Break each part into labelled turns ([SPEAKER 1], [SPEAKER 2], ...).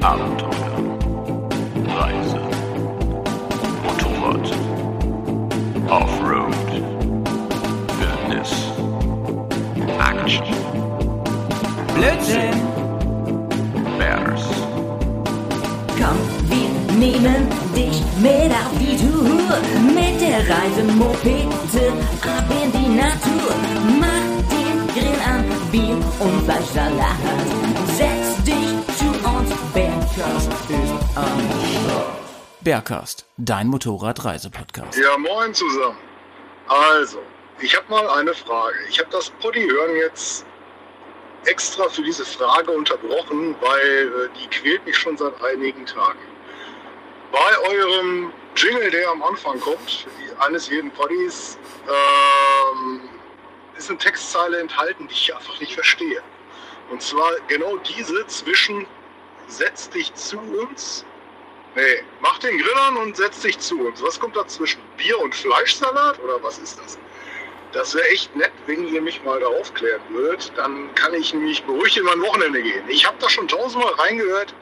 [SPEAKER 1] Abenteuer, Reise, Motorrad, Offroad, Wildnis, Action,
[SPEAKER 2] Blödsinn!
[SPEAKER 1] Bears,
[SPEAKER 3] Komm, wir nehmen dich mit auf die Tour. Mit der Reise Mopete ab in die Natur. Mach den Grill an, Bier und Fleischsalat. Setz dich zu uns, Bergkast ist am
[SPEAKER 2] Bergcast, dein Motorradreisepodcast.
[SPEAKER 4] Ja, moin zusammen. Also, ich habe mal eine Frage. Ich habe das Poddy hören jetzt extra für diese Frage unterbrochen, weil äh, die quält mich schon seit einigen Tagen. Bei eurem Jingle, der am Anfang kommt, die- eines jeden Poddys, ähm, ist eine Textzeile enthalten, die ich einfach nicht verstehe. Und zwar genau diese zwischen Setz dich zu uns Nee, mach den Grill an und setz dich zu uns. Was kommt dazwischen? Bier und Fleischsalat oder was ist das? Das wäre echt nett, wenn ihr mich mal darauf klären würdet. Dann kann ich nämlich beruhigt in mein Wochenende gehen. Ich habe da schon tausendmal reingehört.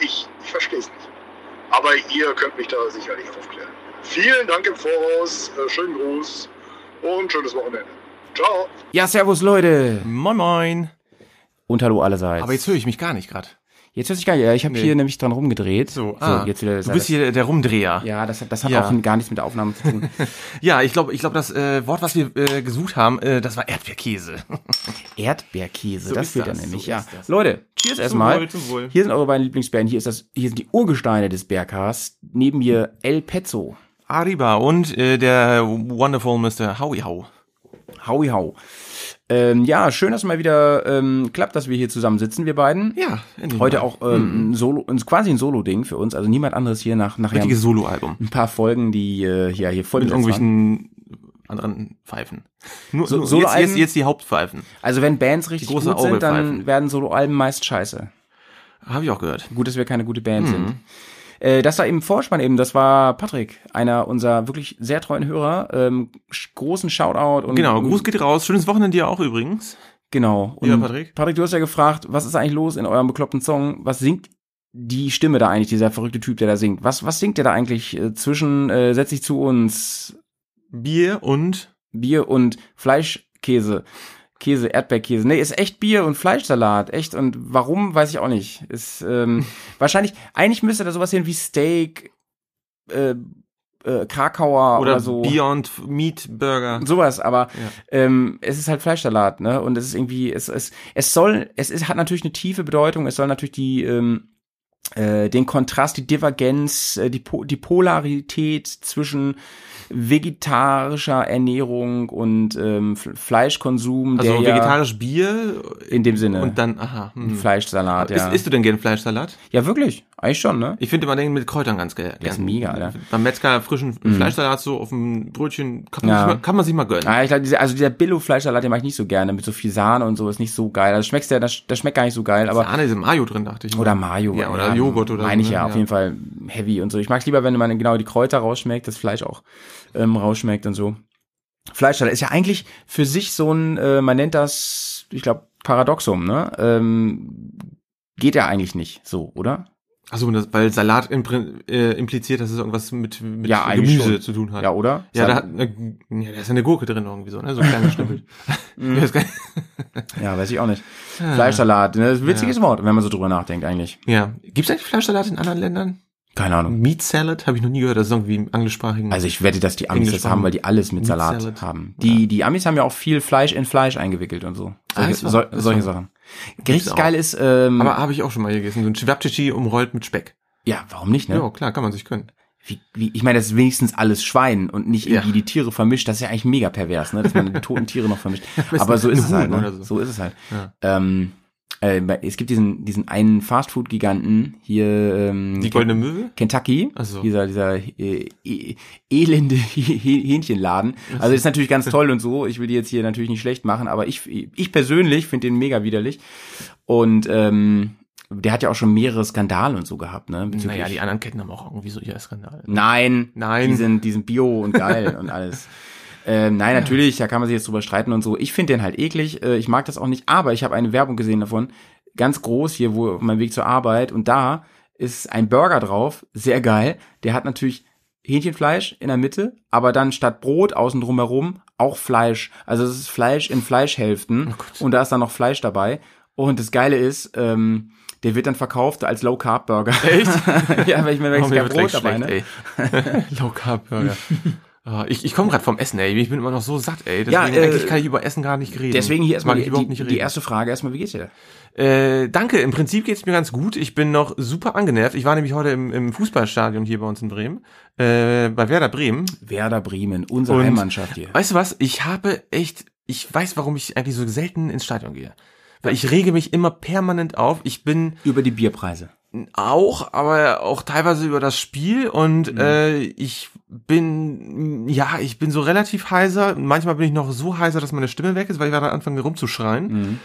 [SPEAKER 4] Ich, ich verstehe es nicht. Aber ihr könnt mich da sicherlich aufklären. Vielen Dank im Voraus, äh, schönen Gruß und schönes Wochenende. Ciao.
[SPEAKER 5] Ja, servus Leute.
[SPEAKER 6] Moin Moin.
[SPEAKER 5] Und hallo allerseits.
[SPEAKER 6] Aber jetzt höre ich mich gar nicht gerade.
[SPEAKER 5] jetzt hörst du gar nicht. Ja, ich habe hier nämlich dran rumgedreht.
[SPEAKER 6] So, ah,
[SPEAKER 5] jetzt wieder
[SPEAKER 6] du bist hier der Rumdreher.
[SPEAKER 5] Ja, das, hat- das hat
[SPEAKER 6] Ja.
[SPEAKER 5] auch gar nichts mit der Aufnahme zu tun.
[SPEAKER 6] Ja, ich glaube, ich glaub, das äh, Wort, was wir äh, gesucht haben, äh, das war Erdbeerkäse.
[SPEAKER 5] Erdbeerkäse,
[SPEAKER 6] So
[SPEAKER 5] das
[SPEAKER 6] ist
[SPEAKER 5] fehlt ja
[SPEAKER 6] das,
[SPEAKER 5] nämlich.
[SPEAKER 6] so
[SPEAKER 5] ja.
[SPEAKER 6] ist das.
[SPEAKER 5] Leute, cheers erstmal.
[SPEAKER 6] Wohl, zum Wohl.
[SPEAKER 5] Hier sind eure beiden Lieblingsbären. Hier ist das, hier sind die Urgesteine des Berghars. Neben mir El Pezzo.
[SPEAKER 6] Arriba und äh, der Wonderful Mr. Howie How.
[SPEAKER 5] Howie Hau. Ähm, ja, schön, dass mal wieder ähm, klappt, dass wir hier zusammen sitzen, wir beiden.
[SPEAKER 6] Ja, Mhm. endlich
[SPEAKER 5] Heute
[SPEAKER 6] mal.
[SPEAKER 5] auch ähm, ein Solo, ein- quasi ein Solo-Ding für uns. Also niemand anderes hier nach nachher
[SPEAKER 6] Richtiges Soloalbum.
[SPEAKER 5] ein paar Folgen, die äh, ja hier voll
[SPEAKER 6] Mit
[SPEAKER 5] besetzt waren.
[SPEAKER 6] irgendwelchen anderen Pfeifen. Nur,
[SPEAKER 5] So-
[SPEAKER 6] nur jetzt,
[SPEAKER 5] Soloalben?
[SPEAKER 6] jetzt, jetzt die Hauptpfeifen.
[SPEAKER 5] Also wenn Bands richtig
[SPEAKER 6] große
[SPEAKER 5] gut sind, dann
[SPEAKER 6] Orgelpfeifen.
[SPEAKER 5] werden Soloalben meist scheiße.
[SPEAKER 6] Habe ich auch gehört.
[SPEAKER 5] Gut, dass wir keine gute
[SPEAKER 6] Mhm.
[SPEAKER 5] Band sind. Äh, Das war eben Vorspann eben, das war Patrick, einer unserer wirklich sehr treuen Hörer. Ähm, sch- großen Shoutout und
[SPEAKER 6] Genau,
[SPEAKER 5] und-
[SPEAKER 6] Gruß geht raus. Schönes Wochenende dir auch übrigens.
[SPEAKER 5] Genau. Und
[SPEAKER 6] Ja, Patrick.
[SPEAKER 5] Patrick, du hast ja gefragt, was ist eigentlich los in eurem bekloppten Song? Was singt die Stimme da eigentlich, dieser verrückte Typ, der da singt? Was, was singt der da eigentlich äh, zwischen äh, Setz dich zu uns
[SPEAKER 6] Bier und
[SPEAKER 5] Bier und Fleischkäse? Käse, Erdbeerkäse. Nee, ist echt Bier und Fleischsalat. Echt. Und warum, weiß ich auch nicht. Ist ähm, wahrscheinlich, eigentlich müsste da sowas hin wie Steak, äh, äh, Krakauer oder,
[SPEAKER 6] oder
[SPEAKER 5] so.
[SPEAKER 6] Beyond Meat Burger.
[SPEAKER 5] Sowas, aber
[SPEAKER 6] Ja.
[SPEAKER 5] ähm, es ist halt Fleischsalat, ne? Und es ist irgendwie, es, es, es soll, es ist, hat natürlich eine tiefe Bedeutung, es soll natürlich die, ähm, äh, den Kontrast, die Divergenz, äh, die, Po- die Polarität zwischen vegetarischer Ernährung und ähm, F- Fleischkonsum,
[SPEAKER 6] Also
[SPEAKER 5] der ja
[SPEAKER 6] vegetarisch Bier
[SPEAKER 5] in dem Sinne
[SPEAKER 6] und dann, aha. hm.
[SPEAKER 5] Fleischsalat, ja.
[SPEAKER 6] Isst, isst du denn gerne Fleischsalat?
[SPEAKER 5] ja, wirklich, eigentlich schon, ne?
[SPEAKER 6] Ich finde immer den mit Kräutern ganz geil.
[SPEAKER 5] ist mega, Alter.
[SPEAKER 6] Beim Metzger frischen Fleischsalat so auf dem Brötchen kann man,
[SPEAKER 5] Ja.
[SPEAKER 6] sich, mal, kann man sich mal gönnen.
[SPEAKER 5] Ah, ich glaube, dieser, also dieser Billo-Fleischsalat, den mag ich nicht so gerne, mit so viel Sahne und so, ist nicht so geil. Das schmeckt ja, das, das schmeckt gar nicht so geil, aber
[SPEAKER 6] Sahne ist im Mayo drin, dachte ich.
[SPEAKER 5] Oder Mayo.
[SPEAKER 6] Ja, oder Joghurt oder
[SPEAKER 5] Meine
[SPEAKER 6] so,
[SPEAKER 5] ich
[SPEAKER 6] ne?
[SPEAKER 5] ja, auf jeden Fall heavy und so. Ich mag es lieber, wenn man genau die Kräuter rausschmeckt, das Fleisch auch ähm, rausschmeckt und so. Fleischsalat ist ja eigentlich für sich so ein, äh, man nennt das, ich glaube, Paradoxum, ne? Ähm, geht ja eigentlich nicht so, oder?
[SPEAKER 6] Achso, das- weil Salat impri- äh, impliziert, dass es irgendwas mit, mit
[SPEAKER 5] Ja, eigentlich
[SPEAKER 6] Gemüse
[SPEAKER 5] schon.
[SPEAKER 6] zu tun hat.
[SPEAKER 5] Ja, oder?
[SPEAKER 6] Ja, da, hat, eine- ja, da ist eine Gurke drin irgendwie so, ne? So ein kleiner Schnippel. ja, ist geil.
[SPEAKER 5] ja, weiß ich auch nicht. Mhm.
[SPEAKER 6] Ah.
[SPEAKER 5] Fleischsalat, ne? Das ist ein witziges Wort, wenn man so drüber nachdenkt eigentlich.
[SPEAKER 6] ja. Gibt's eigentlich Fleischsalat in anderen Ländern?
[SPEAKER 5] Keine Ahnung.
[SPEAKER 6] Meat Salad habe ich noch nie gehört, das ist irgendwie im englischsprachigen.
[SPEAKER 5] Also ich wette, dass die Amis
[SPEAKER 6] Englisch
[SPEAKER 5] das haben, weil die alles mit
[SPEAKER 6] Meat
[SPEAKER 5] Salat
[SPEAKER 6] Salad.
[SPEAKER 5] haben. Die, die Amis haben ja auch viel Fleisch in Fleisch eingewickelt und so.
[SPEAKER 6] Ah,
[SPEAKER 5] Solche,
[SPEAKER 6] das war-
[SPEAKER 5] sol-
[SPEAKER 6] das
[SPEAKER 5] solche
[SPEAKER 6] war-
[SPEAKER 5] Sachen. Richtig
[SPEAKER 6] auch.
[SPEAKER 5] geil ist, ähm,
[SPEAKER 6] aber habe ich auch schon mal gegessen. So ein Schwabtischi umrollt mit Speck.
[SPEAKER 5] ja, warum nicht,
[SPEAKER 6] Ja.
[SPEAKER 5] ne?
[SPEAKER 6] klar, kann man sich gönnen.
[SPEAKER 5] Wie, wie, ich meine, das ist wenigstens alles Schwein und nicht irgendwie
[SPEAKER 6] Ja.
[SPEAKER 5] die Tiere vermischt. Das ist ja eigentlich mega pervers, ne? Dass man die toten Tiere noch vermischt. Aber so
[SPEAKER 6] ein
[SPEAKER 5] ist es
[SPEAKER 6] Huhn
[SPEAKER 5] halt, ne?
[SPEAKER 6] oder
[SPEAKER 5] so.
[SPEAKER 6] so.
[SPEAKER 5] ist es halt.
[SPEAKER 6] Ja.
[SPEAKER 5] Ähm, äh, es gibt diesen, diesen einen Fastfood-Giganten hier, ähm,
[SPEAKER 6] Die goldene Möwe?
[SPEAKER 5] Kentucky,
[SPEAKER 6] Ach so.
[SPEAKER 5] dieser, dieser äh, e- elende Hähnchenladen. Also ist natürlich ganz toll und so. Ich will die jetzt hier natürlich nicht schlecht machen, aber ich, ich persönlich finde den mega widerlich. Und ähm, der hat ja auch schon mehrere Skandale und so gehabt, ne? bezüglich-
[SPEAKER 6] Naja, die anderen Ketten haben auch irgendwie so ihr Skandal.
[SPEAKER 5] Nein,
[SPEAKER 6] Nein.
[SPEAKER 5] Die sind, die sind bio und geil und alles. Ähm, nein, natürlich, da kann man sich jetzt drüber streiten und so. Ich finde den halt eklig, äh, ich mag das auch nicht, aber ich habe eine Werbung gesehen davon. ganz groß hier, wo auf meinem Weg zur Arbeit und da ist ein Burger drauf, sehr geil. Der hat natürlich Hähnchenfleisch in der Mitte, aber dann statt Brot außen drum herum auch Fleisch. Also es ist Fleisch in
[SPEAKER 6] Oh
[SPEAKER 5] Fleischhälften und da ist dann noch Fleisch dabei. Und das Geile ist, ähm, der wird dann verkauft als Low Carb Burger. Echt? ja, weil ich mir
[SPEAKER 6] Oh,
[SPEAKER 5] wächst
[SPEAKER 6] mir
[SPEAKER 5] kein
[SPEAKER 6] wird
[SPEAKER 5] Brot
[SPEAKER 6] gleich
[SPEAKER 5] dabei. Ne?
[SPEAKER 6] schlecht, ey. Low Carb Burger. Ah, Ich, ich komme gerade vom Essen, ey. Ich bin immer noch so satt, ey. Deswegen,
[SPEAKER 5] Ja, äh,
[SPEAKER 6] eigentlich kann ich über Essen gar nicht reden.
[SPEAKER 5] Deswegen hier
[SPEAKER 6] Das mag
[SPEAKER 5] erstmal
[SPEAKER 6] ich
[SPEAKER 5] die,
[SPEAKER 6] überhaupt
[SPEAKER 5] die,
[SPEAKER 6] nicht
[SPEAKER 5] die
[SPEAKER 6] reden.
[SPEAKER 5] erste Frage erstmal, wie geht's dir?
[SPEAKER 6] Äh, danke, im Prinzip geht's mir ganz gut. Ich bin noch super angenervt. Ich war nämlich heute im, im Fußballstadion hier bei uns in Bremen, äh, bei Werder Bremen.
[SPEAKER 5] Werder Bremen, unsere
[SPEAKER 6] Und-
[SPEAKER 5] Heimmannschaft hier.
[SPEAKER 6] Weißt du was? Ich habe echt, ich weiß, warum ich eigentlich so selten ins Stadion gehe. Weil ich rege mich immer permanent auf. Ich bin
[SPEAKER 5] Über die Bierpreise.
[SPEAKER 6] auch, aber auch teilweise über das Spiel und
[SPEAKER 5] Mhm.
[SPEAKER 6] äh, ich bin, ja, ich bin so relativ heiser. Manchmal bin ich noch so heiser, dass meine Stimme weg ist, weil ich gerade anfange rumzuschreien.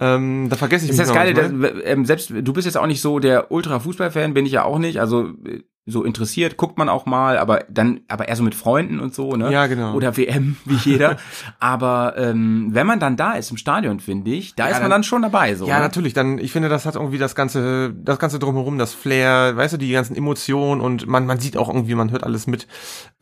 [SPEAKER 6] Ähm, da vergesse ich
[SPEAKER 5] Mhm. Ist
[SPEAKER 6] mich
[SPEAKER 5] das
[SPEAKER 6] noch
[SPEAKER 5] Geile, dass,
[SPEAKER 6] manchmal.
[SPEAKER 5] ähm, selbst du bist jetzt auch nicht so der Ultra-Fußball-Fan, bin ich ja auch nicht. Also äh, so interessiert, guckt man auch mal, aber dann, aber eher so mit Freunden und so, ne?
[SPEAKER 6] Ja, genau.
[SPEAKER 5] Oder WM, wie jeder. aber ähm, wenn man dann da ist im Stadion, finde ich, da ist man
[SPEAKER 6] dann-
[SPEAKER 5] dann schon dabei. So,
[SPEAKER 6] Ja,
[SPEAKER 5] ne?
[SPEAKER 6] natürlich. Dann, ich finde, das hat irgendwie das ganze, das ganze drumherum, das Flair, weißt du, die ganzen Emotionen und man, man sieht auch irgendwie, man hört alles mit.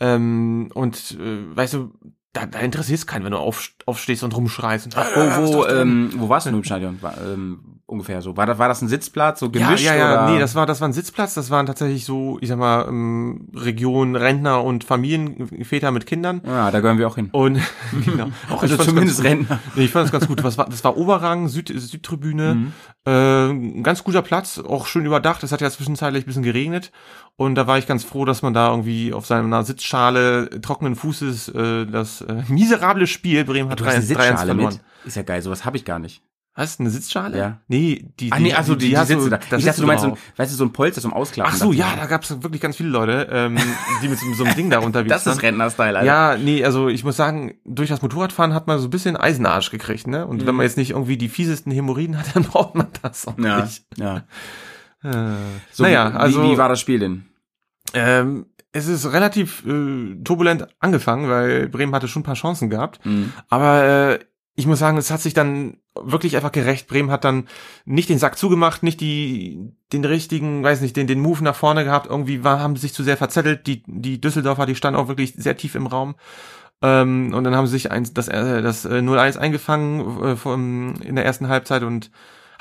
[SPEAKER 6] Ähm, und äh, weißt du, da, da interessiert es keinen, wenn du auf, aufstehst und rumschreist. Und, "Ah,
[SPEAKER 5] Wo, wo, ähm, wo warst du denn im Stadion? War, ähm, ungefähr so. War das, war das ein Sitzplatz, so
[SPEAKER 6] ja,
[SPEAKER 5] gemischt?
[SPEAKER 6] ja, ja,
[SPEAKER 5] oder?
[SPEAKER 6] nee, das war, das war ein Sitzplatz, das waren tatsächlich so, ich sag mal, ähm, Region Rentner und Familien, Väter mit Kindern.
[SPEAKER 5] ja, da gehören wir auch hin.
[SPEAKER 6] Und genau. Auch
[SPEAKER 5] Also
[SPEAKER 6] ich fand's
[SPEAKER 5] zumindest
[SPEAKER 6] ganz gut.
[SPEAKER 5] Rentner.
[SPEAKER 6] Nee, ich fand das ganz gut. Was war, das war Oberrang, Süd, Südtribüne.
[SPEAKER 5] Mhm.
[SPEAKER 6] Äh, ein ganz guter Platz, auch schön überdacht. Es hat ja zwischenzeitlich ein bisschen geregnet. Und da war ich ganz froh, dass man da irgendwie auf seiner Sitzschale trockenen Fußes äh, das äh, miserable Spiel Bremen hat
[SPEAKER 5] Du hast eine
[SPEAKER 6] 3-1 3-1
[SPEAKER 5] Sitzschale mit. Ist ja geil, sowas habe ich gar nicht.
[SPEAKER 6] Hast du eine Sitzschale?
[SPEAKER 5] Ja.
[SPEAKER 6] Nee, die,
[SPEAKER 5] Ah, nee, also die, die,
[SPEAKER 6] hast
[SPEAKER 5] Sitze
[SPEAKER 6] du-
[SPEAKER 5] da.
[SPEAKER 6] da
[SPEAKER 5] ich dachte,
[SPEAKER 6] sitzt
[SPEAKER 5] du meinst, so ein,
[SPEAKER 6] drauf.
[SPEAKER 5] weißt du, so ein Polster zum Ausklappen.
[SPEAKER 6] Ach so,
[SPEAKER 5] dachte ich
[SPEAKER 6] ja,
[SPEAKER 5] mir.
[SPEAKER 6] da gab es wirklich ganz viele Leute, ähm, die mit so, so einem Ding da unterwegs
[SPEAKER 5] Das ist Rentner-Style, Alter.
[SPEAKER 6] Ja, nee, also ich muss sagen, durch das Motorradfahren hat man so ein bisschen Eisenarsch gekriegt, ne? Und
[SPEAKER 5] Mhm.
[SPEAKER 6] wenn man jetzt nicht irgendwie die fiesesten Hämorrhoiden hat, dann braucht man das auch
[SPEAKER 5] Ja.
[SPEAKER 6] nicht.
[SPEAKER 5] ja.
[SPEAKER 6] Äh,
[SPEAKER 5] So,
[SPEAKER 6] naja,
[SPEAKER 5] wie,
[SPEAKER 6] also
[SPEAKER 5] wie, wie war das Spiel denn?
[SPEAKER 6] ähm, es ist relativ äh, turbulent angefangen, weil Bremen hatte schon ein paar Chancen gehabt.
[SPEAKER 5] Mhm.
[SPEAKER 6] Aber äh, ich muss sagen, es hat sich dann wirklich einfach gerecht. Bremen hat dann nicht den Sack zugemacht, nicht die den richtigen, weiß nicht, den den Move nach vorne gehabt. Irgendwie war, haben sie sich zu sehr verzettelt. Die die Düsseldorfer, die standen auch wirklich sehr tief im Raum. Ähm, und dann haben sie sich eins, das, äh, das äh, 0-1 eingefangen äh, vom, in der ersten Halbzeit und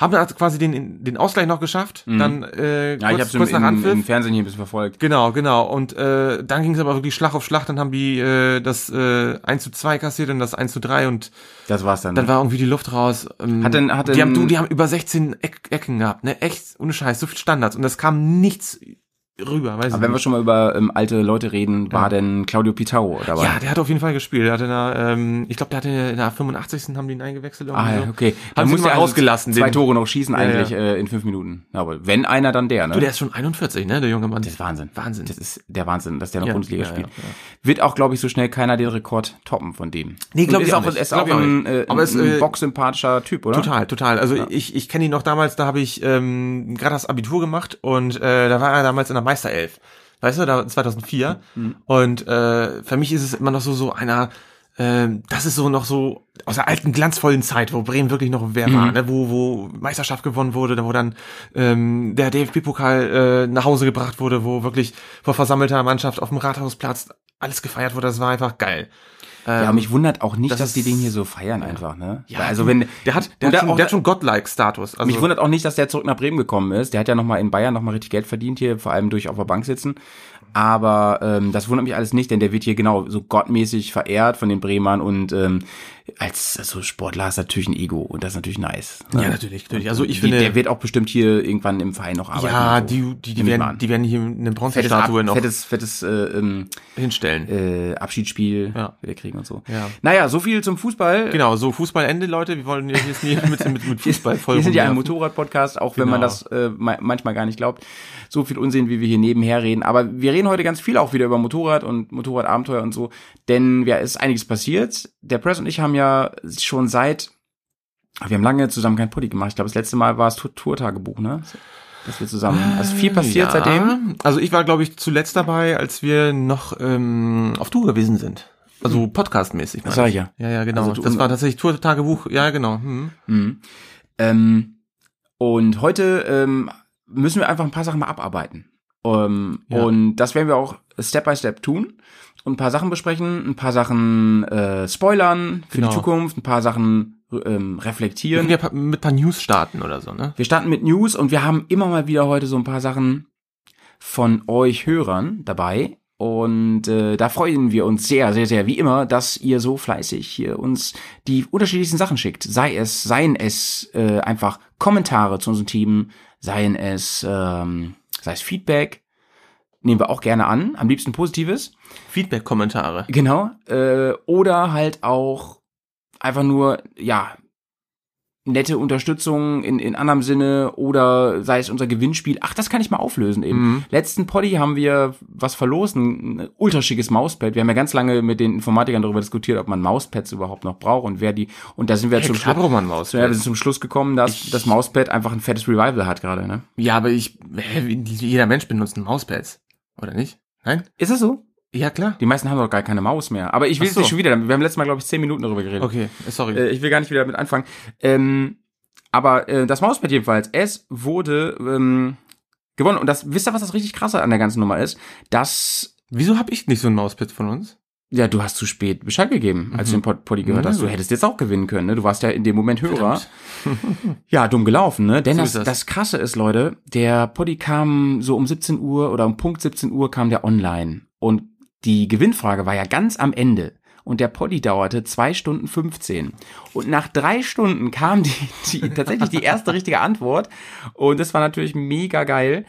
[SPEAKER 6] haben dann also quasi den, den Ausgleich noch geschafft. Dann äh,
[SPEAKER 5] Mhm. Ja,
[SPEAKER 6] kurz,
[SPEAKER 5] ich
[SPEAKER 6] kurz
[SPEAKER 5] habe
[SPEAKER 6] nach
[SPEAKER 5] im,
[SPEAKER 6] Anpfiff.
[SPEAKER 5] im Fernsehen hier ein bisschen verfolgt.
[SPEAKER 6] Genau, genau. Und äh, dann ging es aber wirklich Schlag auf Schlag. Dann haben die äh, das äh, 1 zu 2 kassiert und das 1 zu 3 und
[SPEAKER 5] Das war's dann. ne?
[SPEAKER 6] dann war irgendwie die Luft raus. Ähm,
[SPEAKER 5] Hat denn- hat
[SPEAKER 6] die,
[SPEAKER 5] denn-
[SPEAKER 6] haben, du, die haben über 16 Eck, Ecken gehabt, ne? Echt, ohne Scheiß, so viel Standards. Und das kam nichts rüber, weiß
[SPEAKER 5] Aber wenn wir
[SPEAKER 6] ich
[SPEAKER 5] schon mal über ähm, alte Leute reden, war denn Claudio Pizarro dabei?
[SPEAKER 6] Ja, der hat auf jeden Fall gespielt. Der hatte in der, ähm, ich glaube, der hatte in der 85. haben die ihn eingewechselt.
[SPEAKER 5] Ah,
[SPEAKER 6] irgendwie
[SPEAKER 5] ja,
[SPEAKER 6] so.
[SPEAKER 5] okay.
[SPEAKER 6] Haben sie also
[SPEAKER 5] muss
[SPEAKER 6] mal
[SPEAKER 5] der
[SPEAKER 6] rausgelassen.
[SPEAKER 5] Zwei
[SPEAKER 6] den-
[SPEAKER 5] Tore noch schießen
[SPEAKER 6] ja.
[SPEAKER 5] eigentlich Äh, in fünf Minuten. Ja, Aber wenn einer, dann der, ne?
[SPEAKER 6] Du, der ist schon 41, ne, der junge Mann.
[SPEAKER 5] das ist Wahnsinn.
[SPEAKER 6] Wahnsinn.
[SPEAKER 5] Das ist der Wahnsinn, dass der noch
[SPEAKER 6] Ja,
[SPEAKER 5] Bundesliga
[SPEAKER 6] ja, ja,
[SPEAKER 5] spielt.
[SPEAKER 6] ja.
[SPEAKER 5] Wird auch, glaube ich, so schnell keiner den Rekord toppen von dem.
[SPEAKER 6] Nee, glaub
[SPEAKER 5] Und
[SPEAKER 6] ich
[SPEAKER 5] ist
[SPEAKER 6] auch nicht.
[SPEAKER 5] Ist
[SPEAKER 6] Glaub
[SPEAKER 5] auch
[SPEAKER 6] ich auch
[SPEAKER 5] ein,
[SPEAKER 6] nicht.
[SPEAKER 5] äh,
[SPEAKER 6] Aber es,
[SPEAKER 5] ein
[SPEAKER 6] äh,
[SPEAKER 5] boxsympathischer Typ, oder?
[SPEAKER 6] Total, total. Also ich, ich kenne ihn noch damals, da habe ich ähm, gerade das Abitur gemacht und äh, da war er damals in der Meisterelf. Weißt du, da 2004.
[SPEAKER 5] Mhm.
[SPEAKER 6] Und äh, für mich ist es immer noch so so einer, ähm, das ist so noch so aus der alten glanzvollen Zeit, wo Bremen wirklich noch wer
[SPEAKER 5] Mhm.
[SPEAKER 6] war, ne? wo, wo Meisterschaft gewonnen wurde, da wo dann ähm, der DFB-Pokal äh, nach Hause gebracht wurde, wo wirklich vor versammelter Mannschaft auf dem Rathausplatz alles gefeiert wurde. Das war einfach geil.
[SPEAKER 5] Ja, Äh, mich wundert auch nicht,
[SPEAKER 6] das
[SPEAKER 5] dass die
[SPEAKER 6] ist-
[SPEAKER 5] den hier so feiern einfach, ne?
[SPEAKER 6] Ja,
[SPEAKER 5] Weil also wenn
[SPEAKER 6] Der hat, der
[SPEAKER 5] und
[SPEAKER 6] hat,
[SPEAKER 5] da
[SPEAKER 6] schon,
[SPEAKER 5] auch,
[SPEAKER 6] der hat schon Godlike-Status. Also,
[SPEAKER 5] mich wundert auch nicht, dass der zurück nach Bremen gekommen ist. Der hat ja noch mal in Bayern noch mal richtig Geld verdient hier, vor allem durch auf der Bank sitzen. Aber ähm, das wundert mich alles nicht, denn der wird hier genau so gottmäßig verehrt von den Bremern und ähm, als so Sportler ist natürlich ein Ego und das ist natürlich nice. ne?
[SPEAKER 6] Ja, natürlich, natürlich. Also ich
[SPEAKER 5] Die,
[SPEAKER 6] finde,
[SPEAKER 5] der wird auch bestimmt hier irgendwann im Verein noch arbeiten.
[SPEAKER 6] ja,
[SPEAKER 5] und so.
[SPEAKER 6] die, die, die,
[SPEAKER 5] Nehme ich mal
[SPEAKER 6] werden,
[SPEAKER 5] an.
[SPEAKER 6] die werden hier eine
[SPEAKER 5] fettes, Ab,
[SPEAKER 6] Bronzestatue noch
[SPEAKER 5] fettes, fettes äh, ähm,
[SPEAKER 6] hinstellen.
[SPEAKER 5] äh, Abschiedsspiel
[SPEAKER 6] Ja.
[SPEAKER 5] wieder kriegen und so.
[SPEAKER 6] Ja.
[SPEAKER 5] Naja, so viel zum Fußball.
[SPEAKER 6] Genau, so Fußballende, Leute. Wir wollen jetzt hier nicht mit, mit, mit Fußball voll
[SPEAKER 5] Wir sind ja ein
[SPEAKER 6] rumwerfen.
[SPEAKER 5] Motorrad-Podcast, auch wenn man
[SPEAKER 6] Genau.
[SPEAKER 5] das äh, ma- manchmal gar nicht glaubt. So viel Unsinn, wie wir hier nebenher reden. Aber wir reden heute ganz viel auch wieder über Motorrad und Motorradabenteuer und so, denn ja, ist einiges passiert. Der Press und ich haben ja schon seit, wir haben lange zusammen kein Pulli gemacht. Ich glaube, das letzte Mal war es Tour- Tour-Tagebuch, ne? Dass wir zusammen. Also viel passiert
[SPEAKER 6] ja.
[SPEAKER 5] seitdem.
[SPEAKER 6] Also ich war, glaube ich, zuletzt dabei, als wir noch ähm, auf Tour gewesen sind. Also podcastmäßig.
[SPEAKER 5] Hm. Das
[SPEAKER 6] meine
[SPEAKER 5] sag
[SPEAKER 6] ich.
[SPEAKER 5] ich ja.
[SPEAKER 6] Ja, ja, genau.
[SPEAKER 5] Also du-
[SPEAKER 6] das war tatsächlich Tour-Tagebuch. Ja, genau. Hm.
[SPEAKER 5] Mhm. Ähm, Und heute ähm, müssen wir einfach ein paar Sachen mal abarbeiten. Ähm,
[SPEAKER 6] Ja.
[SPEAKER 5] Und das werden wir auch Step by Step tun. Und ein paar Sachen besprechen, ein paar Sachen äh, spoilern für
[SPEAKER 6] Genau.
[SPEAKER 5] die Zukunft, ein paar Sachen ähm,
[SPEAKER 6] Wir
[SPEAKER 5] reflektieren.
[SPEAKER 6] können ja pa- mit ein paar News starten oder so, ne?
[SPEAKER 5] Wir starten mit News und wir haben immer mal wieder heute so ein paar Sachen von euch Hörern dabei. Und äh, da freuen wir uns sehr, sehr, sehr, wie immer, dass ihr so fleißig hier uns die unterschiedlichsten Sachen schickt. Sei es, seien es äh, einfach Kommentare zu unserem Team, seien es, ähm, sei es Feedback. Nehmen wir auch gerne an, am liebsten Positives.
[SPEAKER 6] Feedback-Kommentare.
[SPEAKER 5] Genau. Äh, oder halt auch einfach nur, ja, nette Unterstützung in, in anderem Sinne oder sei es unser Gewinnspiel. Ach, das kann ich mal auflösen eben.
[SPEAKER 6] Mhm.
[SPEAKER 5] Letzten Poddy haben wir was verlost, ein, ein ultraschicks Mauspad. Wir haben ja ganz lange mit den Informatikern darüber diskutiert, ob man Mauspads überhaupt noch braucht und wer die, und da sind wir zum Schluss,
[SPEAKER 6] Maus.
[SPEAKER 5] ja, wir sind zum Schluss gekommen, dass das Mauspad einfach ein fettes Revival hat gerade, ne?
[SPEAKER 6] Ja, aber ich, hä, wie- die- jeder Mensch benutzt ein Mauspad, oder nicht? Nein?
[SPEAKER 5] Ist das so?
[SPEAKER 6] Ja, klar.
[SPEAKER 5] Die meisten haben doch gar keine Maus mehr. Aber ich will
[SPEAKER 6] Ach
[SPEAKER 5] jetzt
[SPEAKER 6] so.
[SPEAKER 5] nicht schon wieder, wir haben letztes Mal, glaube ich, zehn Minuten darüber geredet.
[SPEAKER 6] Okay, äh, sorry.
[SPEAKER 5] Äh, ich will gar nicht wieder damit anfangen. Ähm, aber äh, das Mauspad jedenfalls, es wurde ähm, gewonnen. Und das, wisst ihr, was das richtig krasse an der ganzen Nummer ist? Dass,
[SPEAKER 6] Wieso habe ich nicht so ein Mauspad von uns?
[SPEAKER 5] ja, du hast zu spät Bescheid gegeben, als du den Pod Poddy gehört hast. Du
[SPEAKER 6] Mhm.
[SPEAKER 5] hättest jetzt auch gewinnen können, ne? Du warst ja in dem Moment Hörer. Ja, dumm gelaufen, ne? Denn
[SPEAKER 6] So
[SPEAKER 5] das,
[SPEAKER 6] ist das.
[SPEAKER 5] das. Krasse ist, Leute, der Poddy kam so um 17 Uhr oder um Punkt 17 Uhr kam der online. Und die Gewinnfrage war ja ganz am Ende. Und der Poddy dauerte zwei Stunden 15. Und nach drei Stunden kam die, die tatsächlich die erste richtige Antwort. Und das war natürlich mega geil,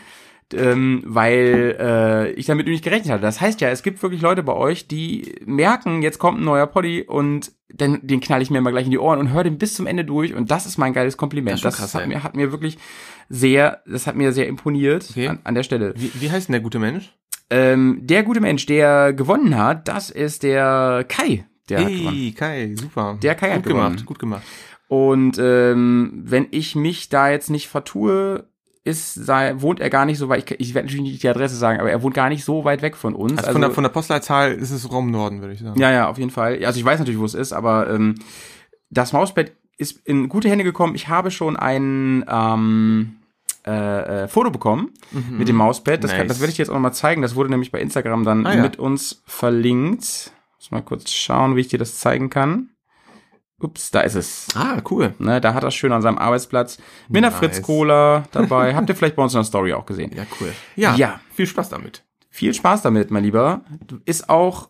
[SPEAKER 5] ähm, weil äh, ich damit nicht gerechnet hatte. Das heißt ja, es gibt wirklich Leute bei euch, die merken, jetzt kommt ein neuer Poddy und dann, den knall ich mir immer gleich in die Ohren und höre den bis zum Ende durch. Und das ist mein geiles Kompliment.
[SPEAKER 6] Das
[SPEAKER 5] Das,
[SPEAKER 6] ist schon krass,
[SPEAKER 5] hat,
[SPEAKER 6] ey.
[SPEAKER 5] mir, hat mir wirklich sehr, das hat mir sehr imponiert
[SPEAKER 6] Okay.
[SPEAKER 5] an, an der Stelle.
[SPEAKER 6] Wie, wie heißt denn der gute Mensch?
[SPEAKER 5] Ähm, der gute Mensch, der gewonnen hat, das ist der Kai. Der hat gewonnen.
[SPEAKER 6] Kai, super.
[SPEAKER 5] Der Kai
[SPEAKER 6] gut
[SPEAKER 5] hat
[SPEAKER 6] gemacht,
[SPEAKER 5] gewonnen.
[SPEAKER 6] gut gemacht.
[SPEAKER 5] Und ähm, wenn ich mich da jetzt nicht vertue, ist, sei, wohnt er gar nicht so weit, ich, ich werde natürlich nicht die Adresse sagen, aber er wohnt gar nicht so weit weg von uns.
[SPEAKER 6] Also, von, der, von der Postleitzahl ist es Raum Norden, würde ich sagen.
[SPEAKER 5] ja, ja, auf jeden Fall. Ja, Also ich weiß natürlich, wo es ist, aber ähm, das Mauspad ist in gute Hände gekommen. Ich habe schon ein ähm, äh, äh, Foto bekommen mit dem Mauspad. Das, kann,
[SPEAKER 6] Mhm. Nice.
[SPEAKER 5] das werde ich dir jetzt auch nochmal zeigen. Das wurde nämlich bei Instagram dann
[SPEAKER 6] Ah, ja.
[SPEAKER 5] mit uns verlinkt. Muss mal kurz schauen, wie ich dir das zeigen kann. Ups, da ist es.
[SPEAKER 6] Ah, cool.
[SPEAKER 5] Ne, da hat er schön an seinem Arbeitsplatz mit einer
[SPEAKER 6] Nice.
[SPEAKER 5] Fritz-Cola dabei. Habt ihr vielleicht bei uns in der Story auch gesehen.
[SPEAKER 6] Ja, cool. Ja,
[SPEAKER 5] Ja.
[SPEAKER 6] viel Spaß damit.
[SPEAKER 5] Viel Spaß damit, mein Lieber. Ist auch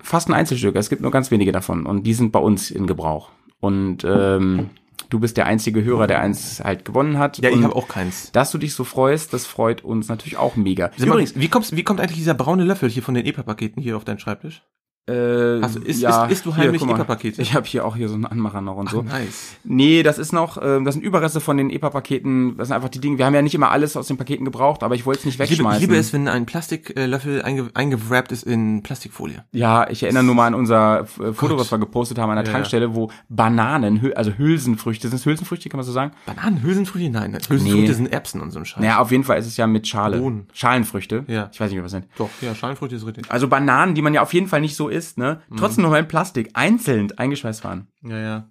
[SPEAKER 5] fast ein Einzelstück. Es gibt nur ganz wenige davon und die sind bei uns in Gebrauch. Und ähm, du bist der einzige Hörer, der eins halt gewonnen hat.
[SPEAKER 6] Ja, ich
[SPEAKER 5] Und
[SPEAKER 6] habe auch keins.
[SPEAKER 5] Dass du dich so freust, das freut uns natürlich auch mega.
[SPEAKER 6] Sag mal, wie, kommst, wie kommt eigentlich dieser braune Löffel hier von den EPA-Paketen hier auf deinen Schreibtisch?
[SPEAKER 5] äh,
[SPEAKER 6] Hast du- isst-
[SPEAKER 5] ja,
[SPEAKER 6] isst- isst du
[SPEAKER 5] hier,
[SPEAKER 6] heimlich
[SPEAKER 5] guck mal.
[SPEAKER 6] EPA-Pakete?
[SPEAKER 5] Ich habe hier auch hier so einen Anmacher noch und so.
[SPEAKER 6] nice.
[SPEAKER 5] Nee, das ist noch, ähm, das sind Überreste von den EPA-Paketen. Das sind einfach die Dinge. Wir haben ja nicht immer alles aus den Paketen gebraucht, aber ich wollte es nicht
[SPEAKER 6] Ich liebe,
[SPEAKER 5] wegschmeißen.
[SPEAKER 6] ich liebe es, wenn ein Plastiklöffel einge, eingewrappt ist in Plastikfolie.
[SPEAKER 5] Ja, ich erinnere nur mal an unser äh, Foto, was wir gepostet haben an der
[SPEAKER 6] Ja, ja.
[SPEAKER 5] Tankstelle, wo Bananen, Hül- also Hülsenfrüchte, sind es Hülsenfrüchte, kann man so sagen?
[SPEAKER 6] Bananen, Hülsenfrüchte? Nein, ne, Hülsenfrüchte
[SPEAKER 5] Nee.
[SPEAKER 6] sind Erbsen und so ein Scheiß.
[SPEAKER 5] Naja, auf jeden Fall ist es ja mit Schale.
[SPEAKER 6] Bohnen.
[SPEAKER 5] Schalenfrüchte.
[SPEAKER 6] Ja.
[SPEAKER 5] Ich weiß nicht, was das sind.
[SPEAKER 6] Doch, ja, Schalenfrüchte ist richtig.
[SPEAKER 5] Also Bananen, die man ja auf jeden Fall nicht so isst, ne?
[SPEAKER 6] Mhm.
[SPEAKER 5] Trotzdem noch mal in Plastik, einzeln eingeschweißt waren.
[SPEAKER 6] Ja, ja.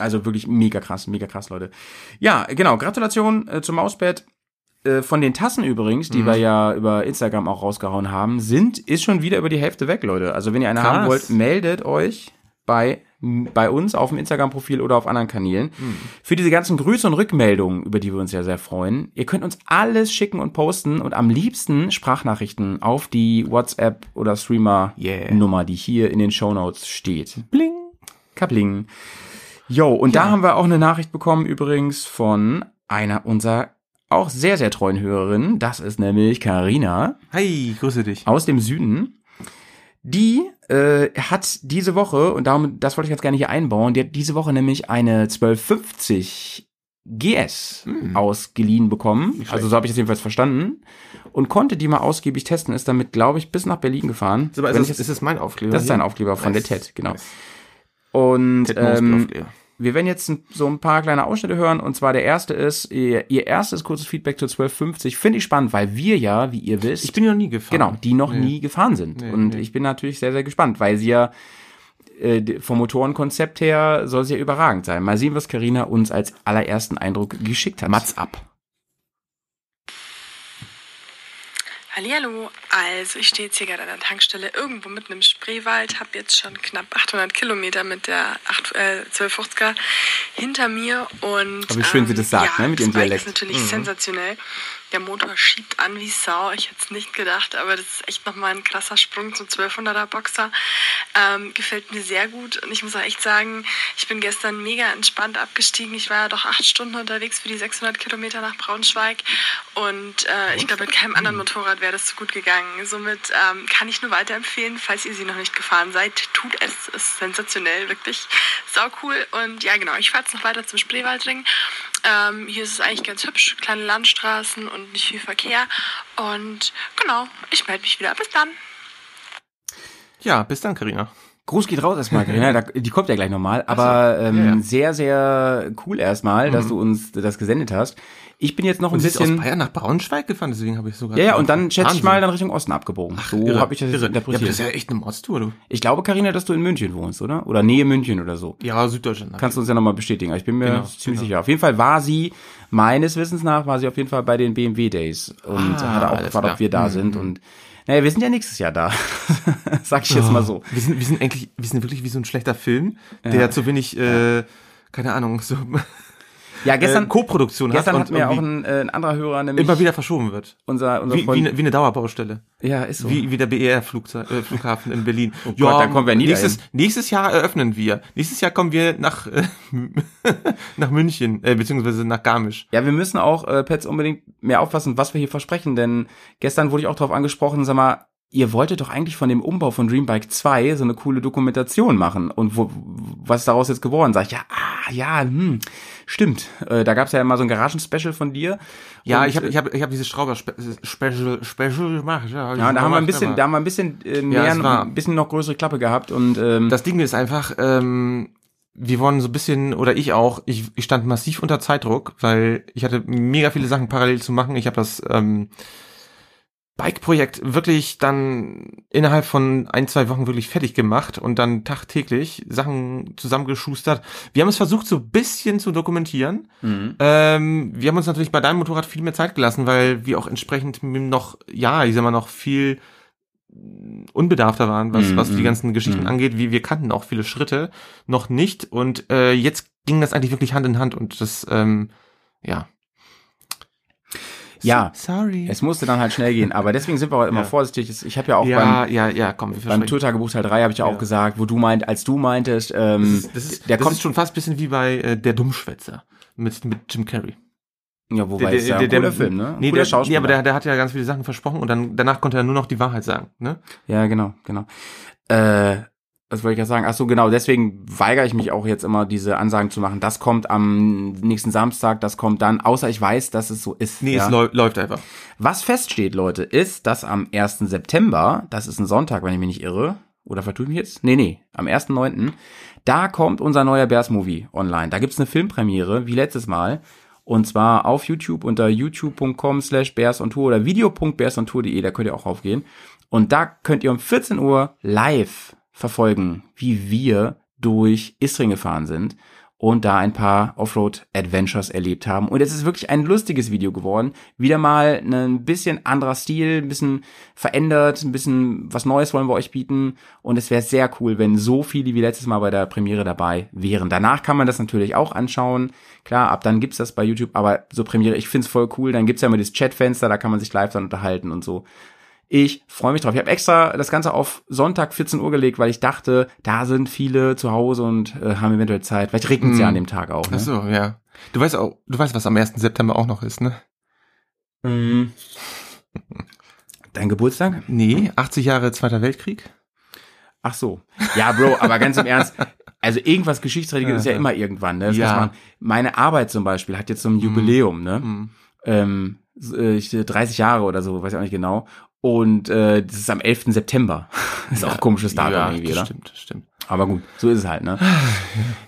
[SPEAKER 5] Also wirklich mega krass, mega krass, Leute. Ja, genau. Gratulation äh, zum Mausbett. Äh, Von den Tassen übrigens, die wir ja über Instagram auch rausgehauen haben, sind, ist schon wieder über die Hälfte weg, Leute. Also wenn ihr eine
[SPEAKER 6] Krass.
[SPEAKER 5] haben wollt, meldet euch bei, bei uns auf dem Instagram-Profil oder auf anderen Kanälen. Für diese ganzen Grüße und Rückmeldungen, über die wir uns ja sehr freuen. Ihr könnt uns alles schicken und posten und am liebsten Sprachnachrichten auf die WhatsApp oder
[SPEAKER 6] Yeah.
[SPEAKER 5] Streamer-Nummer, die hier in den Shownotes steht.
[SPEAKER 6] Bling.
[SPEAKER 5] Kapling. Jo, und da haben wir auch eine Nachricht bekommen übrigens von einer unserer auch sehr, sehr treuen Hörerinnen. Das ist nämlich Karina
[SPEAKER 6] Hi, grüße dich.
[SPEAKER 5] aus dem Süden. Die äh, hat diese Woche, und darum, das wollte ich ganz gerne hier einbauen, die hat diese Woche nämlich eine 1250 GS
[SPEAKER 6] Hm.
[SPEAKER 5] ausgeliehen bekommen. Also so habe ich das jedenfalls verstanden. Und konnte die mal ausgiebig testen, ist damit, glaube ich, bis nach Berlin gefahren.
[SPEAKER 6] Sag mal,
[SPEAKER 5] Wenn
[SPEAKER 6] ist,
[SPEAKER 5] ich
[SPEAKER 6] also das,
[SPEAKER 5] das,
[SPEAKER 6] ist das mein Aufkleber?
[SPEAKER 5] das ist ein
[SPEAKER 6] hier?
[SPEAKER 5] Aufkleber von
[SPEAKER 6] Nice.
[SPEAKER 5] der TED, genau.
[SPEAKER 6] Nice.
[SPEAKER 5] Und ähm,
[SPEAKER 6] Aufkleber.
[SPEAKER 5] wir werden jetzt ein- so ein paar kleine Ausschnitte hören. Und zwar der erste ist, ihr, ihr erstes kurzes Feedback zu 1250. Finde ich spannend, weil wir ja, wie ihr wisst,
[SPEAKER 6] Ich bin ja noch nie gefahren.
[SPEAKER 5] genau, die noch nie gefahren sind.
[SPEAKER 6] Nee,
[SPEAKER 5] und
[SPEAKER 6] nee.
[SPEAKER 5] ich bin natürlich sehr, sehr gespannt, weil sie ja äh, vom Motorenkonzept her soll sie ja überragend sein. Mal sehen, was Karina uns als allerersten Eindruck geschickt hat.
[SPEAKER 6] Mats ab.
[SPEAKER 7] Hallihallo, also ich stehe jetzt hier gerade an der Tankstelle irgendwo mitten im Spreewald, habe jetzt schon knapp 800 Kilometer mit der 8, äh, 1250er hinter mir und... ähm,
[SPEAKER 5] Aber wie schön sie das sagt,
[SPEAKER 7] ja,
[SPEAKER 5] ne, mit ihrem
[SPEAKER 7] das Bike
[SPEAKER 5] Dialekt.
[SPEAKER 7] ist natürlich sensationell. Der Motor schiebt an wie Sau, ich hätte es nicht gedacht, aber das ist echt nochmal ein krasser Sprung zum 1200er Boxer. Ähm, gefällt mir sehr gut und ich muss auch echt sagen, ich bin gestern mega entspannt abgestiegen. Ich war ja doch acht Stunden unterwegs für die 600 Kilometer nach Braunschweig und äh, ich glaube, mit keinem anderen Motorrad wäre das so gut gegangen. Somit ähm, kann ich nur weiterempfehlen, falls ihr sie noch nicht gefahren seid, tut es. Ist sensationell, wirklich saucool. Und ja, genau, ich fahre jetzt noch weiter zum Spreewaldring. Ähm, hier ist es eigentlich ganz hübsch, kleine Landstraßen und nicht viel Verkehr. Und genau, ich melde mich wieder. Bis dann.
[SPEAKER 6] Ja, bis dann, Karina.
[SPEAKER 5] Gruß geht raus erstmal, Karina. Da, die kommt ja gleich nochmal. Aber ähm,
[SPEAKER 6] ja, ja.
[SPEAKER 5] sehr, sehr cool erstmal, dass du uns das gesendet hast. Ich bin jetzt noch ein
[SPEAKER 6] Und sie ist aus
[SPEAKER 5] bisschen.
[SPEAKER 6] Bayern nach Braunschweig gefahren, deswegen habe ich sogar.
[SPEAKER 5] Ja, ja, und dann schätze ich
[SPEAKER 6] Wahnsinn.
[SPEAKER 5] mal dann Richtung Osten abgebogen. so
[SPEAKER 6] Irre,
[SPEAKER 5] habe ich das jetzt
[SPEAKER 6] irre. Ja,
[SPEAKER 5] interpretiert.
[SPEAKER 6] das ist ja echt eine Mordstour, du.
[SPEAKER 5] ich glaube, Karina, dass du in München wohnst, oder? Oder Nähe München oder so.
[SPEAKER 6] Ja, Süddeutschland.
[SPEAKER 5] Kannst du uns ja nochmal bestätigen. aber Ich bin mir
[SPEAKER 6] Genau,
[SPEAKER 5] ziemlich
[SPEAKER 6] genau.
[SPEAKER 5] sicher. Auf jeden Fall war sie, meines Wissens nach, war sie auf jeden Fall bei den BMW Days und
[SPEAKER 6] Ah,
[SPEAKER 5] hat auch
[SPEAKER 6] alles
[SPEAKER 5] gefragt, ob
[SPEAKER 6] klar. mhm.
[SPEAKER 5] wir da sind. Und naja, wir sind ja nächstes Jahr da. Sag ich jetzt mal so.
[SPEAKER 6] Wir sind, wir sind eigentlich, wir sind wirklich wie so ein schlechter Film, der zu wenig, äh, keine Ahnung, so
[SPEAKER 5] Ja,
[SPEAKER 6] äh,
[SPEAKER 5] gestern,
[SPEAKER 6] Co-Produktion hat
[SPEAKER 5] gestern
[SPEAKER 6] und
[SPEAKER 5] hat mir auch ein,
[SPEAKER 6] irgendwie
[SPEAKER 5] äh, ein anderer Hörer nämlich
[SPEAKER 6] immer wieder verschoben wird.
[SPEAKER 5] unser, unser
[SPEAKER 6] Wie, wie,
[SPEAKER 5] Freund.
[SPEAKER 6] eine, wie eine Dauerbaustelle.
[SPEAKER 5] ja, ist so.
[SPEAKER 6] Wie, wie der BER-Flughafen äh, Flughafen in Berlin. Oh
[SPEAKER 5] Gott, da kommen wir nie
[SPEAKER 6] nächstes, nächstes Jahr eröffnen wir. Nächstes Jahr kommen wir nach, äh, nach München, äh, beziehungsweise nach Garmisch.
[SPEAKER 5] Ja, wir müssen auch, äh, Pets, unbedingt mehr aufpassen, was wir hier versprechen, denn gestern wurde ich auch darauf angesprochen, sag mal, ihr wolltet doch eigentlich von dem Umbau von Dreambike 2 so eine coole Dokumentation machen und wo, was ist daraus jetzt geworden? Sag ich, ja, ah, ja, hm, stimmt. Äh, da gab's ja mal so ein Garagen-Special von dir.
[SPEAKER 6] Ja,
[SPEAKER 5] Und,
[SPEAKER 6] ich habe
[SPEAKER 5] äh,
[SPEAKER 6] ich hab, ich hab dieses Schrauber-Special Special gemacht. Ja,
[SPEAKER 5] ja, und da haben wir ein bisschen, da haben wir ein bisschen äh, mehr,
[SPEAKER 6] es war-
[SPEAKER 5] ein bisschen noch größere Klappe gehabt und ähm,
[SPEAKER 6] Das Ding ist einfach, ähm, wir wollen so ein bisschen, oder ich auch, ich, ich stand massiv unter Zeitdruck, weil ich hatte mega viele Sachen parallel zu machen. Ich habe das ähm, Bike-Projekt wirklich dann innerhalb von ein, zwei Wochen wirklich fertig gemacht und dann tagtäglich Sachen zusammengeschustert. Wir haben es versucht, so ein bisschen zu dokumentieren. Ähm, wir haben uns natürlich bei deinem Motorrad viel mehr Zeit gelassen, weil wir auch entsprechend noch, ja, ich sag mal, noch viel unbedarfter waren, was,
[SPEAKER 5] Mhm,
[SPEAKER 6] was die ganzen Geschichten angeht. Wir, wir kannten auch viele Schritte noch nicht und äh, jetzt ging das eigentlich wirklich Hand in Hand und das, ähm, ja.
[SPEAKER 5] ja,
[SPEAKER 6] Sorry.
[SPEAKER 5] es musste dann halt schnell gehen, aber deswegen sind wir auch immer
[SPEAKER 6] Ja.
[SPEAKER 5] vorsichtig. Ich habe ja auch beim
[SPEAKER 6] ja, ja, ja, komm, wir
[SPEAKER 5] Beim
[SPEAKER 6] versprechen.
[SPEAKER 5] Tourtagebuch Teil 3 habe ich ja, auch gesagt, wo du meint, als du meintest, ähm,
[SPEAKER 6] Das ist,
[SPEAKER 5] der
[SPEAKER 6] das
[SPEAKER 5] kommt
[SPEAKER 6] ist schon fast ein bisschen wie bei äh, Der Dummschwätzer mit, mit Jim Carrey.
[SPEAKER 5] Ja, wobei ist ja ein cooler Film, ne?
[SPEAKER 6] Nee,
[SPEAKER 5] cooler
[SPEAKER 6] der, nee, aber der, der hat ja ganz viele Sachen versprochen und dann danach konnte er nur noch die Wahrheit sagen. Ne?
[SPEAKER 5] ja, genau, genau. Äh, was wollte ich ja sagen? Ach so, genau, deswegen weigere ich mich auch jetzt immer, diese Ansagen zu machen. Das kommt am nächsten Samstag, das kommt dann, außer ich weiß, dass es so ist.
[SPEAKER 6] Nee,
[SPEAKER 5] ja.
[SPEAKER 6] es läu läuft einfach.
[SPEAKER 5] Was feststeht, Leute, ist, dass am 1. September, das ist ein Sonntag, wenn ich mich nicht irre, oder vertue ich mich jetzt? Nee, nee, am 1.9., da kommt unser neuer Bears-Movie online. Da gibt's eine Filmpremiere, wie letztes Mal, und zwar auf YouTube unter youtube.com slash bearsontour oder video.bearsontour.de, E, da könnt ihr auch raufgehen. Und da könnt ihr um 14 Uhr live verfolgen, wie wir durch Istring gefahren sind und da ein paar Offroad-Adventures erlebt haben. Und es ist wirklich ein lustiges Video geworden. Wieder mal ein bisschen anderer Stil, ein bisschen verändert, ein bisschen was Neues wollen wir euch bieten. Und es wäre sehr cool, wenn so viele wie letztes Mal bei der Premiere dabei wären. Danach kann man das natürlich auch anschauen. Klar, ab dann gibt's das bei YouTube, aber so Premiere, ich find's voll cool. Dann gibt's ja immer das Chatfenster, da kann man sich live dann unterhalten und so. Ich freue mich drauf. Ich habe extra das Ganze auf Sonntag 14 Uhr gelegt, weil ich dachte, da sind viele zu Hause und äh, haben eventuell Zeit. Vielleicht regnet es ja an dem Tag auch. Ne?
[SPEAKER 6] Hm. Ach so, ja. Du weißt auch, du weißt, was am 1. September auch noch ist, ne?
[SPEAKER 5] Mhm. Dein Geburtstag?
[SPEAKER 6] Nee, 80 Jahre Zweiter Weltkrieg.
[SPEAKER 5] Ach so. Ja, Bro, aber ganz im Ernst. Also irgendwas Geschichtsträchtiges ist ja immer irgendwann. Ne? Das
[SPEAKER 6] Ja. Hm.
[SPEAKER 5] muss man, meine Arbeit zum Beispiel hat jetzt so ein Jubiläum, ne? Ähm, s- äh, ich- 30 Jahre oder so, weiß ich auch nicht genau. Und äh, das ist am 11. September. ist auch ein komisches Datum irgendwie,
[SPEAKER 6] das
[SPEAKER 5] oder?
[SPEAKER 6] stimmt, das stimmt.
[SPEAKER 5] Aber gut, so ist es halt, ne?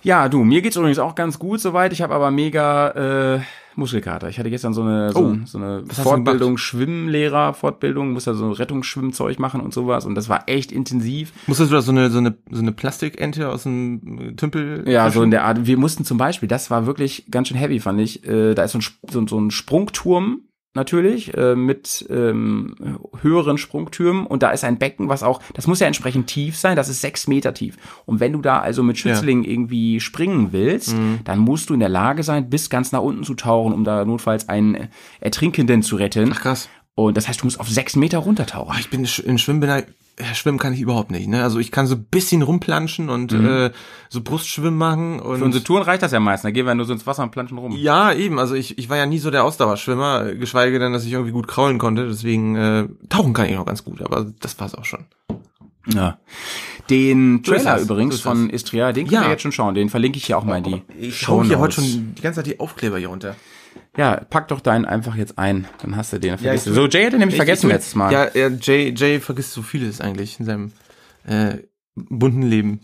[SPEAKER 5] Ja, du, mir geht's übrigens auch ganz gut soweit. Ich habe aber mega äh, Muskelkater. Ich hatte gestern so eine, so,
[SPEAKER 6] Oh,
[SPEAKER 5] ein- so eine
[SPEAKER 6] was hast du
[SPEAKER 5] Fortbildung, Schwimmlehrer, Fortbildung, muss da so Rettungsschwimmzeug machen und sowas. Und das war echt intensiv.
[SPEAKER 6] Musstest du da so eine, so eine, so eine Plastikente aus dem äh, Tümpel?
[SPEAKER 5] Ja, so in der Art. Wir mussten zum Beispiel, das war wirklich ganz schön heavy, fand ich. Äh, da ist so ein, Sp- so, ein- so ein Sprungturm natürlich äh, mit ähm, höheren Sprungtürmen und da ist ein Becken, was auch, das muss ja entsprechend tief sein, das ist sechs Meter tief. Und wenn du da also mit Schützlingen irgendwie springen willst, dann musst du in der Lage sein, bis ganz nach unten zu tauchen, um da notfalls einen Ertrinkenden zu retten.
[SPEAKER 6] Ach krass.
[SPEAKER 5] Und das heißt, du musst auf sechs Meter runtertauchen.
[SPEAKER 6] Boah, ich bin sch- in Schwimmen, bin ich- ja, Schwimmen kann ich überhaupt nicht. Ne? Also ich kann so ein bisschen rumplanschen und äh, so Brustschwimmen machen. Und
[SPEAKER 5] Mhm. Für unsere Touren reicht das ja meistens, da gehen wir nur so ins Wasser und planschen rum.
[SPEAKER 6] Ja, eben. Also ich, ich war ja nie so der Ausdauerschwimmer, geschweige denn, dass ich irgendwie gut kraulen konnte. Deswegen äh, tauchen kann ich noch ganz gut, aber das war's auch schon.
[SPEAKER 5] Ja. Den
[SPEAKER 6] So ist
[SPEAKER 5] Trailer
[SPEAKER 6] das,
[SPEAKER 5] übrigens
[SPEAKER 6] so ist
[SPEAKER 5] von Istria, den könnt
[SPEAKER 6] Ja. Oh,
[SPEAKER 5] ihr jetzt schon schauen. Den verlinke ich hier auch mal in die
[SPEAKER 6] Ich
[SPEAKER 5] Show
[SPEAKER 6] hau hier heute
[SPEAKER 5] Notes.
[SPEAKER 6] schon die ganze Zeit die Aufkleber hier runter.
[SPEAKER 5] Ja, pack doch deinen einfach jetzt ein. Dann hast du den. Dann vergisst du. So, Jay hat den nämlich vergessen
[SPEAKER 6] tu-
[SPEAKER 5] letztes Mal.
[SPEAKER 6] Ja, ja Jay, Jay vergisst so vieles eigentlich in seinem äh, bunten Leben.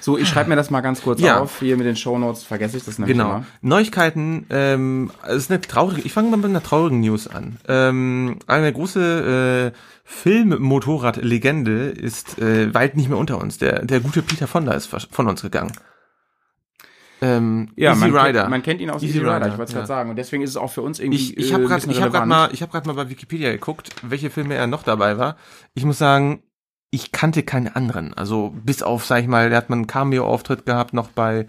[SPEAKER 5] So, ich schreibe mir das mal ganz kurz
[SPEAKER 6] Ja.
[SPEAKER 5] auf. Hier mit den Shownotes vergesse ich das nämlich
[SPEAKER 6] Genau.
[SPEAKER 5] immer.
[SPEAKER 6] Neuigkeiten, ähm, es ist eine traurige, ich fange mal mit einer traurigen News an. Ähm, eine große äh, Filmmotorradlegende ist äh, weit nicht mehr unter uns. Der, der gute Peter Fonda ist versch- von uns gegangen. Ähm,
[SPEAKER 5] Ja,
[SPEAKER 6] Easy
[SPEAKER 5] man,
[SPEAKER 6] Rider.
[SPEAKER 5] Kennt, man kennt ihn aus Easy,
[SPEAKER 6] Easy
[SPEAKER 5] Rider,
[SPEAKER 6] Rider,
[SPEAKER 5] ich wollte es
[SPEAKER 6] ja.
[SPEAKER 5] gerade sagen. Und deswegen ist es auch für uns irgendwie
[SPEAKER 6] ich, ich
[SPEAKER 5] äh,
[SPEAKER 6] habe
[SPEAKER 5] ein
[SPEAKER 6] gerade
[SPEAKER 5] bisschen
[SPEAKER 6] ich hab grad
[SPEAKER 5] relevant.
[SPEAKER 6] mal, ich hab grad mal bei Wikipedia geguckt, welche Filme er noch dabei war. Ich muss sagen, ich kannte keine anderen. Also bis auf, sag ich mal, der hat mal einen Cameo-Auftritt gehabt, noch bei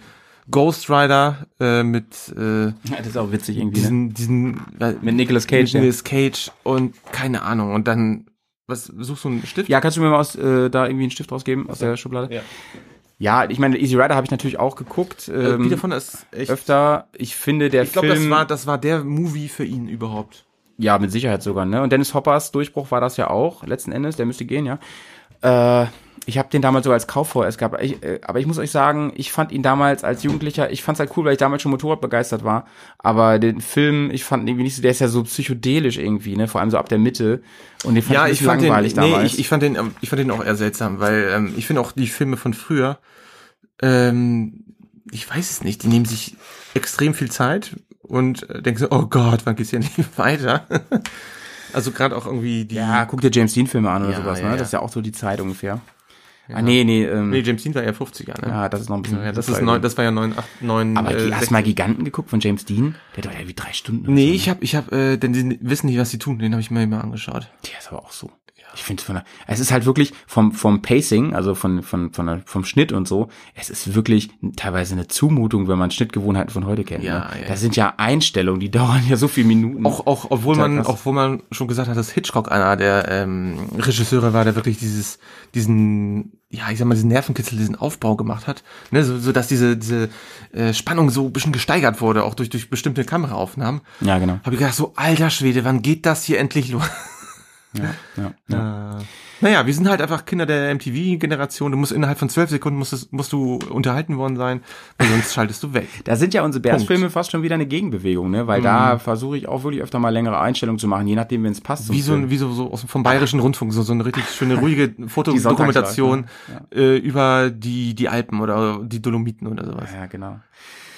[SPEAKER 6] Ghost Rider äh, mit äh,
[SPEAKER 5] Ja, Das ist auch witzig irgendwie, ne?
[SPEAKER 6] diesen, diesen äh,
[SPEAKER 5] Mit Nicolas Cage,
[SPEAKER 6] mit Nicolas Cage und keine Ahnung. Und dann, was suchst du einen Stift?
[SPEAKER 5] Ja, kannst du mir mal aus, äh, da irgendwie einen Stift rausgeben aus der Schublade?
[SPEAKER 6] Ja.
[SPEAKER 5] Ja, ich meine, Easy Rider habe ich natürlich auch geguckt.
[SPEAKER 6] äh,
[SPEAKER 5] Ähm,
[SPEAKER 6] Peter Fonda ist echt.
[SPEAKER 5] öfter. Ich finde, der
[SPEAKER 6] ich glaube,
[SPEAKER 5] Film...
[SPEAKER 6] das war, das war der Movie für ihn überhaupt.
[SPEAKER 5] Ja, mit Sicherheit sogar, ne? Und Dennis Hoppers Durchbruch war das ja auch, letzten Endes, der müsste gehen, ja. Äh, ich habe den damals sogar als Kauf vorerst gehabt. Ich, äh, aber ich muss euch sagen, ich fand ihn damals als Jugendlicher, ich fand's halt cool, weil ich damals schon Motorrad begeistert war. Aber den Film, ich fand ihn irgendwie nicht so, der ist ja so psychedelisch irgendwie, ne? Vor allem so ab der Mitte. Und den fand ich, ein bisschen langweilig
[SPEAKER 6] den,
[SPEAKER 5] damals.
[SPEAKER 6] ich, ich fand den, ähm, ich fand den auch eher seltsam, weil ähm, ich finde auch die Filme von früher, ähm, ich weiß es nicht, die nehmen sich extrem viel Zeit und äh, denken so, oh Gott, wann geht's hier nicht weiter? also gerade auch irgendwie die.
[SPEAKER 5] ja, guck dir James Dean-Filme an oder
[SPEAKER 6] Ja,
[SPEAKER 5] sowas,
[SPEAKER 6] ja,
[SPEAKER 5] ne?
[SPEAKER 6] ja.
[SPEAKER 5] Das ist ja auch so die Zeit ungefähr. Ah, nee, nee, ähm,
[SPEAKER 6] Nee, James Dean war ja 50er, ne?
[SPEAKER 5] ja, das ist noch ein bisschen.
[SPEAKER 6] Ja, das,
[SPEAKER 5] war
[SPEAKER 6] ist neun, das war ja neun, acht, neun.
[SPEAKER 5] aber
[SPEAKER 6] äh,
[SPEAKER 5] die, hast du
[SPEAKER 6] sechs-
[SPEAKER 5] mal Giganten geguckt von James Dean? Der hat doch irgendwie drei Stunden. oder
[SPEAKER 6] Nee,
[SPEAKER 5] so,
[SPEAKER 6] ich hab, ich hab, äh, denn die wissen nicht, was sie tun. Den habe ich mir immer angeschaut.
[SPEAKER 5] Der ist aber auch so. Ich finde von der, es ist halt wirklich vom vom Pacing, also von von von der, vom Schnitt und so. Es ist wirklich teilweise eine Zumutung, wenn man Schnittgewohnheiten von heute kennt.
[SPEAKER 6] Ja,
[SPEAKER 5] ne?
[SPEAKER 6] ja.
[SPEAKER 5] Das sind ja Einstellungen, die dauern ja so viele Minuten.
[SPEAKER 6] Auch, auch, obwohl
[SPEAKER 5] Hm. Total
[SPEAKER 6] man,
[SPEAKER 5] krass.
[SPEAKER 6] obwohl man schon gesagt hat, dass Hitchcock einer der ähm, Regisseure war, der wirklich dieses, diesen, ja, ich sag mal, diesen Nervenkitzel, diesen Aufbau gemacht hat, ne, so, so dass diese, diese äh, Spannung so ein bisschen gesteigert wurde, auch durch, durch bestimmte Kameraaufnahmen.
[SPEAKER 5] ja genau.
[SPEAKER 6] Habe ich gedacht, so alter Schwede, wann geht das hier endlich los?
[SPEAKER 5] Ja, ja, ja.
[SPEAKER 6] Naja, wir sind halt einfach Kinder der MTV-Generation. Du musst innerhalb von zwölf Sekunden musst, es- musst du unterhalten worden sein, weil sonst schaltest du weg.
[SPEAKER 5] Da sind ja unsere Bears-Filme fast schon wieder eine Gegenbewegung, ne? Weil da versuche ich auch wirklich öfter mal längere Einstellungen zu machen, je nachdem, wenn es passt. zum
[SPEAKER 6] Mhm. Wie so,
[SPEAKER 5] Film.
[SPEAKER 6] ein- wie so, so aus, vom Bayerischen Rundfunk, so, so eine richtig schöne, ruhige Fotodokumentation äh, über die, die Alpen oder die Dolomiten oder sowas.
[SPEAKER 5] Ja, genau.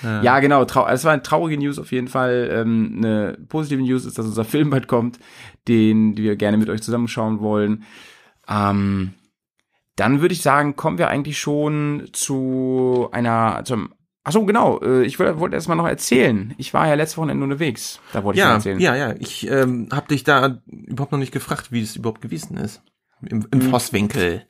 [SPEAKER 5] Ja, genau. Trau es war eine traurige News auf jeden Fall. Ähm, eine positive News ist, dass unser Film bald kommt, den wir gerne mit euch zusammenschauen wollen. Ähm, dann würde ich sagen, kommen wir eigentlich schon zu einer, zum, ach so, genau, äh, ich wollte wollte erst mal noch erzählen. Ich war ja letztes Wochenende unterwegs. Da wollte ich noch
[SPEAKER 6] Ja,
[SPEAKER 5] erzählen.
[SPEAKER 6] ja, ja. Ich ähm, habe dich da überhaupt noch nicht gefragt, wie es überhaupt gewesen ist. Im, im Vosswinkel.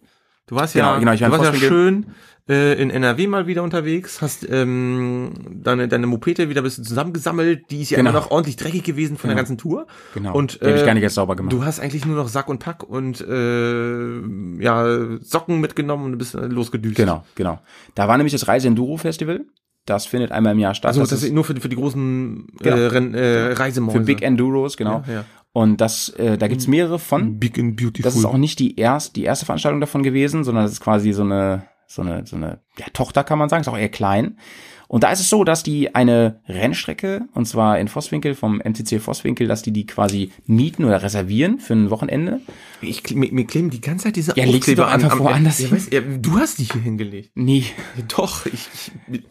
[SPEAKER 6] Du warst ja,
[SPEAKER 5] Hm. Genau, genau, ich war
[SPEAKER 6] du
[SPEAKER 5] im
[SPEAKER 6] warst ja
[SPEAKER 5] Vosswinkel.
[SPEAKER 6] schön äh, in NRW mal wieder unterwegs, hast ähm, deine, deine Mopete wieder ein bisschen zusammengesammelt. Die ist ja
[SPEAKER 5] Genau.
[SPEAKER 6] immer noch ordentlich dreckig gewesen von der ganzen Tour.
[SPEAKER 5] Genau.
[SPEAKER 6] Und, äh, ähm,
[SPEAKER 5] Die hab ich gar nicht erst sauber gemacht.
[SPEAKER 6] Du hast eigentlich nur noch Sack und Pack und äh, ja, Socken mitgenommen und bist äh, losgedüst.
[SPEAKER 5] Genau, genau. Da war nämlich das Reise Enduro Festival. Das findet einmal im Jahr statt.
[SPEAKER 6] Also das,
[SPEAKER 5] ist-
[SPEAKER 6] ist nur für, für die großen äh,
[SPEAKER 5] Genau.
[SPEAKER 6] Renn, äh, Reisemäuse.
[SPEAKER 5] für Big Enduros, genau.
[SPEAKER 6] Ja, ja.
[SPEAKER 5] Und das, äh, da gibt's mehrere von.
[SPEAKER 6] Big and Beautiful.
[SPEAKER 5] Das ist auch nicht die, erst, die erste Veranstaltung davon gewesen, sondern das ist quasi so eine, so eine, so eine ja, Tochter, kann man sagen, ist auch eher klein. Und da ist es so, dass die eine Rennstrecke, und zwar in Vosswinkel, vom MCC Vosswinkel, dass die die quasi mieten oder reservieren für ein Wochenende.
[SPEAKER 6] Ich, kle- mir, mir kleben die ganze Zeit diese
[SPEAKER 5] Ja, leg sie doch einfach woanders
[SPEAKER 6] ja,
[SPEAKER 5] hin.
[SPEAKER 6] weißt, ja, du hast die hier hingelegt.
[SPEAKER 5] Nee.
[SPEAKER 6] Ja, doch, ich... ich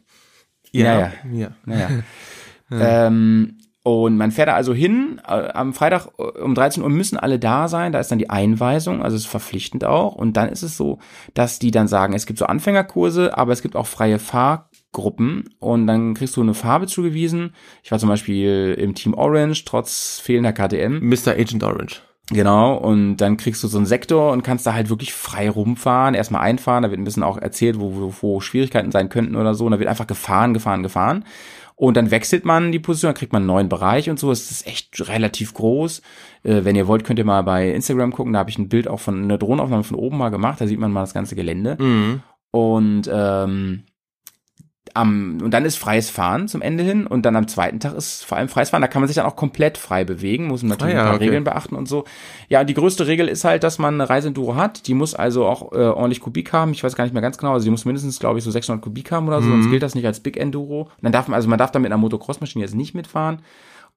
[SPEAKER 5] Ja, ja.
[SPEAKER 6] ja.
[SPEAKER 5] Naja. ähm, Und man fährt da also hin, äh, am Freitag äh, um 13 Uhr müssen alle da sein, da ist dann die Einweisung, also ist verpflichtend auch. Und dann ist es so, dass die dann sagen, es gibt so Anfängerkurse, aber es gibt auch freie Fahrgruppen und dann kriegst du eine Farbe zugewiesen. Ich war zum Beispiel im Team Orange, trotz fehlender KTM.
[SPEAKER 6] Mr. Agent Orange.
[SPEAKER 5] Genau, und dann kriegst du so einen Sektor und kannst da halt wirklich frei rumfahren, erstmal einfahren, da wird ein bisschen auch erzählt, wo, wo, wo Schwierigkeiten sein könnten oder so, und da wird einfach gefahren, gefahren, gefahren. Und dann wechselt man die Position, dann kriegt man einen neuen Bereich und so. Es ist echt relativ groß. Äh, wenn ihr wollt, könnt ihr mal bei Instagram gucken. Da habe ich ein Bild auch von einer Drohnenaufnahme von oben mal gemacht. Da sieht man mal das ganze Gelände.
[SPEAKER 6] Mhm.
[SPEAKER 5] Und ähm, am, und dann ist freies Fahren zum Ende hin und dann am zweiten Tag ist vor allem freies Fahren. Da kann man sich dann auch komplett frei bewegen, muss man natürlich
[SPEAKER 6] Ah ja,
[SPEAKER 5] ein paar
[SPEAKER 6] okay.
[SPEAKER 5] Regeln beachten und so. Ja, und die größte Regel ist halt, dass man eine Reisenduro hat. Die muss also auch äh, ordentlich Kubik haben. Ich weiß gar nicht mehr ganz genau. Also die muss mindestens, glaube ich, so 600 Kubik haben oder so.
[SPEAKER 6] Mhm.
[SPEAKER 5] Sonst gilt das nicht als Big Enduro. Und dann darf man, also man darf da mit einer Motocross-Maschine jetzt nicht mitfahren.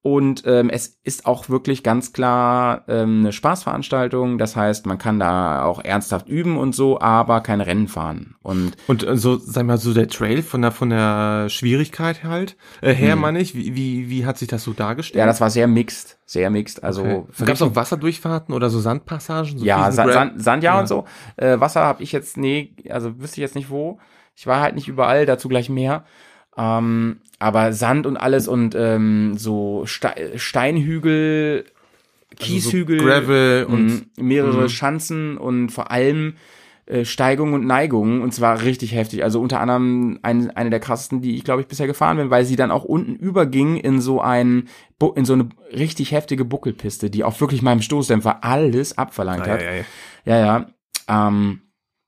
[SPEAKER 5] Und ähm, es ist auch wirklich ganz klar ähm, eine Spaßveranstaltung. Das heißt, man kann da auch ernsthaft üben und so, aber kein Rennen fahren. Und
[SPEAKER 6] Und äh, so, sag mal, so der Trail von der von der Schwierigkeit halt äh, her,
[SPEAKER 5] Mhm.
[SPEAKER 6] meine ich, wie, wie, wie hat sich das so dargestellt?
[SPEAKER 5] Ja, das war sehr mixed, sehr mixed. Also
[SPEAKER 6] okay. Gab es auch Wasserdurchfahrten oder so Sandpassagen? So
[SPEAKER 5] ja,
[SPEAKER 6] riesen
[SPEAKER 5] San,
[SPEAKER 6] Gra-
[SPEAKER 5] San, Sand ja,
[SPEAKER 6] Ja.
[SPEAKER 5] und so. Äh, Wasser habe ich jetzt nee, also wüsste ich jetzt nicht wo. Ich war halt nicht überall, dazu gleich mehr. Ähm, aber Sand und alles und ähm, so Ste Steinhügel, Kieshügel,
[SPEAKER 6] Also so Gravel und
[SPEAKER 5] und mehrere Schanzen und vor allem äh, Steigungen und Neigungen und zwar richtig heftig. Also unter anderem ein, eine der krassesten, die ich glaube ich bisher gefahren bin, weil sie dann auch unten überging in so einen Bu- in so eine richtig heftige Buckelpiste, die auch wirklich meinem Stoßdämpfer alles abverlangt hat.
[SPEAKER 6] Eieiei.
[SPEAKER 5] Ja, ja. Ähm,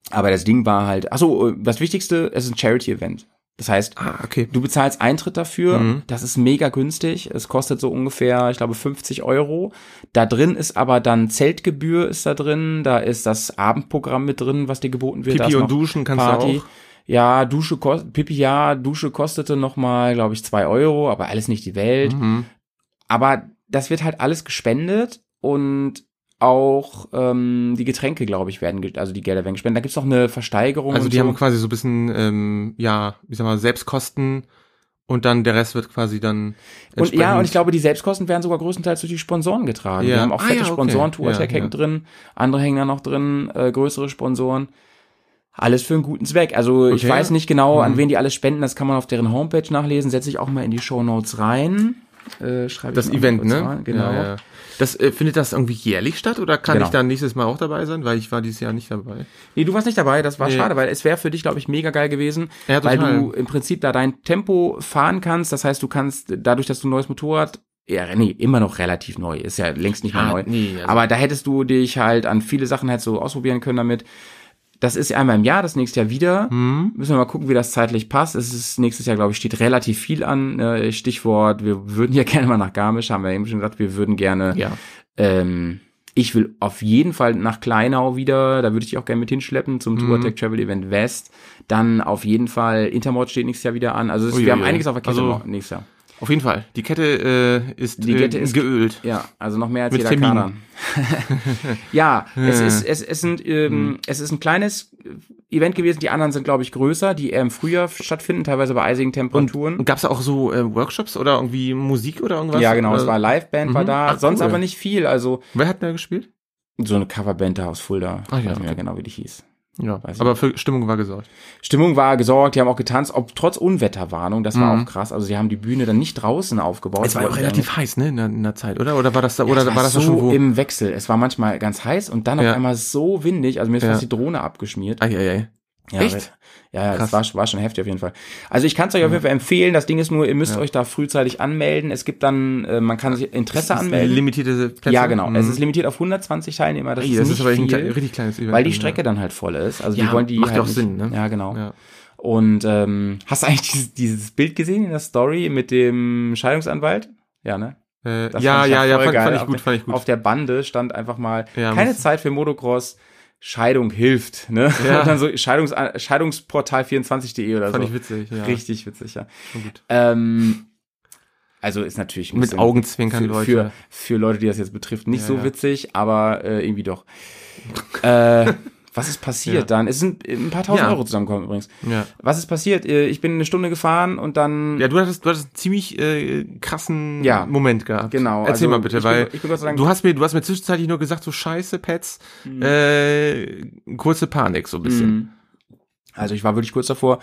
[SPEAKER 5] aber das Ding war halt, achso, das Wichtigste, es ist ein Charity-Event. Das heißt,
[SPEAKER 6] Ah, okay.
[SPEAKER 5] Du bezahlst Eintritt dafür,
[SPEAKER 6] Mhm.
[SPEAKER 5] das ist mega günstig. Es kostet so ungefähr, ich glaube, 50 Euro. Da drin ist aber dann Zeltgebühr ist da drin, da ist das Abendprogramm mit drin, was dir geboten wird.
[SPEAKER 6] Pipi
[SPEAKER 5] da ist
[SPEAKER 6] und
[SPEAKER 5] noch
[SPEAKER 6] Duschen kannst du auch.
[SPEAKER 5] Ja, Dusche kostet, Pipi ja, Dusche kostete nochmal, glaube ich, zwei Euro, aber alles nicht die Welt.
[SPEAKER 6] Mhm.
[SPEAKER 5] Aber das wird halt alles gespendet und auch ähm, die Getränke, glaube ich, werden, ge- also die Gelder werden gespendet. Da gibt's noch eine Versteigerung.
[SPEAKER 6] Also
[SPEAKER 5] und
[SPEAKER 6] die
[SPEAKER 5] so.
[SPEAKER 6] haben quasi so ein bisschen, ähm, ja, ich sag mal, Selbstkosten und dann der Rest wird quasi dann
[SPEAKER 5] Und ja, und ich
[SPEAKER 6] entsprechend-
[SPEAKER 5] glaube, die Selbstkosten werden sogar größtenteils durch die Sponsoren getragen. Wir
[SPEAKER 6] Ja.
[SPEAKER 5] haben auch
[SPEAKER 6] Ah,
[SPEAKER 5] fette
[SPEAKER 6] ja, okay.
[SPEAKER 5] Sponsoren, Tourtech
[SPEAKER 6] Ja,
[SPEAKER 5] hängt
[SPEAKER 6] ja.
[SPEAKER 5] drin, andere hängen da noch drin, äh, größere Sponsoren. Alles für einen guten Zweck. Also ich
[SPEAKER 6] Okay. Mhm.
[SPEAKER 5] weiß nicht genau, an wen die alles spenden, das kann man auf deren Homepage nachlesen, setze ich auch mal in die Shownotes rein. Äh, schreibe ich
[SPEAKER 6] das
[SPEAKER 5] mal
[SPEAKER 6] Event,
[SPEAKER 5] kurz
[SPEAKER 6] ne?
[SPEAKER 5] rein, Genau.
[SPEAKER 6] Ja, ja. Das äh, findet das irgendwie jährlich statt oder kann
[SPEAKER 5] Genau.
[SPEAKER 6] ich dann nächstes Mal auch dabei sein, weil ich war dieses Jahr nicht dabei.
[SPEAKER 5] Nee, du warst nicht dabei, das war
[SPEAKER 6] Nee.
[SPEAKER 5] schade, weil es wäre für dich, glaube ich, mega geil gewesen,
[SPEAKER 6] Ja,
[SPEAKER 5] weil
[SPEAKER 6] total.
[SPEAKER 5] du im Prinzip da dein Tempo fahren kannst. Das heißt, du kannst dadurch, dass du ein neues Motorrad, ja, nee, immer noch relativ neu, ist ja längst nicht mehr
[SPEAKER 6] Ah,
[SPEAKER 5] neu.
[SPEAKER 6] nee, also-
[SPEAKER 5] Aber da hättest du dich halt an viele Sachen halt so ausprobieren können damit. Das ist einmal im Jahr, das nächste Jahr wieder.
[SPEAKER 6] Hm.
[SPEAKER 5] Müssen wir mal gucken, wie das zeitlich passt. Es ist nächstes Jahr, glaube ich, steht relativ viel an. Äh, Stichwort, wir würden ja gerne mal nach Garmisch, haben wir eben schon gesagt, wir würden gerne
[SPEAKER 6] Ja.
[SPEAKER 5] ähm, ich will auf jeden Fall nach Kleinau wieder, da würde ich dich auch gerne mit hinschleppen
[SPEAKER 6] Mhm.
[SPEAKER 5] zum Tourtech Travel Event West. Dann auf jeden Fall Intermod steht nächstes Jahr wieder an. Also es, wir
[SPEAKER 6] Uiuiui.
[SPEAKER 5] haben einiges auf der Kette
[SPEAKER 6] Also-
[SPEAKER 5] noch nächstes Jahr.
[SPEAKER 6] Auf jeden Fall. Die Kette äh, ist,
[SPEAKER 5] Die Kette
[SPEAKER 6] äh,
[SPEAKER 5] ist-
[SPEAKER 6] geölt.
[SPEAKER 5] Ja, also noch mehr als
[SPEAKER 6] Mit Äh.
[SPEAKER 5] jeder
[SPEAKER 6] Terminen.
[SPEAKER 5] Kader. ja, es ist es, es sind ähm,
[SPEAKER 6] Mhm.
[SPEAKER 5] es ist ein kleines Event gewesen. Die anderen sind glaube ich größer, die eher im Frühjahr stattfinden, teilweise bei eisigen Temperaturen.
[SPEAKER 6] Und gab's da auch so äh, Workshops oder irgendwie Musik oder irgendwas?
[SPEAKER 5] ja, genau,
[SPEAKER 6] Oder-
[SPEAKER 5] es war Liveband war
[SPEAKER 6] Mhm.
[SPEAKER 5] da,
[SPEAKER 6] Ach,
[SPEAKER 5] sonst
[SPEAKER 6] cool.
[SPEAKER 5] aber nicht viel. Also
[SPEAKER 6] Wer hat da gespielt?
[SPEAKER 5] so eine Coverband da aus Fulda,
[SPEAKER 6] Ah, ja,
[SPEAKER 5] ich weiß nicht mehr
[SPEAKER 6] okay.
[SPEAKER 5] genau, wie die hieß.
[SPEAKER 6] Ja,
[SPEAKER 5] Weiß ich
[SPEAKER 6] aber für Stimmung war gesorgt.
[SPEAKER 5] Stimmung war gesorgt, die haben auch getanzt, ob trotz Unwetterwarnung, das war auch krass. Also sie haben die Bühne dann nicht draußen aufgebaut.
[SPEAKER 6] Mhm. Es war ja auch relativ heiß, ne, in der, in der Zeit, oder? Oder war das da, oder
[SPEAKER 5] oder war,
[SPEAKER 6] war das
[SPEAKER 5] so
[SPEAKER 6] da schon wo?
[SPEAKER 5] im Wechsel. Es war manchmal ganz heiß und dann
[SPEAKER 6] Ja.
[SPEAKER 5] auf einmal so windig, also mir ist
[SPEAKER 6] Ja.
[SPEAKER 5] fast die Drohne abgeschmiert.
[SPEAKER 6] Eieiei.
[SPEAKER 5] Ja,
[SPEAKER 6] Echt?
[SPEAKER 5] weil- Ja, ja, das
[SPEAKER 6] Krass.
[SPEAKER 5] war, war schon heftig auf jeden Fall. Also ich kann es euch auf jeden Fall empfehlen. Das Ding ist nur, ihr müsst euch da frühzeitig anmelden. Es gibt dann, äh, man kann sich Interesse anmelden.
[SPEAKER 6] Limitierte Plätze.
[SPEAKER 5] ja, genau.
[SPEAKER 6] Mhm.
[SPEAKER 5] Es ist limitiert auf 120 Teilnehmer. Das
[SPEAKER 6] Ey,
[SPEAKER 5] ist
[SPEAKER 6] das
[SPEAKER 5] nicht
[SPEAKER 6] ist aber ein
[SPEAKER 5] viel,
[SPEAKER 6] kle- richtig kleines Event.
[SPEAKER 5] Weil die
[SPEAKER 6] Ja.
[SPEAKER 5] Strecke dann halt voll ist. Also die
[SPEAKER 6] Ja,
[SPEAKER 5] wollen die
[SPEAKER 6] macht ja
[SPEAKER 5] halt
[SPEAKER 6] auch
[SPEAKER 5] nicht-
[SPEAKER 6] Sinn, ne?
[SPEAKER 5] Ja, genau.
[SPEAKER 6] Ja.
[SPEAKER 5] Und ähm, hast du eigentlich dieses, dieses Bild gesehen in der Story mit dem Scheidungsanwalt? Ja, ne?
[SPEAKER 6] Äh,
[SPEAKER 5] Das
[SPEAKER 6] ja,
[SPEAKER 5] fand ich
[SPEAKER 6] ja, ja,
[SPEAKER 5] voll
[SPEAKER 6] fand,
[SPEAKER 5] geil.
[SPEAKER 6] fand ich
[SPEAKER 5] Auf
[SPEAKER 6] gut,
[SPEAKER 5] der-
[SPEAKER 6] fand ich gut.
[SPEAKER 5] Auf der Bande stand einfach mal,
[SPEAKER 6] Ja,
[SPEAKER 5] keine
[SPEAKER 6] muss-
[SPEAKER 5] Zeit für Motocross, Scheidung hilft. Ne?
[SPEAKER 6] Ja.
[SPEAKER 5] Und dann so Scheidungs Scheidungsportal24.de oder
[SPEAKER 6] Fand
[SPEAKER 5] so.
[SPEAKER 6] ich witzig, ja.
[SPEAKER 5] Richtig witzig, ja.
[SPEAKER 6] Schon gut.
[SPEAKER 5] Ähm, also ist natürlich ein
[SPEAKER 6] Mit
[SPEAKER 5] bisschen
[SPEAKER 6] Augenzwinkern,
[SPEAKER 5] für,
[SPEAKER 6] Leute.
[SPEAKER 5] Für, für Leute, die das jetzt betrifft, nicht
[SPEAKER 6] Ja,
[SPEAKER 5] so
[SPEAKER 6] ja.
[SPEAKER 5] witzig, aber äh, irgendwie doch. äh, Was ist passiert dann? Es sind äh, ein paar tausend
[SPEAKER 6] Ja.
[SPEAKER 5] Euro zusammengekommen übrigens.
[SPEAKER 6] Ja.
[SPEAKER 5] Was ist passiert? Äh, Ich bin eine Stunde gefahren und dann.
[SPEAKER 6] Ja, du hattest, du hattest einen ziemlich äh, krassen
[SPEAKER 5] Hm. Ja.
[SPEAKER 6] Moment gehabt.
[SPEAKER 5] Genau,
[SPEAKER 6] Erzähl
[SPEAKER 5] also
[SPEAKER 6] mal bitte,
[SPEAKER 5] ich bin-
[SPEAKER 6] weil
[SPEAKER 5] ich bin Gott sei Dank-
[SPEAKER 6] du hast mir, du hast mir zwischenzeitlich nur gesagt, so scheiße, Pets,
[SPEAKER 5] Hm.
[SPEAKER 6] äh, kurze Panik so ein bisschen.
[SPEAKER 5] Also ich war wirklich kurz davor,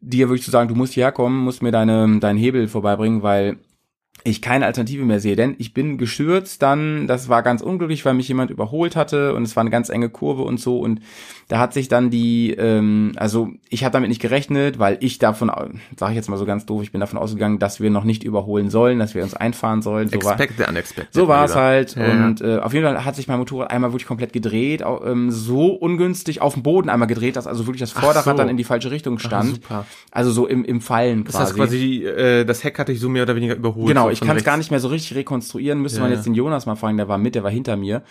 [SPEAKER 5] dir wirklich zu sagen, du musst hierher kommen, musst mir deine, deinen Hebel vorbeibringen, weil ich keine Alternative mehr sehe. Denn ich bin gestürzt dann, das war ganz unglücklich, weil mich jemand überholt hatte und es war eine ganz enge Kurve und so. Und da hat sich dann die, ähm, also ich habe damit nicht gerechnet, weil ich davon, sage ich jetzt mal so ganz doof, ich bin davon ausgegangen, dass wir noch nicht überholen sollen, dass wir uns einfahren sollen. So war-
[SPEAKER 6] Expect the unexpected.
[SPEAKER 5] so war
[SPEAKER 6] mein
[SPEAKER 5] es
[SPEAKER 6] Lieber.
[SPEAKER 5] halt.
[SPEAKER 6] Ja, ja.
[SPEAKER 5] und Äh, auf jeden Fall hat sich mein Motorrad einmal wirklich komplett gedreht, au- ähm, so ungünstig auf dem Boden einmal gedreht, dass also wirklich das Vorderrad
[SPEAKER 6] so.
[SPEAKER 5] dann in die falsche Richtung stand.
[SPEAKER 6] super.
[SPEAKER 5] Also so im, im Fallen
[SPEAKER 6] Das heißt quasi, äh, das Heck hatte ich so mehr oder weniger überholt.
[SPEAKER 5] Genau,
[SPEAKER 6] so
[SPEAKER 5] ich
[SPEAKER 6] von
[SPEAKER 5] kann es
[SPEAKER 6] rechts.
[SPEAKER 5] gar nicht mehr so richtig rekonstruieren. Müsste
[SPEAKER 6] Ja,
[SPEAKER 5] man
[SPEAKER 6] ja.
[SPEAKER 5] jetzt den Jonas mal fragen, der war mit, der war hinter mir.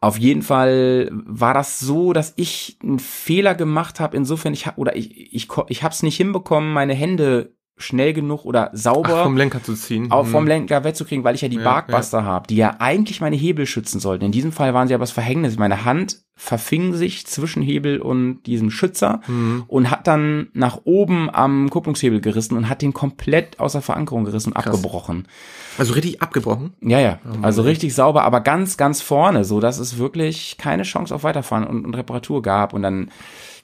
[SPEAKER 5] Auf jeden Fall war das so, dass ich einen Fehler gemacht habe. Insofern, ich hab, oder ich, ich, ko- ich habe es nicht hinbekommen, meine Hände schnell genug oder sauber
[SPEAKER 6] Ach, vom Lenker zu ziehen.
[SPEAKER 5] auch
[SPEAKER 6] Hm.
[SPEAKER 5] vom Lenker wegzukriegen, weil ich ja die
[SPEAKER 6] Ja,
[SPEAKER 5] Barkbuster habe, die ja eigentlich meine Hebel schützen sollten. In diesem Fall waren sie aber das Verhängnis. Meine Hand verfing sich zwischen Hebel und diesem Schützer
[SPEAKER 6] Mhm.
[SPEAKER 5] und hat dann nach oben am Kupplungshebel gerissen und hat den komplett außer Verankerung gerissen und abgebrochen.
[SPEAKER 6] Also richtig abgebrochen.
[SPEAKER 5] Ja, ja.
[SPEAKER 6] Oh
[SPEAKER 5] Also richtig sauber, aber ganz, ganz vorne, so dass es wirklich keine Chance auf Weiterfahren und, und Reparatur gab. Und dann,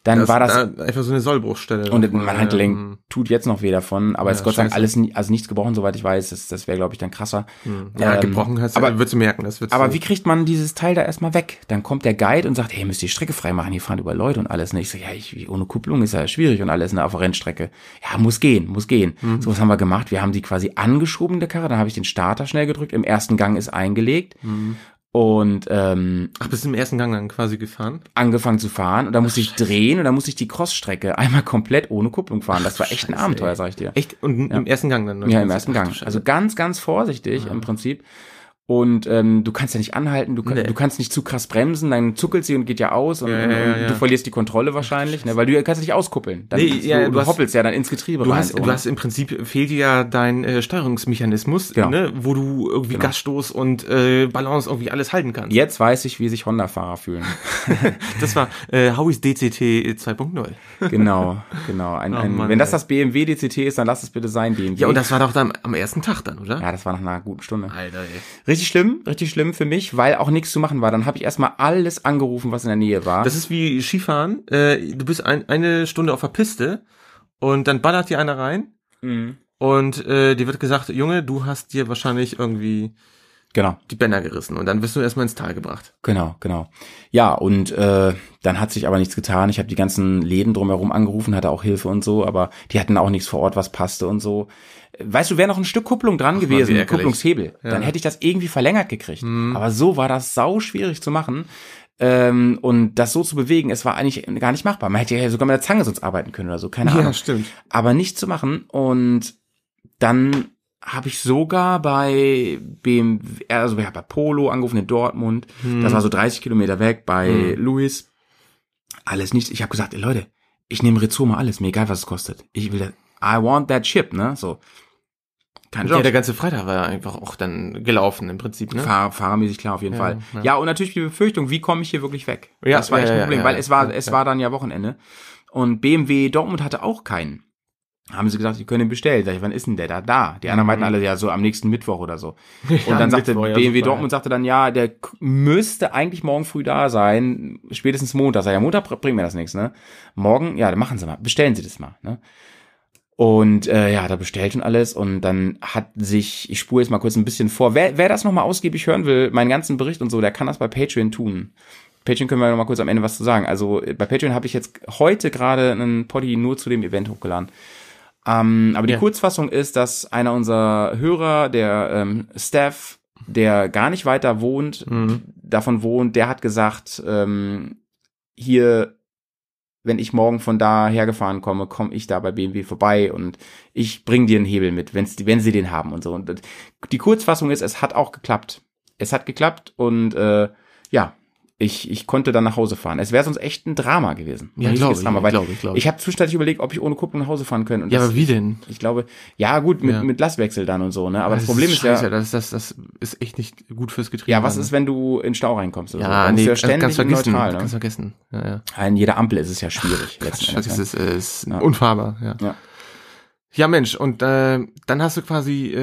[SPEAKER 5] dann war das
[SPEAKER 6] da einfach so eine Sollbruchstelle.
[SPEAKER 5] und
[SPEAKER 6] Davon,
[SPEAKER 5] mein Handgelenk
[SPEAKER 6] ähm,
[SPEAKER 5] tut jetzt noch weh davon, aber es ist Gott sei Dank
[SPEAKER 6] scheiße.
[SPEAKER 5] alles, nie- also nichts gebrochen, soweit ich weiß. Das, das wäre, glaube ich, dann krasser.
[SPEAKER 6] Hm. Ja,
[SPEAKER 5] Ähm,
[SPEAKER 6] gebrochen äh, hast
[SPEAKER 5] aber-
[SPEAKER 6] aber würdest du merken, das wird
[SPEAKER 5] Aber wie kriegt man dieses Teil da erstmal weg? Dann kommt der Guide und sagt, hey, ihr müsst die Strecke freimachen, hier fahren über Leute und alles. Ne? Ich so, ja, ich, ohne Kupplung ist ja schwierig und alles, ne, auf der Rennstrecke. Ja, muss gehen, muss gehen.
[SPEAKER 6] Hm.
[SPEAKER 5] So, was haben wir gemacht? Wir haben die quasi angeschoben, der Karre, dann habe ich den Starter schnell gedrückt, im ersten Gang ist eingelegt
[SPEAKER 6] Hm.
[SPEAKER 5] und ähm,
[SPEAKER 6] Ach, bist du im ersten Gang dann quasi gefahren?
[SPEAKER 5] angefangen zu fahren und dann musste ich drehen und dann musste ich die Crossstrecke einmal komplett ohne Kupplung fahren. Das war echt ein Abenteuer, sag ich dir.
[SPEAKER 6] Echt? Und im ersten Gang dann? ne?
[SPEAKER 5] Ja, im ersten Gang. Also ganz, ganz vorsichtig
[SPEAKER 6] Ah.
[SPEAKER 5] im Prinzip. Und ähm, du kannst ja nicht anhalten, du, kann-
[SPEAKER 6] Nee.
[SPEAKER 5] du kannst nicht zu krass bremsen, dann zuckelt sie und geht ja aus und,
[SPEAKER 6] Ja, ja, ja,
[SPEAKER 5] und
[SPEAKER 6] ja.
[SPEAKER 5] du verlierst die Kontrolle wahrscheinlich, ne? weil du kannst ja nicht auskuppeln. Dann
[SPEAKER 6] Nee,
[SPEAKER 5] du,
[SPEAKER 6] ja,
[SPEAKER 5] du,
[SPEAKER 6] du hast-
[SPEAKER 5] hoppelst ja dann ins Getriebe
[SPEAKER 6] Du
[SPEAKER 5] rein.
[SPEAKER 6] hast,
[SPEAKER 5] so,
[SPEAKER 6] du
[SPEAKER 5] ne?
[SPEAKER 6] hast im Prinzip fehlt dir ja dein äh, Steuerungsmechanismus,
[SPEAKER 5] Genau.
[SPEAKER 6] ne, wo du irgendwie Gasstoß und äh, Balance irgendwie alles halten kannst.
[SPEAKER 5] Jetzt weiß ich, wie sich Honda-Fahrer fühlen.
[SPEAKER 6] Das war äh, Howies DCT 2.0.
[SPEAKER 5] genau, genau. Ein, ein,
[SPEAKER 6] Mann,
[SPEAKER 5] wenn das
[SPEAKER 6] ey.
[SPEAKER 5] das BMW DCT ist, dann lass es bitte sein, BMW.
[SPEAKER 6] Ja, und das war doch dann am ersten Tag dann, oder?
[SPEAKER 5] ja, das war nach einer guten Stunde.
[SPEAKER 6] Alter, ey.
[SPEAKER 5] Richtig schlimm, richtig schlimm für mich, weil auch nichts zu machen war. Dann habe ich erstmal alles angerufen, was in der Nähe war.
[SPEAKER 6] Das ist wie Skifahren. Äh, du bist ein, eine Stunde auf der Piste und dann ballert dir einer rein Mhm. und äh, dir wird gesagt, Junge, du hast dir wahrscheinlich irgendwie
[SPEAKER 5] genau.
[SPEAKER 6] die Bänder gerissen und dann wirst du erstmal ins Tal gebracht.
[SPEAKER 5] Genau, genau. Ja, und äh, dann hat sich aber nichts getan. Ich habe die ganzen Läden drumherum angerufen, hatte auch Hilfe und so, aber die hatten auch nichts vor Ort, was passte und so. Weißt du, wäre noch ein Stück Kupplung dran gewesen,
[SPEAKER 6] wie ärgerlich. Mhm.
[SPEAKER 5] Kupplungshebel, dann hätte ich das irgendwie verlängert gekriegt. Aber so war das sau schwierig zu machen. Ähm, und das so zu bewegen, es war eigentlich gar nicht machbar. Man hätte ja sogar mit der Zange sonst arbeiten können oder so, keine Ahnung
[SPEAKER 6] stimmt.
[SPEAKER 5] aber nicht zu machen. Und dann habe ich sogar bei BMW, also ja, bei Polo angerufen in Dortmund.
[SPEAKER 6] Hm.
[SPEAKER 5] Das war so 30 Kilometer weg bei Luis. Alles nichts. Ich habe gesagt, ey, Leute, ich nehme Rizoma alles, mir egal was es kostet. Ich will das, I want that chip, ne? So. Keine
[SPEAKER 6] Ja,
[SPEAKER 5] Chance.
[SPEAKER 6] der ganze Freitag war einfach auch dann gelaufen im Prinzip, ne?
[SPEAKER 5] Fahr, fahrermäßig klar, auf jeden Fall. Ja. und natürlich die Befürchtung, wie komme ich hier wirklich weg?
[SPEAKER 6] Ja,
[SPEAKER 5] das war
[SPEAKER 6] ja,
[SPEAKER 5] echt ein
[SPEAKER 6] ja,
[SPEAKER 5] Problem,
[SPEAKER 6] ja,
[SPEAKER 5] weil
[SPEAKER 6] ja,
[SPEAKER 5] es war,
[SPEAKER 6] ja,
[SPEAKER 5] es
[SPEAKER 6] ja.
[SPEAKER 5] war dann ja Wochenende. Und BMW Dortmund hatte auch keinen. Haben sie gesagt, sie können ihn bestellen. Sag ich, wann ist denn der da? Da. Die anderen meinten alle, ja, so am nächsten Mittwoch oder so. Und dann sagte
[SPEAKER 6] Mittwoch, Mhm. ja,
[SPEAKER 5] BMW
[SPEAKER 6] super,
[SPEAKER 5] Dortmund sagte dann, ja, der k- müsste eigentlich morgen früh da sein, spätestens Montag. Sag ich, ja, Montag br- bringt mir das nichts, ne? Morgen, ja, dann machen sie mal, bestellen sie das mal, ne? Und äh, ja, da bestellt und alles. Und dann hat sich, ich spule jetzt mal kurz ein bisschen vor. Wer, wer das nochmal ausgiebig hören will, meinen ganzen Bericht und so, der kann das bei Patreon tun. Patreon können wir nochmal kurz am Ende was zu sagen. Also äh, bei Patreon habe ich jetzt heute gerade einen Poddy nur zu dem Event hochgeladen. Ähm, aber die
[SPEAKER 6] Ja.
[SPEAKER 5] Kurzfassung ist, dass einer unserer Hörer, der ähm, Steph, der gar nicht weiter wohnt,
[SPEAKER 6] Mhm.
[SPEAKER 5] davon wohnt, der hat gesagt, ähm, hier, wenn ich morgen von da hergefahren komme, komme ich da bei BMW vorbei und ich bring dir einen Hebel mit, wenn's, die- wenn sie den haben und so. Und die Kurzfassung ist, es hat auch geklappt. Es hat geklappt und äh, ja, Ich, ich konnte dann nach Hause fahren. Es wäre sonst echt ein Drama gewesen. Ein
[SPEAKER 6] Ja,
[SPEAKER 5] richtiges
[SPEAKER 6] glaube ich,
[SPEAKER 5] Drama, weil
[SPEAKER 6] glaube ich, glaube ich.
[SPEAKER 5] habe zwischenzeitlich überlegt, ob ich ohne Kupplung nach Hause fahren können. Und
[SPEAKER 6] Ja,
[SPEAKER 5] das-
[SPEAKER 6] aber wie denn?
[SPEAKER 5] Ich glaube, ja gut, mit,
[SPEAKER 6] Ja.
[SPEAKER 5] mit Lastwechsel dann und so, ne? Aber das, Problem ist ja,
[SPEAKER 6] scheiße, das, das, das ist echt nicht gut fürs Getriebe.
[SPEAKER 5] ja, was
[SPEAKER 6] dann, ne?
[SPEAKER 5] ist, wenn du in den Stau reinkommst? Oder so?
[SPEAKER 6] Ja,
[SPEAKER 5] Dann
[SPEAKER 6] nee, also
[SPEAKER 5] bist du
[SPEAKER 6] kannst, kannst vergessen.
[SPEAKER 5] neutral, ne?
[SPEAKER 6] Kannst vergessen. Ja, ja.
[SPEAKER 5] An jeder Ampel ist es ja schwierig. letzten
[SPEAKER 6] Quatsch,
[SPEAKER 5] Endes, ne?
[SPEAKER 6] das ist, äh, ist
[SPEAKER 5] Ja.
[SPEAKER 6] unfahrbar, ja.
[SPEAKER 5] Ja.
[SPEAKER 6] ja. Mensch, und äh, dann hast du quasi äh,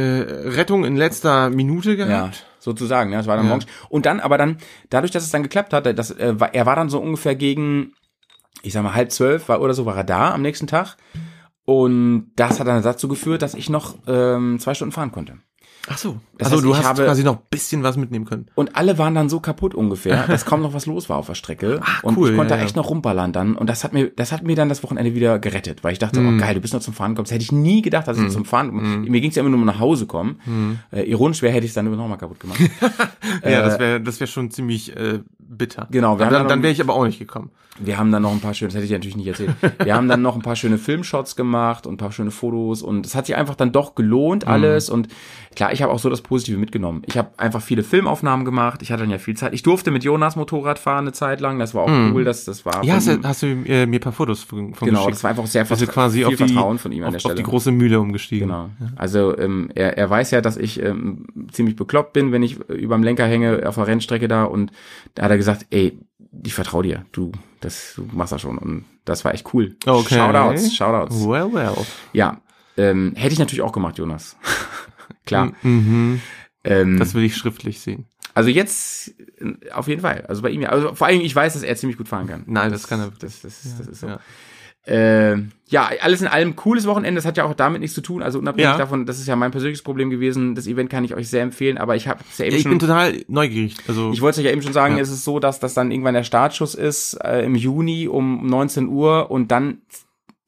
[SPEAKER 6] Rettung in letzter Minute
[SPEAKER 5] Ja,
[SPEAKER 6] gehabt.
[SPEAKER 5] sozusagen, ja, das war dann
[SPEAKER 6] Ja.
[SPEAKER 5] morgens. Und dann, aber dann, dadurch, dass es dann geklappt hat, das, äh, war, er war dann so ungefähr gegen, ich sag mal, halb zwölf war, oder so, war er da am nächsten Tag. Und das hat dann dazu geführt, dass ich noch ähm, zwei Stunden fahren konnte.
[SPEAKER 6] Ach so.
[SPEAKER 5] Das
[SPEAKER 6] also
[SPEAKER 5] heißt,
[SPEAKER 6] du
[SPEAKER 5] ich
[SPEAKER 6] hast
[SPEAKER 5] habe-
[SPEAKER 6] quasi noch ein bisschen was mitnehmen können.
[SPEAKER 5] Und alle waren dann so kaputt ungefähr, dass kaum noch was los war auf der Strecke.
[SPEAKER 6] Ach,
[SPEAKER 5] und
[SPEAKER 6] Ah, cool,
[SPEAKER 5] ich konnte
[SPEAKER 6] ja, ja.
[SPEAKER 5] echt noch rumballern dann. Und das hat mir, das hat mir dann das Wochenende wieder gerettet, weil ich dachte,
[SPEAKER 6] Mhm.
[SPEAKER 5] oh geil, du bist noch zum Fahren gekommen. Das hätte ich nie gedacht, dass ich zum Fahren Mir ging es ja immer nur um nach Hause kommen.
[SPEAKER 6] Mhm.
[SPEAKER 5] Äh, ironisch wäre, hätte ich es dann immer noch mal kaputt gemacht.
[SPEAKER 6] ja, das wäre das wär schon ziemlich äh, bitter.
[SPEAKER 5] Äh, Genau, wir
[SPEAKER 6] Aber
[SPEAKER 5] haben
[SPEAKER 6] dann,
[SPEAKER 5] ja
[SPEAKER 6] dann
[SPEAKER 5] noch-
[SPEAKER 6] wäre ich aber auch nicht gekommen.
[SPEAKER 5] Wir haben dann noch ein paar schöne, das hätte ich dir natürlich nicht erzählt. Wir haben dann noch ein paar schöne Filmshots gemacht und ein paar schöne Fotos und es hat sich einfach dann doch gelohnt
[SPEAKER 6] Mhm.
[SPEAKER 5] alles und klar, ich habe auch so das Positive mitgenommen. Ich habe einfach viele Filmaufnahmen gemacht, ich hatte dann ja viel Zeit. Ich durfte mit Jonas Motorrad fahren eine Zeit lang, das war auch cool, das, das war
[SPEAKER 6] Mhm.
[SPEAKER 5] von
[SPEAKER 6] Ja, hast,
[SPEAKER 5] ihm-
[SPEAKER 6] du- hast du äh, mir ein paar Fotos von, von
[SPEAKER 5] Genau,
[SPEAKER 6] geschickt.
[SPEAKER 5] das war einfach sehr
[SPEAKER 6] Bist du
[SPEAKER 5] vertra-
[SPEAKER 6] quasi
[SPEAKER 5] viel
[SPEAKER 6] auf die,
[SPEAKER 5] Vertrauen von ihm an
[SPEAKER 6] auf,
[SPEAKER 5] der
[SPEAKER 6] auf
[SPEAKER 5] Stelle.
[SPEAKER 6] die große Mühle umgestiegen.
[SPEAKER 5] Genau. Also ähm, er, er weiß ja, dass ich ähm, ziemlich bekloppt bin, wenn ich äh, überm Lenker hänge auf der Rennstrecke da und da hat er gesagt, ey, ich vertraue dir, du, das du machst das schon und das war echt cool.
[SPEAKER 6] Okay.
[SPEAKER 5] Shoutouts, Shoutouts.
[SPEAKER 6] Well, well.
[SPEAKER 5] Ja, ähm, hätte ich natürlich auch gemacht, Jonas. Klar.
[SPEAKER 6] Mhm.
[SPEAKER 5] Ähm,
[SPEAKER 6] Das will ich schriftlich sehen.
[SPEAKER 5] also jetzt äh, auf jeden Fall. Also bei ihm ja. Also vor allem ich weiß, dass er ziemlich gut fahren kann.
[SPEAKER 6] Nein, das kann er wirklich.
[SPEAKER 5] Das, das, das ist so.
[SPEAKER 6] Ja.
[SPEAKER 5] Ähm, ja, alles in allem cooles Wochenende. Das hat ja auch damit nichts zu tun. Also unabhängig
[SPEAKER 6] Ja.
[SPEAKER 5] davon, das ist ja mein persönliches Problem gewesen. Das Event kann ich euch sehr empfehlen, aber ich habe ja eben
[SPEAKER 6] Ja, ich
[SPEAKER 5] schon.
[SPEAKER 6] bin total neugierig. Also
[SPEAKER 5] ich wollte es euch ja eben schon sagen,
[SPEAKER 6] Ja.
[SPEAKER 5] es ist so, dass das dann irgendwann der Startschuss ist äh, im Juni um 19 Uhr und dann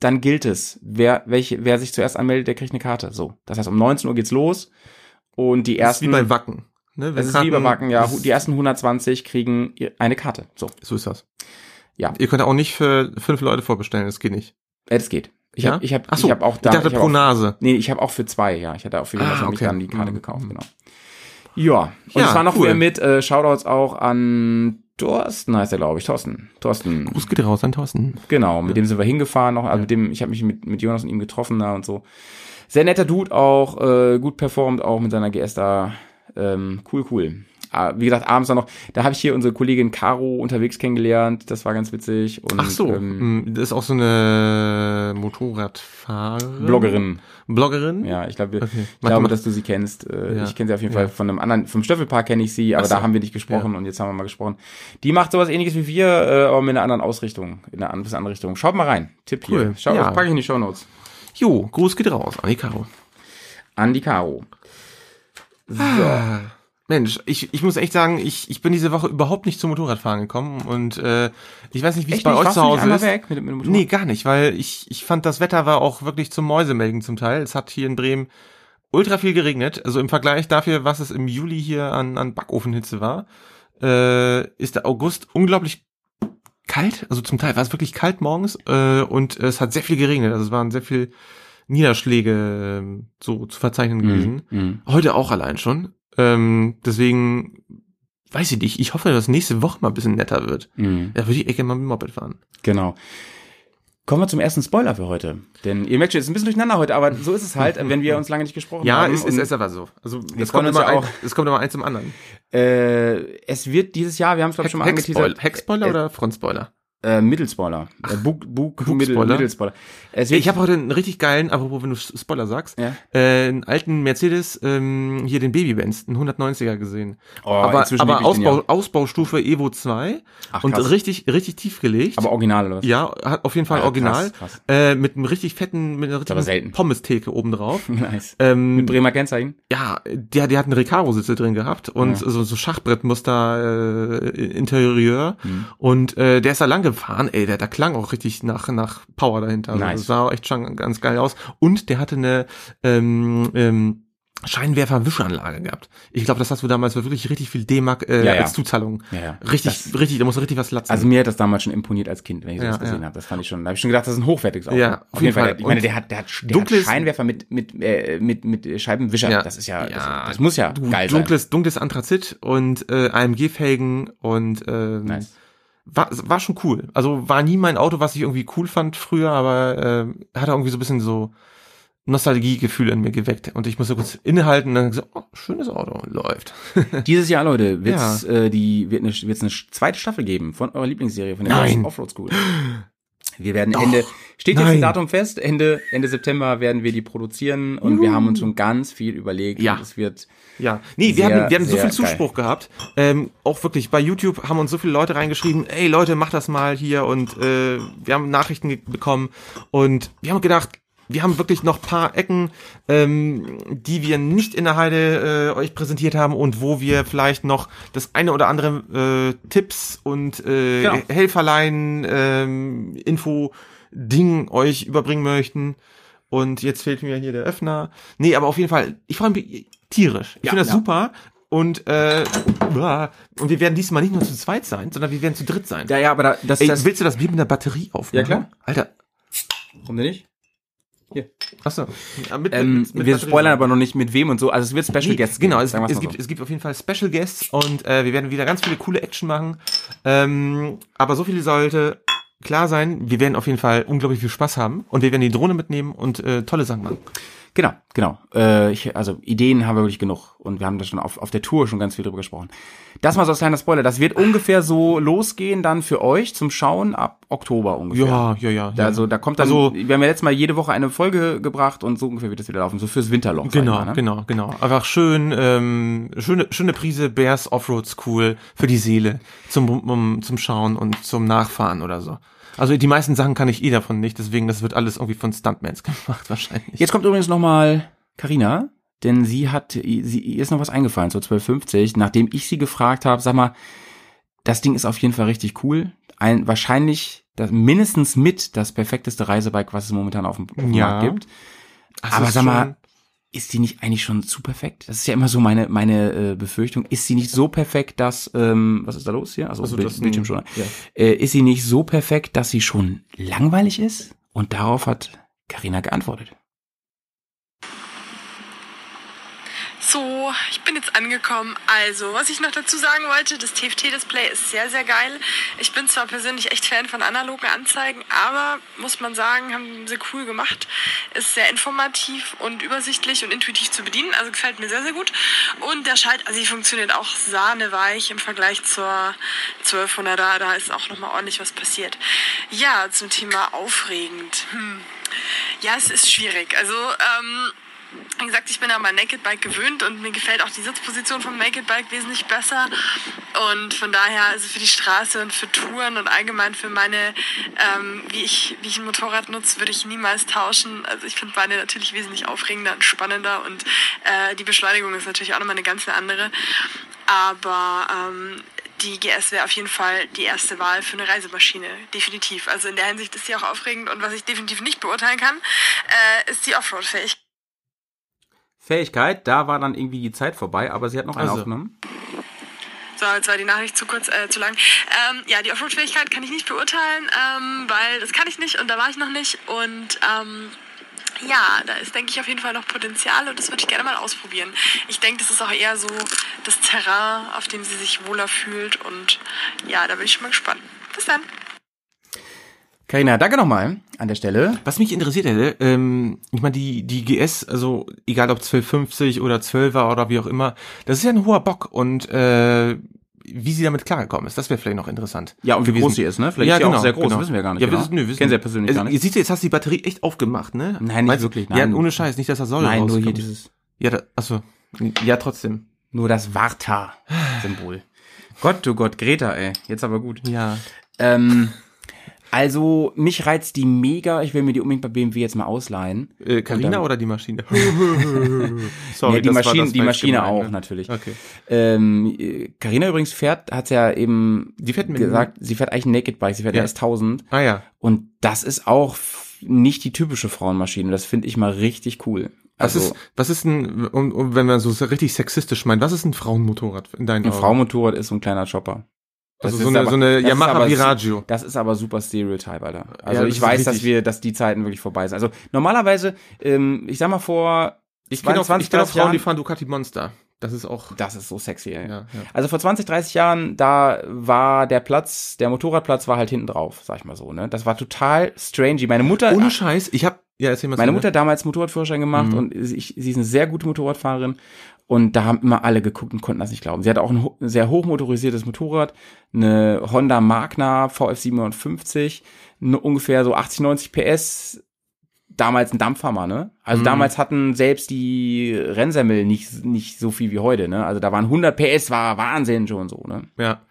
[SPEAKER 5] dann gilt es, wer welche wer sich zuerst anmeldet, der kriegt eine Karte. So, das heißt um 19 Uhr geht's los und die
[SPEAKER 6] das ist
[SPEAKER 5] ersten
[SPEAKER 6] wie bei Wacken. Ne?
[SPEAKER 5] das ist wie bei Wacken, ja,
[SPEAKER 6] das-
[SPEAKER 5] die ersten 120 kriegen ihr- eine Karte. So,
[SPEAKER 6] So ist das.
[SPEAKER 5] Ja.
[SPEAKER 6] Ihr könnt auch nicht für fünf Leute vorbestellen, das geht nicht.
[SPEAKER 5] äh, das geht. Ich
[SPEAKER 6] ja?
[SPEAKER 5] habe ich habe
[SPEAKER 6] Ach so,
[SPEAKER 5] ich habe auch da
[SPEAKER 6] ich dachte
[SPEAKER 5] ich hab
[SPEAKER 6] pro
[SPEAKER 5] auch-
[SPEAKER 6] Nase.
[SPEAKER 5] Nee, ich habe auch für zwei, ja. Ich hatte auch für jemanden,
[SPEAKER 6] Ah,
[SPEAKER 5] ah, okay.
[SPEAKER 6] okay.
[SPEAKER 5] dann die Karte
[SPEAKER 6] Mhm.
[SPEAKER 5] gekauft, genau. Ja, und
[SPEAKER 6] Ja,
[SPEAKER 5] es war noch
[SPEAKER 6] cool.
[SPEAKER 5] wer mit. Äh, Shoutouts auch an Thorsten, heißt er, glaube ich. Thorsten. Thorsten,
[SPEAKER 6] Gruß geht raus an Thorsten.
[SPEAKER 5] genau. Mit dem sind wir hingefahren noch. Also mit dem, ich habe mich mit, mit Jonas und ihm getroffen da und so. Sehr netter Dude auch, äh, gut performt auch mit seiner GS da. Ähm, cool, cool. Ah, Wie gesagt, abends dann noch, da habe ich hier unsere Kollegin Caro unterwegs kennengelernt, das war ganz witzig. Und,
[SPEAKER 6] Ach so,
[SPEAKER 5] ähm,
[SPEAKER 6] mm, das ist auch so eine äh, Motorradfahrerin.
[SPEAKER 5] Bloggerin.
[SPEAKER 6] Bloggerin?
[SPEAKER 5] Ja, ich glaube,
[SPEAKER 6] Okay.
[SPEAKER 5] ich
[SPEAKER 6] Mach-
[SPEAKER 5] glaube,
[SPEAKER 6] mach-
[SPEAKER 5] dass du sie kennst. Äh,
[SPEAKER 6] Ja.
[SPEAKER 5] Ich kenne sie auf jeden
[SPEAKER 6] Ja.
[SPEAKER 5] Fall von einem anderen, vom Stöffelpark kenne ich sie, aber
[SPEAKER 6] Ach so.
[SPEAKER 5] da haben wir nicht gesprochen und jetzt haben wir mal gesprochen. Die macht sowas ähnliches wie wir, äh, aber mit einer anderen Ausrichtung, in einer anderen andere Richtung. Schaut mal rein. Tipp hier.
[SPEAKER 6] Cool.
[SPEAKER 5] Schau,
[SPEAKER 6] Ja.
[SPEAKER 5] packe ich in die Shownotes.
[SPEAKER 6] Jo, Gruß geht raus an die Caro.
[SPEAKER 5] An die Caro.
[SPEAKER 6] Mensch, ich, ich muss echt sagen, ich, ich bin diese Woche überhaupt nicht zum Motorradfahren gekommen und äh, ich weiß nicht, wie es bei euch
[SPEAKER 5] Warst
[SPEAKER 6] zu
[SPEAKER 5] du
[SPEAKER 6] Hause
[SPEAKER 5] einmal
[SPEAKER 6] ist.
[SPEAKER 5] weg mit, mit dem Motorrad?
[SPEAKER 6] Nee, gar nicht, weil ich, ich fand, das Wetter war auch wirklich zum Mäusemelken zum Teil. Es hat hier in Bremen ultra viel geregnet. Also im Vergleich dafür, was es im Juli hier an, an Backofenhitze war, äh, ist der August unglaublich kalt. Also zum Teil war es wirklich kalt morgens äh, und es hat sehr viel geregnet. Also es waren sehr viel Niederschläge ähm, so zu verzeichnen gewesen.
[SPEAKER 5] Mhm.
[SPEAKER 6] Heute auch allein schon. Ähm, deswegen weiß ich nicht. Ich hoffe, dass nächste Woche mal ein bisschen netter wird.
[SPEAKER 5] Mhm.
[SPEAKER 6] Da würde ich echt gerne mal mit dem Moped fahren.
[SPEAKER 5] Genau. Kommen wir zum ersten Spoiler für heute. Denn ihr merkt schon, es ist ein bisschen durcheinander heute, aber so ist es halt, wenn wir uns lange nicht gesprochen
[SPEAKER 6] Ja,
[SPEAKER 5] haben.
[SPEAKER 6] ist, ist,
[SPEAKER 5] Und-
[SPEAKER 6] ist aber so. Also es
[SPEAKER 5] Jetzt
[SPEAKER 6] kommt,
[SPEAKER 5] kommt uns
[SPEAKER 6] immer
[SPEAKER 5] ja
[SPEAKER 6] ein,
[SPEAKER 5] auch-
[SPEAKER 6] es kommt immer eins zum anderen.
[SPEAKER 5] äh, es wird dieses Jahr, wir haben es glaube ich schon mal
[SPEAKER 6] Heckspoil-
[SPEAKER 5] angeteasert.
[SPEAKER 6] Heckspoiler oder Frontspoiler?
[SPEAKER 5] Äh, Mittelspoiler. Äh, Bug, Bug, Middel,
[SPEAKER 6] Bugspoiler?
[SPEAKER 5] Mittelspoiler. Es wird,
[SPEAKER 6] Ich habe heute einen richtig geilen, apropos wenn du S- Spoiler sagst,
[SPEAKER 5] Ja.
[SPEAKER 6] äh, einen alten Mercedes, ähm, hier den Babybenz, einen 190er gesehen.
[SPEAKER 5] Oh,
[SPEAKER 6] aber
[SPEAKER 5] inzwischen lieb
[SPEAKER 6] aber
[SPEAKER 5] ich den
[SPEAKER 6] Ausbau,
[SPEAKER 5] ja.
[SPEAKER 6] Ausbaustufe Evo 2
[SPEAKER 5] Ach,
[SPEAKER 6] und
[SPEAKER 5] krass.
[SPEAKER 6] richtig richtig tiefgelegt.
[SPEAKER 5] aber original oder was?
[SPEAKER 6] ja, hat auf jeden Fall
[SPEAKER 5] Ah,
[SPEAKER 6] original.
[SPEAKER 5] krass, krass.
[SPEAKER 6] Äh, mit einem richtig fetten, mit einer
[SPEAKER 5] aber selten.
[SPEAKER 6] richtigen Pommes-Theke obendrauf.
[SPEAKER 5] Nice.
[SPEAKER 6] ähm,
[SPEAKER 5] Mit Bremer Kennzeichen?
[SPEAKER 6] ja, der, der hat einen Recaro-Sitze drin gehabt und so, so Schachbrettmuster äh, Interieur.
[SPEAKER 5] Mhm.
[SPEAKER 6] Und äh, der ist da lang gefahren, ey, der, der klang auch richtig nach, nach Power dahinter. Also,
[SPEAKER 5] Nice.
[SPEAKER 6] Das sah auch echt schon ganz geil aus. Und der hatte eine ähm, ähm, Scheinwerferwischanlage gehabt. Ich glaube, das hast du damals für wirklich richtig viel D-Mark äh,
[SPEAKER 5] Ja, ja.
[SPEAKER 6] als Zuzahlung.
[SPEAKER 5] Ja, ja.
[SPEAKER 6] Richtig,
[SPEAKER 5] Das-
[SPEAKER 6] richtig, da muss richtig was latzen.
[SPEAKER 5] Also mir hat das damals schon imponiert als Kind, wenn ich
[SPEAKER 6] Ja,
[SPEAKER 5] sowas gesehen
[SPEAKER 6] ja.
[SPEAKER 5] habe. Das fand ich schon, da habe ich schon gedacht, das ist ein hochwertiges Auto.
[SPEAKER 6] Ja,
[SPEAKER 5] auf jeden Fall. Ich meine,
[SPEAKER 6] Und
[SPEAKER 5] der hat, der hat, der hat
[SPEAKER 6] dunkles-
[SPEAKER 5] Scheinwerfer mit mit äh, mit mit äh, Scheibenwischer. Das ist ja, Das, das muss ja
[SPEAKER 6] du,
[SPEAKER 5] geil sein.
[SPEAKER 6] dunkles, Dunkles Anthrazit und äh, AMG-Felgen und ähm,
[SPEAKER 5] Nice.
[SPEAKER 6] war, war schon cool. Also war nie mein Auto, was ich irgendwie cool fand früher, aber äh, hat irgendwie so ein bisschen so Nostalgiegefühl in mir geweckt. Und ich musste kurz innehalten und dann gesagt, oh, schönes Auto, läuft.
[SPEAKER 5] Dieses Jahr, Leute, wird's, äh, die, wird eine, wird's eine zweite Staffel geben von eurer Lieblingsserie, von der
[SPEAKER 6] Nein.
[SPEAKER 5] Lost Offroad School. Wir werden Ende, steht jetzt
[SPEAKER 6] Nein.
[SPEAKER 5] ein Datum fest, Ende, Ende September werden wir die produzieren und wir haben uns schon ganz viel überlegt.
[SPEAKER 6] Ja.
[SPEAKER 5] Und es wird,
[SPEAKER 6] Ja, nee, wir
[SPEAKER 5] Sehr,
[SPEAKER 6] haben, wir haben so
[SPEAKER 5] sehr
[SPEAKER 6] viel Zuspruch gehabt. Ähm, auch wirklich, bei YouTube haben uns so viele Leute reingeschrieben, ey Leute, macht das mal hier und äh, wir haben Nachrichten ge- bekommen und wir haben gedacht, wir haben wirklich noch paar Ecken, ähm, die wir nicht in der Heide äh, euch präsentiert haben und wo wir vielleicht noch das eine oder andere äh, Tipps und äh,
[SPEAKER 5] Genau.
[SPEAKER 6] Helferlein, ähm, Info, Ding euch überbringen möchten. Und jetzt fehlt mir hier der Öffner. Nee, aber auf jeden Fall, ich freue mich tierisch. Ich
[SPEAKER 5] Ja,
[SPEAKER 6] finde das
[SPEAKER 5] ja.
[SPEAKER 6] super. Und, äh, uah. und wir werden diesmal nicht nur zu zweit sein, sondern wir werden zu dritt sein.
[SPEAKER 5] ja, ja, aber da, das,
[SPEAKER 6] Ey,
[SPEAKER 5] das,
[SPEAKER 6] willst du das Bier mit der Batterie aufmachen?
[SPEAKER 5] Ja, klar.
[SPEAKER 6] Alter,
[SPEAKER 5] warum denn nicht?
[SPEAKER 6] achso. Ja, mit-
[SPEAKER 5] Ähm,
[SPEAKER 6] mit- mit
[SPEAKER 5] wir
[SPEAKER 6] Batterie.
[SPEAKER 5] spoilern aber noch nicht mit wem und so, also es wird Special
[SPEAKER 6] Nee,
[SPEAKER 5] Guests geben,
[SPEAKER 6] genau, es,
[SPEAKER 5] sagen wir's
[SPEAKER 6] es,
[SPEAKER 5] mal
[SPEAKER 6] gibt, es gibt auf jeden Fall Special Guests und äh, wir werden wieder ganz viele coole Action machen. Ähm, aber so viel sollte klar sein, wir werden auf jeden Fall unglaublich viel Spaß haben und wir werden die Drohne mitnehmen und äh, tolle Sachen machen.
[SPEAKER 5] Genau, genau. Äh, ich, also Ideen haben wir wirklich genug und wir haben da schon auf, auf der Tour schon ganz viel drüber gesprochen. Das mal so als kleiner Spoiler. Das wird ungefähr so losgehen dann für euch zum Schauen ab Oktober ungefähr.
[SPEAKER 6] Ja, ja, ja.
[SPEAKER 5] Da, also da kommt dann,
[SPEAKER 6] Also-
[SPEAKER 5] wir haben ja letztes Mal jede Woche eine Folge gebracht und so ungefähr wird es wieder laufen, so fürs Winterloch. sag ich
[SPEAKER 6] Genau,
[SPEAKER 5] mal, ne?
[SPEAKER 6] genau, genau. Einfach schön, ähm, schöne, schöne Prise Bears Offroad School für die Seele zum, um, zum Schauen und zum Nachfahren oder so. Also die meisten Sachen kann ich eh davon nicht, deswegen das wird alles irgendwie von Stuntmans gemacht wahrscheinlich.
[SPEAKER 5] Jetzt kommt übrigens nochmal Karina, denn sie hat, sie, ihr ist noch was eingefallen, so 1250, nachdem ich sie gefragt habe, sag mal, das Ding ist auf jeden Fall richtig cool. Ein, wahrscheinlich das, mindestens mit das perfekteste Reisebike, was es momentan auf dem, auf dem
[SPEAKER 6] Ja.
[SPEAKER 5] Markt gibt.
[SPEAKER 6] Das
[SPEAKER 5] aber
[SPEAKER 6] Also ist
[SPEAKER 5] sag mal,
[SPEAKER 6] schon-
[SPEAKER 5] Ist die nicht eigentlich schon zu perfekt? Das ist ja immer so meine, meine äh, Befürchtung. Ist sie nicht so perfekt, dass, ähm, was ist da los hier? Also,
[SPEAKER 6] Also
[SPEAKER 5] Bild,
[SPEAKER 6] das-
[SPEAKER 5] Bildschirm schon.
[SPEAKER 6] ja.
[SPEAKER 5] Äh, ist sie nicht so perfekt, dass sie schon langweilig ist? Und darauf hat Karina geantwortet.
[SPEAKER 7] So, ich bin jetzt angekommen. Also, was ich noch dazu sagen wollte, das TFT-Display ist sehr, sehr geil. Ich bin zwar persönlich echt Fan von analogen Anzeigen, aber muss man sagen, haben sie cool gemacht. Ist sehr informativ und übersichtlich und intuitiv zu bedienen, also gefällt mir sehr, sehr gut. Und der Schaltassi funktioniert auch sahneweich im Vergleich zur 1200er. Da ist auch nochmal ordentlich was passiert. Ja, zum Thema aufregend. Hm. Ja, es ist schwierig. Also, ähm, wie gesagt, ich bin ja mal Naked Bike gewöhnt und mir gefällt auch die Sitzposition vom Naked Bike wesentlich besser. Und von daher, also für die Straße und für Touren und allgemein für meine, ähm, wie, ich, wie ich ein Motorrad nutze, würde ich niemals tauschen. Also ich finde meine natürlich wesentlich aufregender und spannender und äh, die Beschleunigung ist natürlich auch nochmal eine ganz andere. Aber ähm, die GS wäre auf jeden Fall die erste Wahl für eine Reisemaschine, definitiv. Also in der Hinsicht ist sie auch aufregend und was ich definitiv nicht beurteilen kann, äh, ist die Offroad-Fähigkeit.
[SPEAKER 5] Fähigkeit, da war dann irgendwie die Zeit vorbei, aber sie hat noch eine
[SPEAKER 6] Also.
[SPEAKER 5] aufgenommen.
[SPEAKER 7] So, jetzt war die Nachricht zu kurz, äh, zu lang. Ähm, ja, die Offroad-Fähigkeit kann ich nicht beurteilen, ähm, weil das kann ich nicht und da war ich noch nicht. Und ähm, ja, da ist, denke ich, auf jeden Fall noch Potenzial und das würde ich gerne mal ausprobieren. Ich denke, das ist auch eher so das Terrain, auf dem sie sich wohler fühlt und ja, da bin ich schon mal gespannt. Bis dann.
[SPEAKER 5] Karina, danke nochmal an der Stelle.
[SPEAKER 6] Was mich interessiert hätte, ähm, ich meine, die, die GS, also egal ob 1250 oder 12er oder wie auch immer, das ist ja ein hoher Bock und äh, wie sie damit klargekommen ist, das wäre vielleicht noch interessant.
[SPEAKER 5] Ja, und wie
[SPEAKER 6] gewesen.
[SPEAKER 5] groß sie ist, ne? Vielleicht ist sie auch sehr groß, wissen wir gar nicht,
[SPEAKER 6] Ja,
[SPEAKER 5] genau.
[SPEAKER 6] wissen, nö, wissen
[SPEAKER 5] Kennen sie ja persönlich
[SPEAKER 6] also,
[SPEAKER 5] gar nicht.
[SPEAKER 6] Ihr seht, jetzt hast du die Batterie echt aufgemacht, ne?
[SPEAKER 5] Nein, nicht wirklich,
[SPEAKER 6] Nein.
[SPEAKER 5] nein.
[SPEAKER 6] Ja, ohne Scheiß, nicht, dass das Säure
[SPEAKER 5] Nein, nur hier
[SPEAKER 6] Oh, rauskommt.
[SPEAKER 5] dieses,
[SPEAKER 6] Ja, da, achso. Ja, trotzdem.
[SPEAKER 5] nur das Warta-Symbol. Gott, du Gott, Greta, ey. Jetzt aber gut.
[SPEAKER 6] Ja.
[SPEAKER 5] Ähm, also, mich reizt die mega. Ich will mir die unbedingt bei BMW jetzt mal ausleihen.
[SPEAKER 6] Äh,
[SPEAKER 5] Und
[SPEAKER 6] Carina
[SPEAKER 5] dann-
[SPEAKER 6] oder die Maschine?
[SPEAKER 5] Ja,
[SPEAKER 6] Sorry,
[SPEAKER 5] die
[SPEAKER 6] das war
[SPEAKER 5] Maschine,
[SPEAKER 6] das
[SPEAKER 5] die
[SPEAKER 6] falsch
[SPEAKER 5] Maschine
[SPEAKER 6] gemeint,
[SPEAKER 5] auch,
[SPEAKER 6] ne?
[SPEAKER 5] natürlich.
[SPEAKER 6] Okay.
[SPEAKER 5] Ähm, äh, Carina übrigens fährt, hat ja eben
[SPEAKER 6] Die fährt mit
[SPEAKER 5] gesagt, sie fährt eigentlich ein Naked Bike, sie fährt
[SPEAKER 6] Ja.
[SPEAKER 5] ja. S1000.
[SPEAKER 6] Ah ja.
[SPEAKER 5] Und das ist auch f- nicht die typische Frauenmaschine. Das finde ich mal richtig cool.
[SPEAKER 6] Was
[SPEAKER 5] Also-
[SPEAKER 6] ist, was ist ein, um, um, wenn man so se- richtig sexistisch meint, was ist ein Frauenmotorrad in deinen
[SPEAKER 5] Ein
[SPEAKER 6] Augen?
[SPEAKER 5] Frauenmotorrad ist so ein kleiner Chopper.
[SPEAKER 6] Ähm. also
[SPEAKER 5] das
[SPEAKER 6] so
[SPEAKER 5] ist
[SPEAKER 6] eine,
[SPEAKER 5] aber-
[SPEAKER 6] so eine
[SPEAKER 5] das ist
[SPEAKER 6] Yamaha
[SPEAKER 5] aber-
[SPEAKER 6] Viraggio.
[SPEAKER 5] Das ist aber super Stereotype, Alter. Also
[SPEAKER 6] Ja, das
[SPEAKER 5] ich
[SPEAKER 6] ist
[SPEAKER 5] weiß, dass
[SPEAKER 6] richtig.
[SPEAKER 5] wir, dass die Zeiten wirklich vorbei sind. Also normalerweise, ähm, ich sag mal vor
[SPEAKER 6] Ich kenne auch, ich kenn auch
[SPEAKER 5] 30
[SPEAKER 6] Frauen, die
[SPEAKER 5] Jahren-
[SPEAKER 6] fahren Ducati Monster. Das ist auch,
[SPEAKER 5] das ist so sexy, ey.
[SPEAKER 6] ja, ja.
[SPEAKER 5] Also vor 20, 30 Jahren, da war der Platz, der Motorradplatz war halt hinten drauf, sag ich mal so, ne? Das war total strange. Meine Mutter,
[SPEAKER 6] Ohne Scheiß, ich habe ja erzähl mal.
[SPEAKER 5] meine
[SPEAKER 6] zu Ende.
[SPEAKER 5] Mutter hat damals Motorradführerschein
[SPEAKER 6] Mhm.
[SPEAKER 5] gemacht und ich, sie ist eine sehr gute Motorradfahrerin und da haben immer alle geguckt und konnten das nicht glauben. Sie hatte auch ein ho ein sehr hochmotorisiertes Motorrad, eine Honda Magna VF 750, ne, ungefähr so 80, 90 PS, damals ein Dampfhammer, ne?
[SPEAKER 6] Mhm.
[SPEAKER 5] Also damals hatten selbst die Rennsemmel nicht, nicht so viel wie heute, ne? Also da waren 100 PS, war Wahnsinn schon so, ne?
[SPEAKER 6] Ja.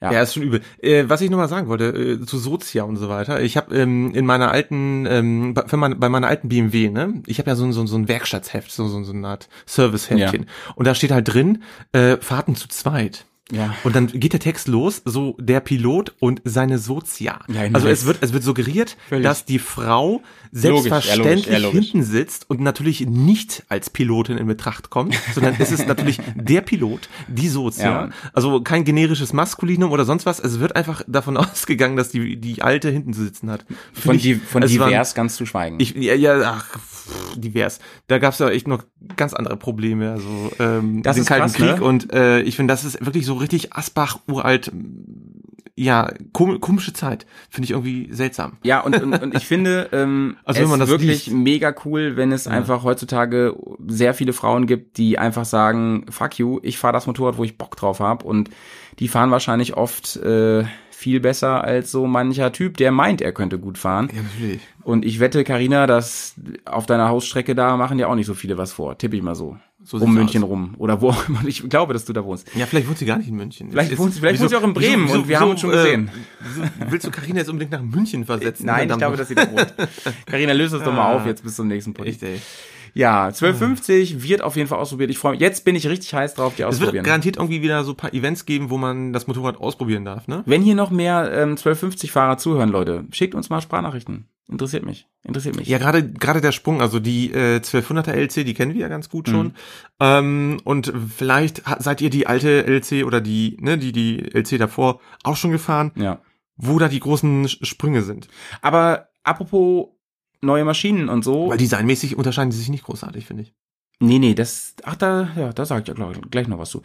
[SPEAKER 5] Ja.
[SPEAKER 6] Ja. ist schon übel. Äh, was ich nochmal sagen wollte, äh, zu Sozia und so weiter. Ich habe ähm, in meiner alten, ähm, bei, für meine, bei meiner alten BMW, ne, ich habe ja so ein, so, ein- so ein Werkstattsheft, so, so, so eine Art Serviceheftchen. Und da steht halt drin, äh, Fahrten zu zweit.
[SPEAKER 5] Ja.
[SPEAKER 6] Und dann geht der Text los, so der Pilot und seine Sozia.
[SPEAKER 5] Ja, nice.
[SPEAKER 6] also es wird, es wird suggeriert,
[SPEAKER 5] Völlig.
[SPEAKER 6] dass die Frau
[SPEAKER 5] Logisch, ja,
[SPEAKER 6] selbstverständlich
[SPEAKER 5] logisch, ja, logisch.
[SPEAKER 6] hinten sitzt und natürlich nicht als Pilotin in Betracht kommt, sondern es ist natürlich der Pilot, die Sozia.
[SPEAKER 5] Ja.
[SPEAKER 6] Also kein generisches Maskulinum oder sonst was. Es wird einfach davon ausgegangen, dass die, die Alte hinten zu sitzen hat. Finde
[SPEAKER 5] Von,
[SPEAKER 6] ich-
[SPEAKER 5] di von
[SPEAKER 6] es waren-
[SPEAKER 5] divers ganz zu schweigen.
[SPEAKER 6] ich, ja, ja, ach, pff, divers. Da gab's ja echt noch ganz andere Probleme. Also ähm,
[SPEAKER 5] Das
[SPEAKER 6] den
[SPEAKER 5] ist
[SPEAKER 6] Kalten
[SPEAKER 5] krass,
[SPEAKER 6] Krieg
[SPEAKER 5] ne?
[SPEAKER 6] und äh, ich finde, das ist wirklich so richtig Asbach, uralt, ja, kom komische Zeit. Finde ich irgendwie seltsam.
[SPEAKER 5] Ja, und, und, und ich finde, ähm,
[SPEAKER 6] Also
[SPEAKER 5] es
[SPEAKER 6] wenn man das
[SPEAKER 5] wirklich
[SPEAKER 6] liest.
[SPEAKER 5] mega cool, wenn es einfach heutzutage sehr viele Frauen gibt, die einfach sagen, fuck you, ich fahre das Motorrad, wo ich Bock drauf habe. Und die fahren wahrscheinlich oft äh, viel besser als so mancher Typ, der meint, er könnte gut fahren.
[SPEAKER 6] natürlich.
[SPEAKER 5] Und ich wette, Karina, dass auf deiner Hausstrecke da machen dir auch nicht so viele was vor. Tippe ich mal so.
[SPEAKER 6] So
[SPEAKER 5] um
[SPEAKER 6] sieht's
[SPEAKER 5] München
[SPEAKER 6] aus.
[SPEAKER 5] rum. Oder wo auch immer. Ich glaube, dass du da wohnst.
[SPEAKER 6] Ja, vielleicht wohnt sie gar nicht in München.
[SPEAKER 5] Vielleicht
[SPEAKER 6] Ist-
[SPEAKER 5] wohnt sie- vielleicht wohnt sie auch in Bremen und wir haben uns schon gesehen.
[SPEAKER 6] äh,
[SPEAKER 5] Äh,
[SPEAKER 6] wieso willst du Karina jetzt unbedingt nach München versetzen?
[SPEAKER 5] Nein, ich
[SPEAKER 6] Verdammt.
[SPEAKER 5] glaube, dass sie da wohnt. Karina, löse das doch mal
[SPEAKER 6] Ah.
[SPEAKER 5] auf jetzt bis zum nächsten Punkt.
[SPEAKER 6] Echt, ey.
[SPEAKER 5] Ja, 1250 wird auf jeden Fall ausprobiert. Ich freue mich. Jetzt bin ich richtig heiß drauf, die
[SPEAKER 6] Hm. Es wird
[SPEAKER 5] auszuprobieren.
[SPEAKER 6] garantiert irgendwie wieder so ein paar Events geben, wo man das Motorrad ausprobieren darf, ne?
[SPEAKER 5] Wenn hier noch mehr ähm, 1250-Fahrer zuhören, Leute, schickt uns mal Sprachnachrichten. Interessiert mich. Interessiert mich.
[SPEAKER 6] Ja, gerade gerade der Sprung, also die äh, 1200er LC, die kennen wir ja ganz gut
[SPEAKER 5] Mhm.
[SPEAKER 6] schon. Ähm, und vielleicht ha- seid ihr die alte LC oder die, ne, die die LC davor auch schon gefahren,
[SPEAKER 5] ja.
[SPEAKER 6] wo da die großen Sch- Sprünge sind.
[SPEAKER 5] Aber apropos neue Maschinen und so.
[SPEAKER 6] Weil designmäßig unterscheiden sie sich nicht großartig, finde ich.
[SPEAKER 5] Nee, nee, das, ach, da, ja, da sag ich ja gleich, gleich noch was zu.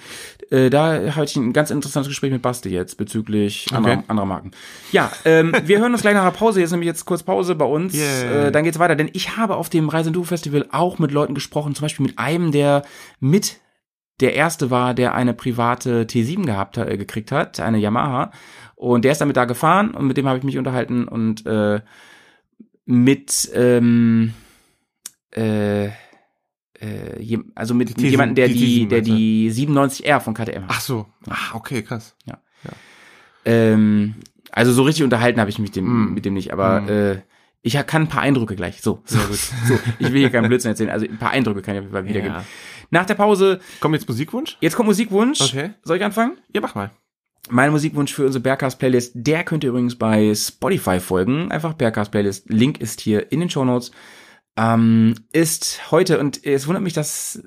[SPEAKER 5] Äh, da hatte ich ein ganz interessantes Gespräch mit Basti jetzt bezüglich anderer,
[SPEAKER 6] Okay.
[SPEAKER 5] anderer Marken. Ja, ähm, wir hören uns gleich nach der Pause. Jetzt nämlich jetzt kurz Pause bei uns.
[SPEAKER 6] Yay.
[SPEAKER 5] Äh, dann geht's weiter. Denn ich habe auf dem Reise Festival auch mit Leuten gesprochen, zum Beispiel mit einem, der mit der erste war, der eine private T7 gehabt, äh, gekriegt hat, eine Yamaha. Und der ist damit da gefahren und mit dem habe ich mich unterhalten und äh, mit ähm, äh, äh, jem- also mit,
[SPEAKER 6] Die
[SPEAKER 5] mit
[SPEAKER 6] T7,
[SPEAKER 5] jemandem, der
[SPEAKER 6] die
[SPEAKER 5] die,
[SPEAKER 6] T7,
[SPEAKER 5] der die 97R von KTM hat.
[SPEAKER 6] Ach so. Ah, okay, krass.
[SPEAKER 5] Ähm, also so richtig unterhalten habe ich mich dem,
[SPEAKER 6] Mm.
[SPEAKER 5] mit dem nicht, aber
[SPEAKER 6] Mm.
[SPEAKER 5] äh, ich ha- kann ein paar Eindrücke gleich. So, so, so. Ich will hier keinen Blödsinn erzählen. Also ein paar Eindrücke kann ich auf jeden Fall wiedergeben.
[SPEAKER 6] Ja.
[SPEAKER 5] Nach der Pause,
[SPEAKER 6] Kommt jetzt Musikwunsch?
[SPEAKER 5] jetzt kommt Musikwunsch.
[SPEAKER 6] Okay.
[SPEAKER 5] Soll ich anfangen?
[SPEAKER 6] Ja, mach mal.
[SPEAKER 5] Mein Musikwunsch für unsere Bergcast Playlist, der könnt ihr übrigens bei Spotify folgen. Einfach Bergcast Playlist. Link ist hier in den Show Notes. Ähm, ist heute und es wundert mich, dass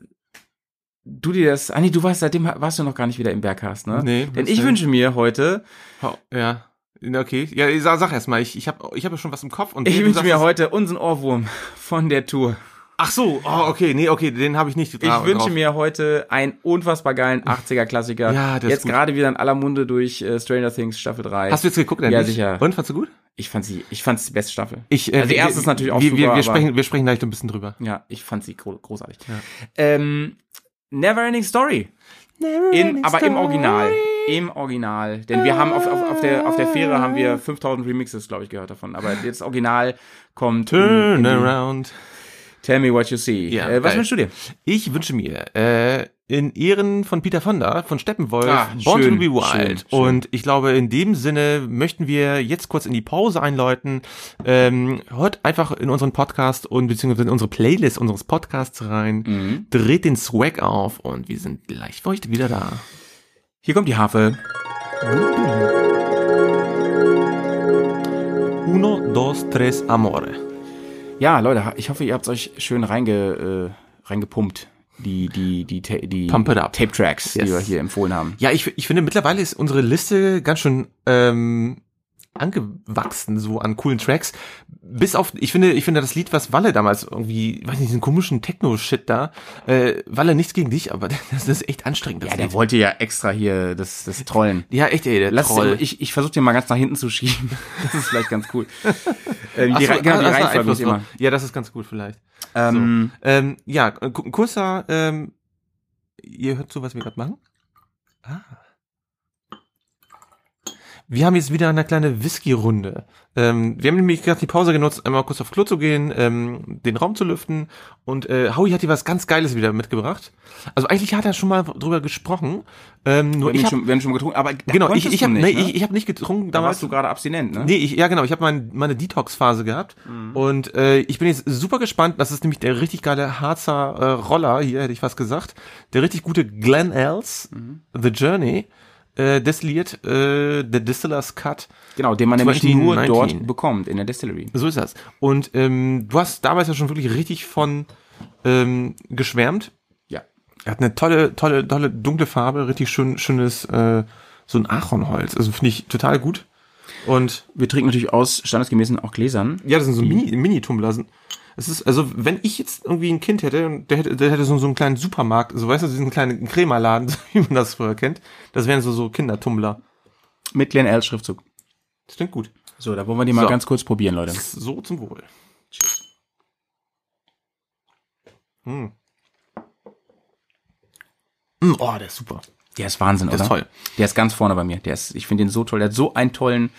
[SPEAKER 5] du dir das, ah nee, du warst seitdem warst du noch gar nicht wieder im Bergcast, ne?
[SPEAKER 6] Nee,
[SPEAKER 5] Denn
[SPEAKER 6] was
[SPEAKER 5] ich
[SPEAKER 6] denn?
[SPEAKER 5] wünsche mir heute,
[SPEAKER 6] Hau- Ja. Na, Okay. Ja, sag, sag erst mal, ich ich habe ich hab ja schon was im Kopf und
[SPEAKER 5] ich
[SPEAKER 6] du
[SPEAKER 5] wünsche
[SPEAKER 6] sagst
[SPEAKER 5] mir
[SPEAKER 6] es-
[SPEAKER 5] heute unseren Ohrwurm von der Tour.
[SPEAKER 6] Ach so, oh, okay, nee, okay, den habe ich nicht
[SPEAKER 5] Ich
[SPEAKER 6] Ah, drauf.
[SPEAKER 5] wünsche mir heute einen unfassbar geilen 80er Klassiker.
[SPEAKER 6] Ja, der ist
[SPEAKER 5] Jetzt
[SPEAKER 6] gut.
[SPEAKER 5] gerade wieder in aller Munde durch äh, Stranger Things Staffel 3.
[SPEAKER 6] Hast du jetzt geguckt,
[SPEAKER 5] Ja,
[SPEAKER 6] nicht?
[SPEAKER 5] sicher.
[SPEAKER 6] Und fandst du gut?
[SPEAKER 5] ich fand sie ich fand sie die beste Staffel.
[SPEAKER 6] Ich, äh,
[SPEAKER 5] Also die
[SPEAKER 6] wir-
[SPEAKER 5] erste ist natürlich auch
[SPEAKER 6] wir,
[SPEAKER 5] super,
[SPEAKER 6] wir,
[SPEAKER 5] aber-
[SPEAKER 6] wir sprechen, wir sprechen gleich noch ein bisschen drüber.
[SPEAKER 5] Ja, ich fand sie gro- großartig. Ähm, Neverending Story. In, aber im Original. Im Original. Denn wir haben auf, auf, auf, der, auf der Fähre haben wir 5000 Remixes, glaube ich, gehört davon. Aber jetzt Original kommt. in- in
[SPEAKER 6] Turn
[SPEAKER 5] die-
[SPEAKER 6] around.
[SPEAKER 5] Tell me what you see.
[SPEAKER 6] Ja,
[SPEAKER 5] äh, was
[SPEAKER 6] geil.
[SPEAKER 5] wünschst du dir?
[SPEAKER 6] Ich wünsche mir äh, in Ehren von Peter Fonda von Steppenwolf
[SPEAKER 5] Ah,
[SPEAKER 6] Born
[SPEAKER 5] schön,
[SPEAKER 6] to be
[SPEAKER 5] schön,
[SPEAKER 6] Wild.
[SPEAKER 5] schön.
[SPEAKER 6] Und ich glaube, in dem Sinne möchten wir jetzt kurz in die Pause einläuten. Ähm, hört einfach in unseren Podcast und beziehungsweise in unsere Playlist unseres Podcasts rein.
[SPEAKER 5] Mhm.
[SPEAKER 6] Dreht den Swag auf und wir sind gleich für euch wieder da.
[SPEAKER 5] Hier kommt die Harfe.
[SPEAKER 6] Uno, dos, tres, amore.
[SPEAKER 5] Ja, Leute, ich hoffe, ihr habt euch schön reinge, äh, reingepumpt. Die, die, die, Ta- die
[SPEAKER 6] Pump it up.
[SPEAKER 5] Tape-Tracks,
[SPEAKER 6] Yes.
[SPEAKER 5] die wir hier empfohlen haben.
[SPEAKER 6] Ja, ich, ich finde, mittlerweile ist unsere Liste ganz schön ähm, angewachsen, so an coolen Tracks. Bis auf, ich finde, ich finde das Lied, was Walle damals irgendwie, weiß nicht, diesen komischen Techno-Shit da. Äh, Walle, nichts gegen dich, aber das, das ist echt anstrengend. Das
[SPEAKER 5] Ja, der
[SPEAKER 6] Lied.
[SPEAKER 5] wollte ja extra hier das, das Trollen.
[SPEAKER 6] ja echt, ey, der
[SPEAKER 5] Lass
[SPEAKER 6] Troll.
[SPEAKER 5] Ich, ich versuche den mal ganz nach hinten zu schieben. Das ist vielleicht ganz cool. ähm,
[SPEAKER 6] Ach
[SPEAKER 5] die,
[SPEAKER 6] so,
[SPEAKER 5] Rei- genau, die
[SPEAKER 6] ah, das war
[SPEAKER 5] Reihenfolge
[SPEAKER 6] Einfluss
[SPEAKER 5] muss immer.
[SPEAKER 6] drauf. Ja, das ist ganz gut vielleicht.
[SPEAKER 5] Ähm,
[SPEAKER 6] Ähm, ja, äh, ku- kurzer, ähm, ihr hört zu, was wir gerade machen? Ah. Wir haben jetzt wieder eine kleine Whisky-Runde. Ähm, wir haben nämlich gerade die Pause genutzt, einmal kurz auf Klo zu gehen, ähm, den Raum zu lüften. Und äh, Howie hat hier was ganz Geiles wieder mitgebracht. Also eigentlich hat er schon mal drüber gesprochen. Ähm, nur
[SPEAKER 5] wir, haben
[SPEAKER 6] ich hab,
[SPEAKER 5] schon, wir haben schon getrunken, aber da
[SPEAKER 6] genau, ich,
[SPEAKER 5] konntest
[SPEAKER 6] ich
[SPEAKER 5] du
[SPEAKER 6] habe
[SPEAKER 5] nicht,
[SPEAKER 6] nee,
[SPEAKER 5] ne?
[SPEAKER 6] ich, ich hab nicht getrunken
[SPEAKER 5] da
[SPEAKER 6] damals.
[SPEAKER 5] warst du gerade abstinent, ne?
[SPEAKER 6] Nee, ich, ja genau, ich habe mein, meine Detox-Phase gehabt und äh, ich bin jetzt super gespannt, das ist nämlich der richtig geile Harzer äh, Roller, hier hätte ich fast gesagt, der richtig gute Glen Els, The Journey, äh, destilliert, äh, The Distiller's Cut,
[SPEAKER 5] Genau, den man nämlich nur
[SPEAKER 6] 2019.
[SPEAKER 5] dort bekommt, in der Distillery.
[SPEAKER 6] so ist das. Und ähm, du hast damals ja schon wirklich richtig von ähm, geschwärmt.
[SPEAKER 5] Ja.
[SPEAKER 6] Er hat eine tolle, tolle, tolle dunkle Farbe, richtig schön, schönes, äh, so ein Ahornholz, also finde ich total gut. Und
[SPEAKER 5] Wir trinken natürlich aus standesgemäßen auch Gläsern.
[SPEAKER 6] Ja, das sind so Mini- Mini-Tumbler. sind. es ist, also, wenn ich jetzt irgendwie ein Kind hätte und der hätte, der hätte so, so einen kleinen Supermarkt, so weißt du, diesen kleinen Krämerladen, so wie man das früher kennt, das wären so, so Kindertumbler.
[SPEAKER 5] Mit Glen L Schriftzug.
[SPEAKER 6] Das klingt gut.
[SPEAKER 5] So, da wollen wir die mal
[SPEAKER 6] So.
[SPEAKER 5] ganz kurz probieren, Leute.
[SPEAKER 6] So zum Wohl. Hm. Hm, Oh, der ist super.
[SPEAKER 5] Der ist Wahnsinn,
[SPEAKER 6] Der
[SPEAKER 5] oder?
[SPEAKER 6] ist toll.
[SPEAKER 5] Der ist ganz vorne bei mir. Der ist, ich finde den so toll. Der hat so einen tollen,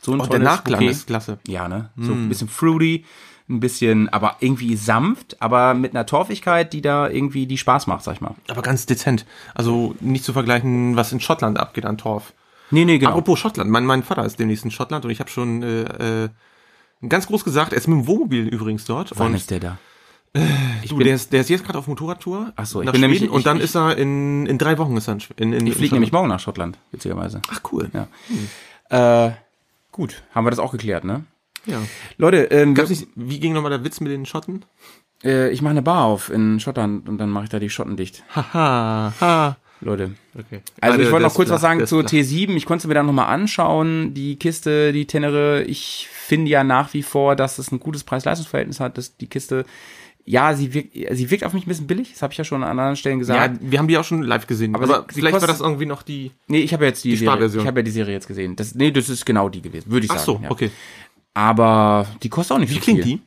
[SPEAKER 5] so einen
[SPEAKER 6] Auch der
[SPEAKER 5] tollen
[SPEAKER 6] Nachklang ist klasse. Hm.
[SPEAKER 5] Ja, ne? So ein bisschen fruity, ein bisschen, aber irgendwie sanft, aber mit einer Torfigkeit, die da irgendwie, die Spaß macht, sag ich mal.
[SPEAKER 6] Aber ganz dezent. Also nicht zu vergleichen, was in Schottland abgeht an Torf.
[SPEAKER 5] Nee, nee, genau.
[SPEAKER 6] Apropos Schottland, mein, mein Vater ist demnächst in Schottland und ich habe schon äh, äh, ganz groß gesagt, er ist mit dem Wohnmobil übrigens dort.
[SPEAKER 5] Wann
[SPEAKER 6] und
[SPEAKER 5] ist der da?
[SPEAKER 6] du,
[SPEAKER 5] bin-
[SPEAKER 6] der, ist, der ist jetzt gerade auf Motorradtour.
[SPEAKER 5] Ach so, ich
[SPEAKER 6] ich nach
[SPEAKER 5] bin
[SPEAKER 6] Schweden
[SPEAKER 5] nämlich- ich-
[SPEAKER 6] und dann
[SPEAKER 5] ich-
[SPEAKER 6] ist er in, in drei Wochen ist er in, Schw- in, in
[SPEAKER 5] Ich fliege nämlich morgen nach Schottland, witzigerweise.
[SPEAKER 6] Ach cool.
[SPEAKER 5] Ja.
[SPEAKER 6] Ja.
[SPEAKER 5] Äh, gut, haben wir das auch geklärt, ne?
[SPEAKER 6] ja.
[SPEAKER 5] Leute, ähm,
[SPEAKER 6] Gab's nicht, wie ging nochmal der Witz mit den Schotten?
[SPEAKER 5] äh, ich mache eine Bar auf in Schottland und dann mache ich da die Schotten dicht.
[SPEAKER 6] Haha. Ha.
[SPEAKER 5] Leute.
[SPEAKER 6] Okay.
[SPEAKER 5] Also
[SPEAKER 6] Ah,
[SPEAKER 5] ich
[SPEAKER 6] der-
[SPEAKER 5] wollte
[SPEAKER 6] der
[SPEAKER 5] noch
[SPEAKER 6] ist
[SPEAKER 5] kurz
[SPEAKER 6] flach,
[SPEAKER 5] was sagen
[SPEAKER 6] der ist
[SPEAKER 5] zu
[SPEAKER 6] flach.
[SPEAKER 5] T7. Ich konnte es mir dann nochmal anschauen. Die Kiste, die Tenere, ich finde ja nach wie vor, dass es ein gutes Preis-Leistungs-Verhältnis hat. Dass die Kiste, ja, sie wirkt, sie wirkt auf mich ein bisschen billig. Das habe ich ja schon an anderen Stellen gesagt.
[SPEAKER 6] Ja, wir haben die auch schon live gesehen.
[SPEAKER 5] Aber
[SPEAKER 6] Aber,
[SPEAKER 5] sie- sie
[SPEAKER 6] vielleicht war
[SPEAKER 5] kostet-
[SPEAKER 6] das irgendwie noch die.
[SPEAKER 5] nee, ich habe ja jetzt die, Serie,
[SPEAKER 6] Sparversion.
[SPEAKER 5] ich habe ja die Serie jetzt gesehen. Das, nee, das ist genau die gewesen, würde ich
[SPEAKER 6] Ach
[SPEAKER 5] sagen.
[SPEAKER 6] so,
[SPEAKER 5] ja.
[SPEAKER 6] okay.
[SPEAKER 5] Aber die kostet auch nicht
[SPEAKER 6] Wie
[SPEAKER 5] so
[SPEAKER 6] klingt
[SPEAKER 5] viel.
[SPEAKER 6] die?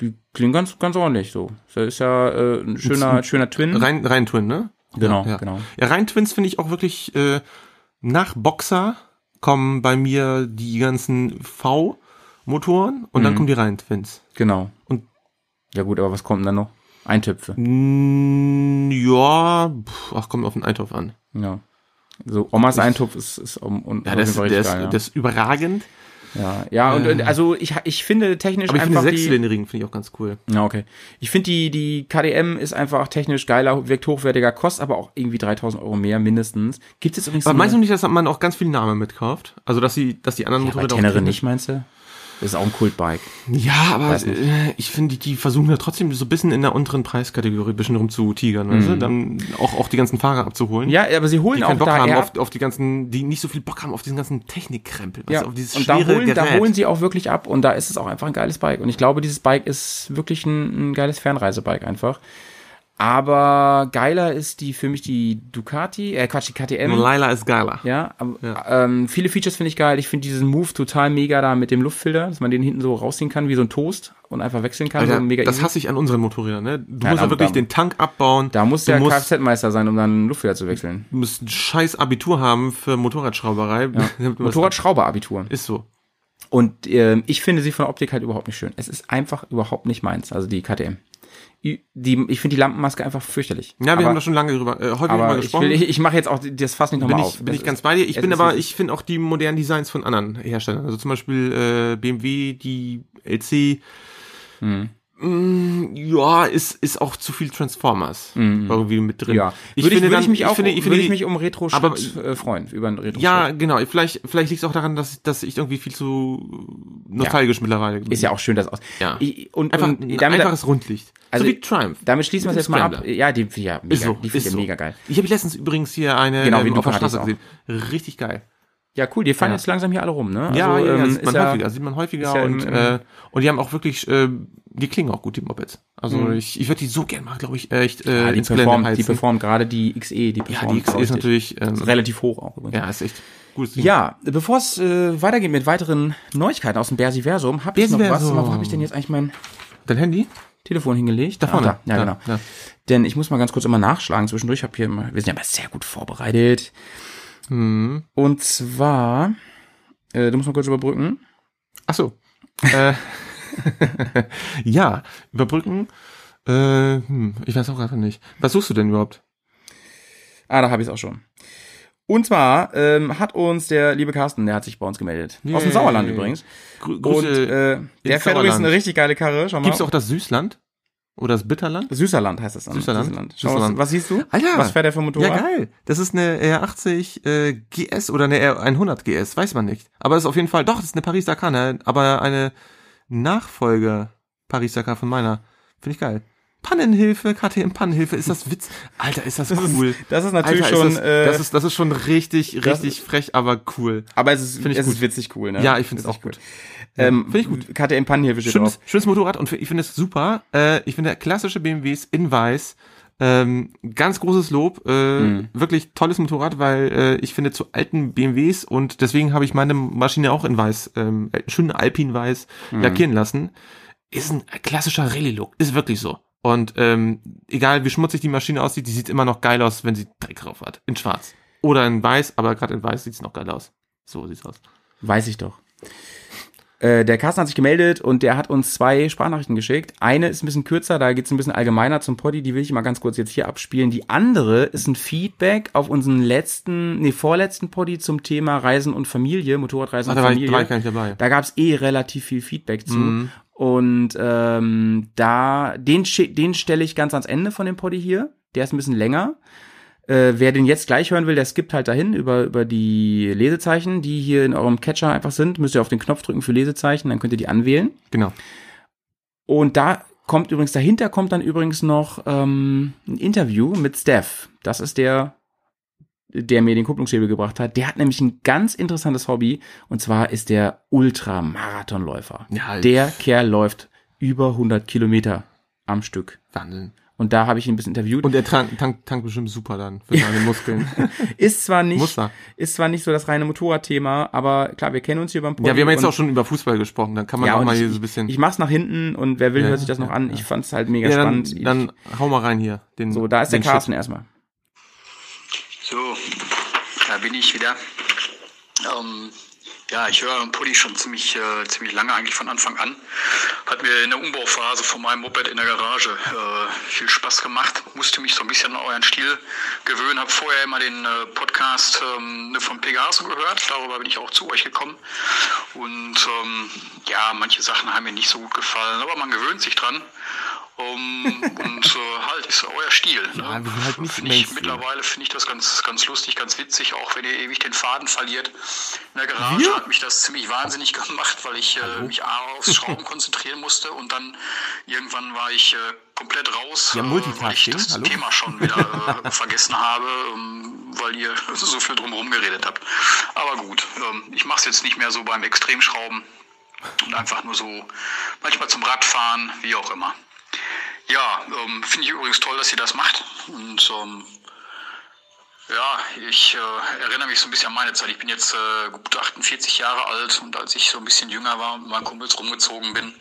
[SPEAKER 5] Die? die klingt ganz, ganz ordentlich so. Das ist ja äh, ein schöner, schöner Twin.
[SPEAKER 6] Rein, rein Twin, ne?
[SPEAKER 5] genau,
[SPEAKER 6] Ja,
[SPEAKER 5] genau.
[SPEAKER 6] ja rein Twins finde ich auch wirklich, äh, nach Boxer kommen bei mir die ganzen V-Motoren und
[SPEAKER 5] Mhm.
[SPEAKER 6] dann kommen die rein Twins.
[SPEAKER 5] Genau.
[SPEAKER 6] Und-
[SPEAKER 5] ja gut, aber was kommt denn dann noch? Eintöpfe.
[SPEAKER 6] Mm, ja, pf, ach, kommt auf den Eintopf an.
[SPEAKER 5] Ja. So, Omas Eintopf ist, ist um, und
[SPEAKER 6] Ja, der ist,
[SPEAKER 5] auf
[SPEAKER 6] der
[SPEAKER 5] jeden
[SPEAKER 6] ist,
[SPEAKER 5] Fall richtig
[SPEAKER 6] der ist überragend.
[SPEAKER 5] geil, ja. ja, und, und also ich, ich finde technisch
[SPEAKER 6] Aber ich finde
[SPEAKER 5] einfach
[SPEAKER 6] den
[SPEAKER 5] die,
[SPEAKER 6] sechscylindrigen finde ich auch ganz cool.
[SPEAKER 5] ja, okay. Ich finde die, die KDM ist einfach technisch geiler, wirkt hochwertiger, kostet aber auch irgendwie 3000 Euro mehr mindestens. Gibt es übrigens
[SPEAKER 6] Aber
[SPEAKER 5] so
[SPEAKER 6] meinst du
[SPEAKER 5] eine-
[SPEAKER 6] nicht, dass man auch ganz viel Namen mitkauft? Also, dass die, dass die anderen
[SPEAKER 5] ja, bei
[SPEAKER 6] Motorräder
[SPEAKER 5] Tenere
[SPEAKER 6] auch
[SPEAKER 5] nicht, meinst du? Das ist auch ein Kultbike.
[SPEAKER 6] Ja, aber
[SPEAKER 5] Weiß nicht.
[SPEAKER 6] äh, ich finde, die, die versuchen da trotzdem so ein bisschen in der unteren Preiskategorie ein bisschen rumzutigern, weißt du? Dann auch, auch die ganzen Fahrer abzuholen.
[SPEAKER 5] Mhm. Ja, aber sie holen
[SPEAKER 6] die
[SPEAKER 5] auch
[SPEAKER 6] keinen Bock
[SPEAKER 5] da
[SPEAKER 6] haben
[SPEAKER 5] eher
[SPEAKER 6] auf, auf die ganzen, die nicht so viel Bock haben auf diesen ganzen Technikkrempel, weißt
[SPEAKER 5] Ja,
[SPEAKER 6] du, auf dieses
[SPEAKER 5] und da
[SPEAKER 6] schwere
[SPEAKER 5] holen, da
[SPEAKER 6] Gerät.
[SPEAKER 5] holen sie auch wirklich ab und da ist es auch einfach ein geiles Bike. Und ich glaube, dieses Bike ist wirklich ein, ein geiles Fernreisebike einfach. Aber geiler ist die für mich die Ducati, äh Quatsch, die KTM.
[SPEAKER 6] Nur Laila ist geiler.
[SPEAKER 5] Ja, aber, Ähm, viele Features finde ich geil. Ich finde diesen Move total mega da mit dem Luftfilter, dass man den hinten so rausziehen kann wie so ein Toast und einfach wechseln kann.
[SPEAKER 6] Alter,
[SPEAKER 5] so Also mega
[SPEAKER 6] das
[SPEAKER 5] easy.
[SPEAKER 6] hasse ich an unseren Motorrädern, ne? Du
[SPEAKER 5] Ja,
[SPEAKER 6] musst
[SPEAKER 5] da-
[SPEAKER 6] ja wirklich
[SPEAKER 5] da-
[SPEAKER 6] den Tank abbauen.
[SPEAKER 5] da muss
[SPEAKER 6] du
[SPEAKER 5] der
[SPEAKER 6] musst,
[SPEAKER 5] Kfz-Meister sein, um dann einen Luftfilter zu wechseln.
[SPEAKER 6] du musst ein scheiß Abitur haben für Motorradschrauberei. damit du was-
[SPEAKER 5] Motorradschrauberabitur.
[SPEAKER 6] Ist so.
[SPEAKER 5] Und ähm, ich finde sie von der Optik halt überhaupt nicht schön. Es ist einfach überhaupt nicht meins, also die KTM. I- Die, ich finde die Lampenmaske einfach fürchterlich.
[SPEAKER 6] Ja, wir
[SPEAKER 5] aber,
[SPEAKER 6] haben da schon lange drüber, äh, häufig drüber
[SPEAKER 5] aber ich,
[SPEAKER 6] gesprochen.
[SPEAKER 5] will, ich, ich mache jetzt auch die- das Fass nicht
[SPEAKER 6] bin
[SPEAKER 5] nochmal auf.
[SPEAKER 6] ich, bin
[SPEAKER 5] Es
[SPEAKER 6] ich ganz
[SPEAKER 5] ist-
[SPEAKER 6] bei dir. Ich
[SPEAKER 5] es
[SPEAKER 6] bin
[SPEAKER 5] ist
[SPEAKER 6] aber,
[SPEAKER 5] so.
[SPEAKER 6] ich finde auch die modernen Designs von
[SPEAKER 5] Mhm.
[SPEAKER 6] anderen Herstellern. Also zum Beispiel äh, BMW, die LC. Mm, Ja, ist, ist auch zu viel Transformers irgendwie mit drin.
[SPEAKER 5] Mhm. Ja.
[SPEAKER 6] ich
[SPEAKER 5] würde
[SPEAKER 6] finde
[SPEAKER 5] ich, würde
[SPEAKER 6] dann,
[SPEAKER 5] ich mich auch,
[SPEAKER 6] finde, ich finde
[SPEAKER 5] würde ich
[SPEAKER 6] die-
[SPEAKER 5] mich um retro
[SPEAKER 6] Aber-
[SPEAKER 5] äh, freuen, über einen retro
[SPEAKER 6] Ja, genau. Vielleicht, vielleicht liegt es auch daran, dass, dass ich irgendwie viel zu äh, nostalgisch mittlerweile bin.
[SPEAKER 5] Ist ja auch schön, das aus.
[SPEAKER 6] Ja.
[SPEAKER 5] Ich, und,
[SPEAKER 6] einfach
[SPEAKER 5] und
[SPEAKER 6] ein
[SPEAKER 5] damit,
[SPEAKER 6] einfaches Rundlicht.
[SPEAKER 5] also-
[SPEAKER 6] so wie Triumph.
[SPEAKER 5] damit schließen wir es
[SPEAKER 6] Mit
[SPEAKER 5] jetzt mal ab.
[SPEAKER 6] Scrambler.
[SPEAKER 5] Ja, die, ja, mega,
[SPEAKER 6] ist so,
[SPEAKER 5] die
[SPEAKER 6] ist
[SPEAKER 5] finde ich
[SPEAKER 6] so.
[SPEAKER 5] mega geil.
[SPEAKER 6] Ich habe letztens übrigens hier eine
[SPEAKER 5] Genau, wie
[SPEAKER 6] ähm,
[SPEAKER 5] du
[SPEAKER 6] auf der
[SPEAKER 5] gerade
[SPEAKER 6] Straße
[SPEAKER 5] auch.
[SPEAKER 6] gesehen. Richtig geil.
[SPEAKER 5] Ja, cool. Die fahren
[SPEAKER 6] Ja.
[SPEAKER 5] jetzt langsam hier alle rum, ne?
[SPEAKER 6] ja,
[SPEAKER 5] Also,
[SPEAKER 6] ja, ja,
[SPEAKER 5] ähm,
[SPEAKER 6] sieht
[SPEAKER 5] ist
[SPEAKER 6] man
[SPEAKER 5] ja-
[SPEAKER 6] häufiger, sieht man häufiger
[SPEAKER 5] ist ja im-
[SPEAKER 6] und,
[SPEAKER 5] im-
[SPEAKER 6] äh, und die haben auch wirklich, äh, die klingen auch gut, die Mopeds. Also ich, ich würde die so gern mal, glaube ich, echt äh,
[SPEAKER 5] Ja, Mhm. Ah, die,
[SPEAKER 6] ins Gelände
[SPEAKER 5] performt, die
[SPEAKER 6] heizen.
[SPEAKER 5] performt gerade die XE, die
[SPEAKER 6] ja,
[SPEAKER 5] performt
[SPEAKER 6] die X E
[SPEAKER 5] richtig.
[SPEAKER 6] ist natürlich, ähm,
[SPEAKER 5] relativ hoch auch übrigens.
[SPEAKER 6] ja, ist echt gut.
[SPEAKER 5] Ja, bevor es äh, weitergeht mit weiteren Neuigkeiten aus dem Bersiversum, habe ich noch was.
[SPEAKER 6] Bersiversum.
[SPEAKER 5] Mal, Wo habe ich denn jetzt eigentlich mein
[SPEAKER 6] Dein Handy?
[SPEAKER 5] Telefon hingelegt? Ah, Da
[SPEAKER 6] vorne.
[SPEAKER 5] da. Ja,
[SPEAKER 6] Da,
[SPEAKER 5] genau.
[SPEAKER 6] da.
[SPEAKER 5] Denn ich muss mal ganz kurz immer nachschlagen zwischendurch. Ich habe hier immer, wir sind ja immer sehr gut vorbereitet.
[SPEAKER 6] Hm.
[SPEAKER 5] Und zwar, äh, du musst mal kurz überbrücken.
[SPEAKER 6] Ach so. äh, ja, überbrücken. Äh, hm, ich weiß auch gerade nicht. Was suchst du denn überhaupt?
[SPEAKER 5] Ah, da habe ich es auch schon. Und zwar ähm, hat uns der liebe Carsten, der hat sich bei uns gemeldet. Aus dem
[SPEAKER 6] Yay.
[SPEAKER 5] Sauerland übrigens.
[SPEAKER 6] Grü
[SPEAKER 5] Und
[SPEAKER 6] Grüße.
[SPEAKER 5] äh, der fährt
[SPEAKER 6] Sauerland.
[SPEAKER 5] übrigens eine richtig geile Karre. Schau mal.
[SPEAKER 6] Gibt's auch das Süßland? Oder das Bitterland?
[SPEAKER 5] Süßerland heißt das dann.
[SPEAKER 6] Süßerland?
[SPEAKER 5] Schau,
[SPEAKER 6] Süßerland.
[SPEAKER 5] Was, was siehst du?
[SPEAKER 6] Alter!
[SPEAKER 5] Was fährt der für ein Motorrad?
[SPEAKER 6] Ja, geil. Das ist eine R80 äh, GS oder eine R100 GS, weiß man nicht. Aber es ist auf jeden Fall, doch, das ist eine Paris-Dakar, ne? aber eine Nachfolge Paris-Dakar von meiner. Finde ich geil. Pannenhilfe, KTM Pannenhilfe, ist das Witz? Alter, ist das, cool.
[SPEAKER 5] das ist natürlich
[SPEAKER 6] Alter,
[SPEAKER 5] schon,
[SPEAKER 6] Ist das,
[SPEAKER 5] äh,
[SPEAKER 6] das, ist, das ist schon richtig,
[SPEAKER 5] das-
[SPEAKER 6] richtig frech, aber cool.
[SPEAKER 5] Aber es ist,
[SPEAKER 6] Find ich
[SPEAKER 5] es ist
[SPEAKER 6] gut.
[SPEAKER 5] witzig cool, ne?
[SPEAKER 6] Ja, ich find's
[SPEAKER 5] Witzig
[SPEAKER 6] auch gut.
[SPEAKER 5] cool. Ähm, Finde
[SPEAKER 6] Find
[SPEAKER 5] ich gut.
[SPEAKER 6] ich
[SPEAKER 5] KTM Pannenhilfe steht
[SPEAKER 6] Schönes,
[SPEAKER 5] drauf.
[SPEAKER 6] schönes Motorrad und ich finde es super. Äh, ich finde klassische BMWs in weiß. Ähm, ganz großes Lob, äh,
[SPEAKER 5] Mhm.
[SPEAKER 6] wirklich tolles Motorrad, weil äh, ich finde zu alten BMWs und deswegen habe ich meine Maschine auch in weiß, ähm, äh, schönen Alpin-Weiß
[SPEAKER 5] Mhm.
[SPEAKER 6] lackieren lassen. Ist ein klassischer Rallye-Look, ist wirklich so. Und ähm, egal wie schmutzig die Maschine aussieht, die sieht immer noch geil aus, wenn sie Dreck drauf hat. In schwarz. Oder in weiß, aber gerade in weiß sieht es noch geil aus. So sieht's aus.
[SPEAKER 5] Weiß ich doch. Äh, der Carsten hat sich gemeldet und der hat uns zwei Sprachnachrichten geschickt. Eine ist ein bisschen kürzer, da geht's ein bisschen allgemeiner zum Poddy, die will ich mal ganz kurz jetzt hier abspielen. Die andere ist ein Feedback auf unseren letzten, nee, vorletzten Poddy zum Thema Reisen und Familie, Motorradreisen
[SPEAKER 6] Ah,
[SPEAKER 5] und
[SPEAKER 6] da war ich,
[SPEAKER 5] Familie.
[SPEAKER 6] da war ich gar nicht dabei.
[SPEAKER 5] Da gab's eh relativ viel Feedback zu. Und ähm, da, den, schi- den stelle ich ganz ans Ende von dem Poddy hier. Der ist ein bisschen länger. Äh, wer den jetzt gleich hören will, der skippt halt dahin über, über die Lesezeichen, die hier in eurem Catcher einfach sind. Müsst ihr auf den Knopf drücken für Lesezeichen, dann könnt ihr die anwählen.
[SPEAKER 6] Genau.
[SPEAKER 5] Und da kommt übrigens, dahinter kommt dann übrigens noch ähm, ein Interview mit Steph. Das ist der, der mir den Kupplungshebel gebracht hat. Der hat nämlich ein ganz interessantes Hobby und zwar ist der Ultramarathonläufer.
[SPEAKER 6] Ja,
[SPEAKER 5] Der Kerl läuft über 100 Kilometer am Stück.
[SPEAKER 6] Wahnsinn.
[SPEAKER 5] Und da habe ich ihn ein bisschen interviewt.
[SPEAKER 6] Und er tankt tank, tank bestimmt super dann für seine Muskeln.
[SPEAKER 5] ist zwar nicht,
[SPEAKER 6] Muster.
[SPEAKER 5] ist zwar nicht so das reine Motorradthema, aber klar, wir kennen uns hier beim Pony
[SPEAKER 6] ja, wir haben jetzt
[SPEAKER 5] und-
[SPEAKER 6] auch schon über Fußball gesprochen, dann kann man
[SPEAKER 5] ja,
[SPEAKER 6] auch
[SPEAKER 5] und
[SPEAKER 6] mal hier
[SPEAKER 5] ich,
[SPEAKER 6] so ein bisschen.
[SPEAKER 5] Ich mach's nach hinten und wer will,
[SPEAKER 6] Ja,
[SPEAKER 5] hört sich das noch an. Ich fand's halt mega
[SPEAKER 6] ja, dann,
[SPEAKER 5] spannend.
[SPEAKER 6] dann hau mal rein hier. Den,
[SPEAKER 5] ich, so, da ist der
[SPEAKER 6] den
[SPEAKER 5] Carsten erstmal.
[SPEAKER 8] So, da bin ich wieder. Ähm, ja, ich höre Pulli schon ziemlich, äh, ziemlich lange, eigentlich von Anfang an. Hat mir in der Umbauphase von meinem Moped in der Garage äh, viel Spaß gemacht. Musste mich so ein bisschen an euren Stil gewöhnen. Habe vorher immer den äh, Podcast ähm, von Pegaso gehört. Darüber bin ich auch zu euch gekommen. Und ähm, ja, manche Sachen haben mir nicht so gut gefallen, aber man gewöhnt sich dran. Ähm, und äh, halt, ist euer Stil. Ne?
[SPEAKER 6] Ja, wir sind halt nicht
[SPEAKER 8] Finde ich
[SPEAKER 6] Mainstream.
[SPEAKER 8] mittlerweile finde ich das ganz, ganz lustig, ganz witzig, auch wenn ihr ewig den Faden verliert. In der Garage
[SPEAKER 6] Wir?
[SPEAKER 8] hat mich das ziemlich wahnsinnig gemacht, weil ich äh, mich A aufs Schrauben konzentrieren musste und dann irgendwann war ich äh, komplett raus,
[SPEAKER 6] Ja,
[SPEAKER 8] äh, weil ich
[SPEAKER 6] Multitasking,
[SPEAKER 8] das
[SPEAKER 6] hallo?
[SPEAKER 8] Thema schon wieder äh, vergessen habe, ähm, weil ihr so viel drumherum geredet habt. Aber gut, ähm, ich mache es jetzt nicht mehr so beim Extremschrauben und einfach nur so manchmal zum Radfahren, wie auch immer. Ja, ähm, finde ich übrigens toll, dass ihr das macht. Und ähm, ja, ich äh, erinnere mich so ein bisschen an meine Zeit. Ich bin jetzt äh, gut 48 Jahre alt und als ich so ein bisschen jünger war und mit meinen Kumpels rumgezogen bin,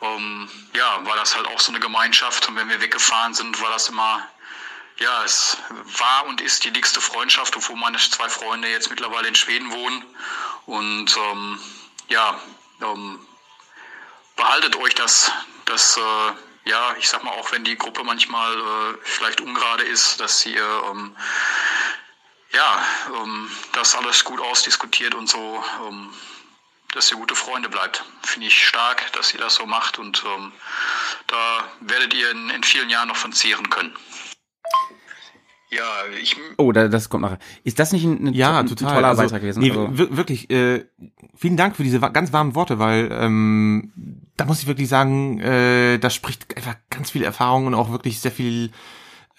[SPEAKER 8] ähm, ja, war das halt auch so eine Gemeinschaft. Und wenn wir weggefahren sind, war das immer, ja, es war und ist die dickste Freundschaft, obwohl meine zwei Freunde jetzt mittlerweile in Schweden wohnen. Und ähm, ja, ähm, behaltet euch das, das äh, ja, ich sag mal, auch wenn die Gruppe manchmal äh, vielleicht ungerade ist, dass ihr ähm, ja, ähm, das alles gut ausdiskutiert und so, ähm, dass ihr gute Freunde bleibt. Finde ich stark, dass ihr das so macht und ähm,
[SPEAKER 9] Da werdet ihr in, in vielen Jahren noch von zehren können. Ja, ich
[SPEAKER 5] Oh, da, das kommt nachher. Ist das nicht ein, ein,
[SPEAKER 6] Ja,
[SPEAKER 5] ein,
[SPEAKER 6] total.
[SPEAKER 5] ein toller
[SPEAKER 6] Also,
[SPEAKER 5] Beitrag gewesen?
[SPEAKER 6] Nee,
[SPEAKER 5] Also-
[SPEAKER 6] wir- Wirklich, äh, vielen Dank für diese wa- ganz warmen Worte, weil ähm, da muss ich wirklich sagen, äh, da spricht einfach ganz viel Erfahrung und auch wirklich sehr viel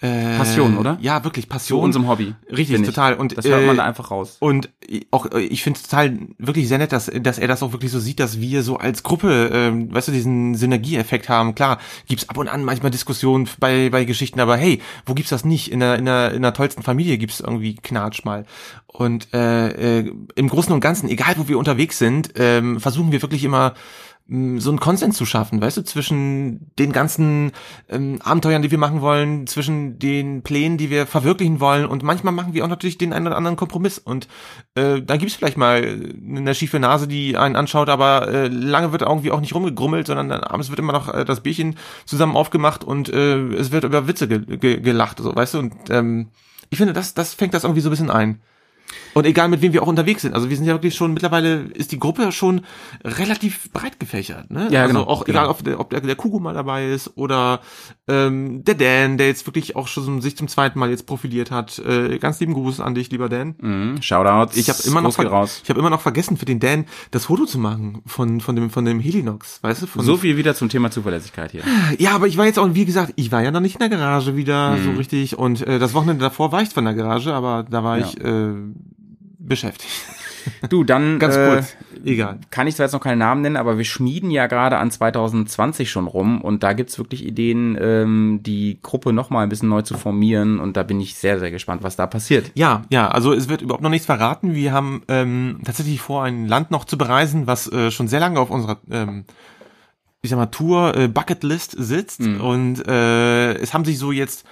[SPEAKER 6] äh,
[SPEAKER 5] Passion, oder?
[SPEAKER 6] Ja, wirklich
[SPEAKER 5] zu
[SPEAKER 6] Passion.
[SPEAKER 5] unserem Hobby.
[SPEAKER 6] Richtig,
[SPEAKER 5] finde ich.
[SPEAKER 6] total. Und,
[SPEAKER 5] das hört man
[SPEAKER 6] äh,
[SPEAKER 5] da einfach raus.
[SPEAKER 6] Und auch, äh, ich finde es total wirklich sehr nett, dass, dass er das auch wirklich so sieht, dass wir so als Gruppe, ähm, weißt du, diesen Synergieeffekt haben. Klar, gibt's ab und an manchmal Diskussionen bei, bei Geschichten, aber hey, wo gibt's das nicht? In der, in der, in der tollsten Familie gibt's irgendwie Knatsch mal. Und äh, äh, im Großen und Ganzen, egal wo wir unterwegs sind, ähm, versuchen wir wirklich immer mh, so einen Konsens zu schaffen, weißt du, zwischen den ganzen ähm, Abenteuern, die wir machen wollen, zwischen den Plänen, die wir verwirklichen wollen und manchmal machen wir auch natürlich den einen oder anderen Kompromiss und äh, dann gibt's vielleicht mal äh, eine schiefe Nase, die einen anschaut, aber äh, lange wird irgendwie auch nicht rumgegrummelt, sondern dann abends wird immer noch äh, das Bierchen zusammen aufgemacht und äh, es wird über Witze ge ge gelacht, so, weißt du, und ähm, ich finde, das, das fängt das irgendwie so ein bisschen ein. Und egal mit wem wir auch unterwegs sind. Also wir sind ja wirklich schon, mittlerweile ist die Gruppe schon relativ breit gefächert. Ne?
[SPEAKER 5] Ja,
[SPEAKER 6] also
[SPEAKER 5] genau,
[SPEAKER 6] Auch
[SPEAKER 5] genau.
[SPEAKER 6] egal, ob der, ob der, der Kugo mal dabei ist oder ähm, der Dan, der jetzt wirklich auch schon sich zum zweiten Mal jetzt profiliert hat. Äh, ganz lieben Gruß an dich, lieber Dan.
[SPEAKER 5] Mhm. Shoutouts.
[SPEAKER 6] Ich habe immer noch
[SPEAKER 5] Gruß geht
[SPEAKER 6] ver-
[SPEAKER 5] raus.
[SPEAKER 6] ich habe immer noch vergessen für den Dan das Foto zu machen von von dem von dem Helinox, weißt du? Von,
[SPEAKER 5] So viel wieder zum Thema Zuverlässigkeit hier.
[SPEAKER 6] ja, aber ich war jetzt auch wie gesagt, ich war ja noch nicht in der Garage wieder
[SPEAKER 5] Mhm.
[SPEAKER 6] so richtig und äh, das Wochenende davor war ich von der Garage, aber da war
[SPEAKER 5] Ja.
[SPEAKER 6] ich äh, beschäftigt.
[SPEAKER 5] Du, dann
[SPEAKER 6] Ganz
[SPEAKER 5] äh,
[SPEAKER 6] kurz, egal.
[SPEAKER 5] kann ich zwar jetzt noch keinen Namen nennen, aber wir schmieden ja gerade an 2020 schon rum und da gibt's wirklich Ideen, ähm, die Gruppe nochmal ein bisschen neu zu formieren und da bin ich sehr, sehr gespannt, was da passiert.
[SPEAKER 6] Ja, ja, also es wird überhaupt noch nichts verraten. Wir haben ähm, tatsächlich vor, ein Land noch zu bereisen, was äh, schon sehr lange auf unserer, ähm, ich sag mal, Tour äh, Bucketlist sitzt.
[SPEAKER 5] Mhm.
[SPEAKER 6] Und äh, es haben sich so jetzt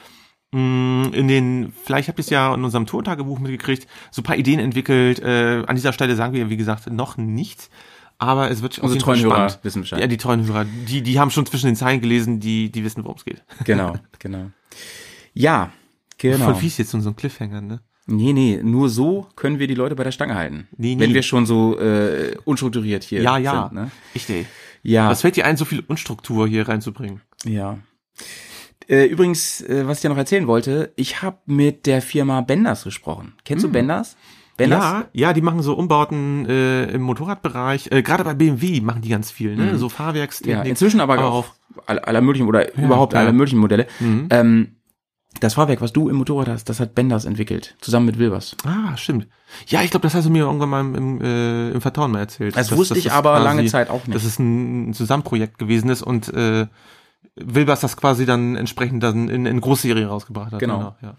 [SPEAKER 6] mh, in den, vielleicht habt ihr es ja in unserem Tourtagebuch mitgekriegt, so ein paar Ideen entwickelt. Äh, an dieser Stelle sagen wir, wie gesagt, noch nichts. Aber es wird auf
[SPEAKER 5] Unsere
[SPEAKER 6] jeden Fall
[SPEAKER 5] treuen Hörer
[SPEAKER 6] spannend.
[SPEAKER 5] wissen Bescheid.
[SPEAKER 6] Ja, die treuen Hörer, die, die haben schon zwischen den Zeilen gelesen, die, die wissen, worum es geht.
[SPEAKER 5] Genau, genau. Ja, genau.
[SPEAKER 6] Voll fies jetzt in so einem Cliffhanger, ne?
[SPEAKER 5] Nee, nee, nur so können wir die Leute bei der Stange halten.
[SPEAKER 6] Nee,
[SPEAKER 5] Wenn
[SPEAKER 6] nee.
[SPEAKER 5] wir schon so äh, unstrukturiert hier
[SPEAKER 6] Ja, ja.
[SPEAKER 5] sind. Ne?
[SPEAKER 6] Richtig.
[SPEAKER 5] Ja,
[SPEAKER 6] Was fällt dir ein, so viel Unstruktur hier reinzubringen?
[SPEAKER 5] ja. Äh, übrigens, äh, was ich dir noch erzählen wollte, ich habe mit der Firma Benders gesprochen. Kennst du Benders? Benders?
[SPEAKER 6] Hm. Ja, ja, die machen so Umbauten äh, im Motorradbereich. Äh, Gerade bei BMW machen die ganz viel, ne? So
[SPEAKER 5] Mhm. Ja,
[SPEAKER 6] Fahrwerkstechnik.
[SPEAKER 5] inzwischen aber
[SPEAKER 6] Aber
[SPEAKER 5] auch aller, aller möglichen oder überhaupt
[SPEAKER 6] ja. Mhm.
[SPEAKER 5] aller möglichen Modelle. Ähm, das Fahrwerk, was du im Motorrad hast, das hat Benders entwickelt, zusammen mit Wilbers.
[SPEAKER 6] Ah, stimmt. Ja, ich glaube, das hast du mir irgendwann mal im, im, äh, im Vertrauen mal erzählt.
[SPEAKER 5] Das wusste ich aber lange Zeit auch nicht.
[SPEAKER 6] Dass es ein Zusammenprojekt gewesen ist und äh, Wilbers das quasi dann entsprechend dann in, in Großserie rausgebracht hat.
[SPEAKER 5] Genau.
[SPEAKER 6] ja.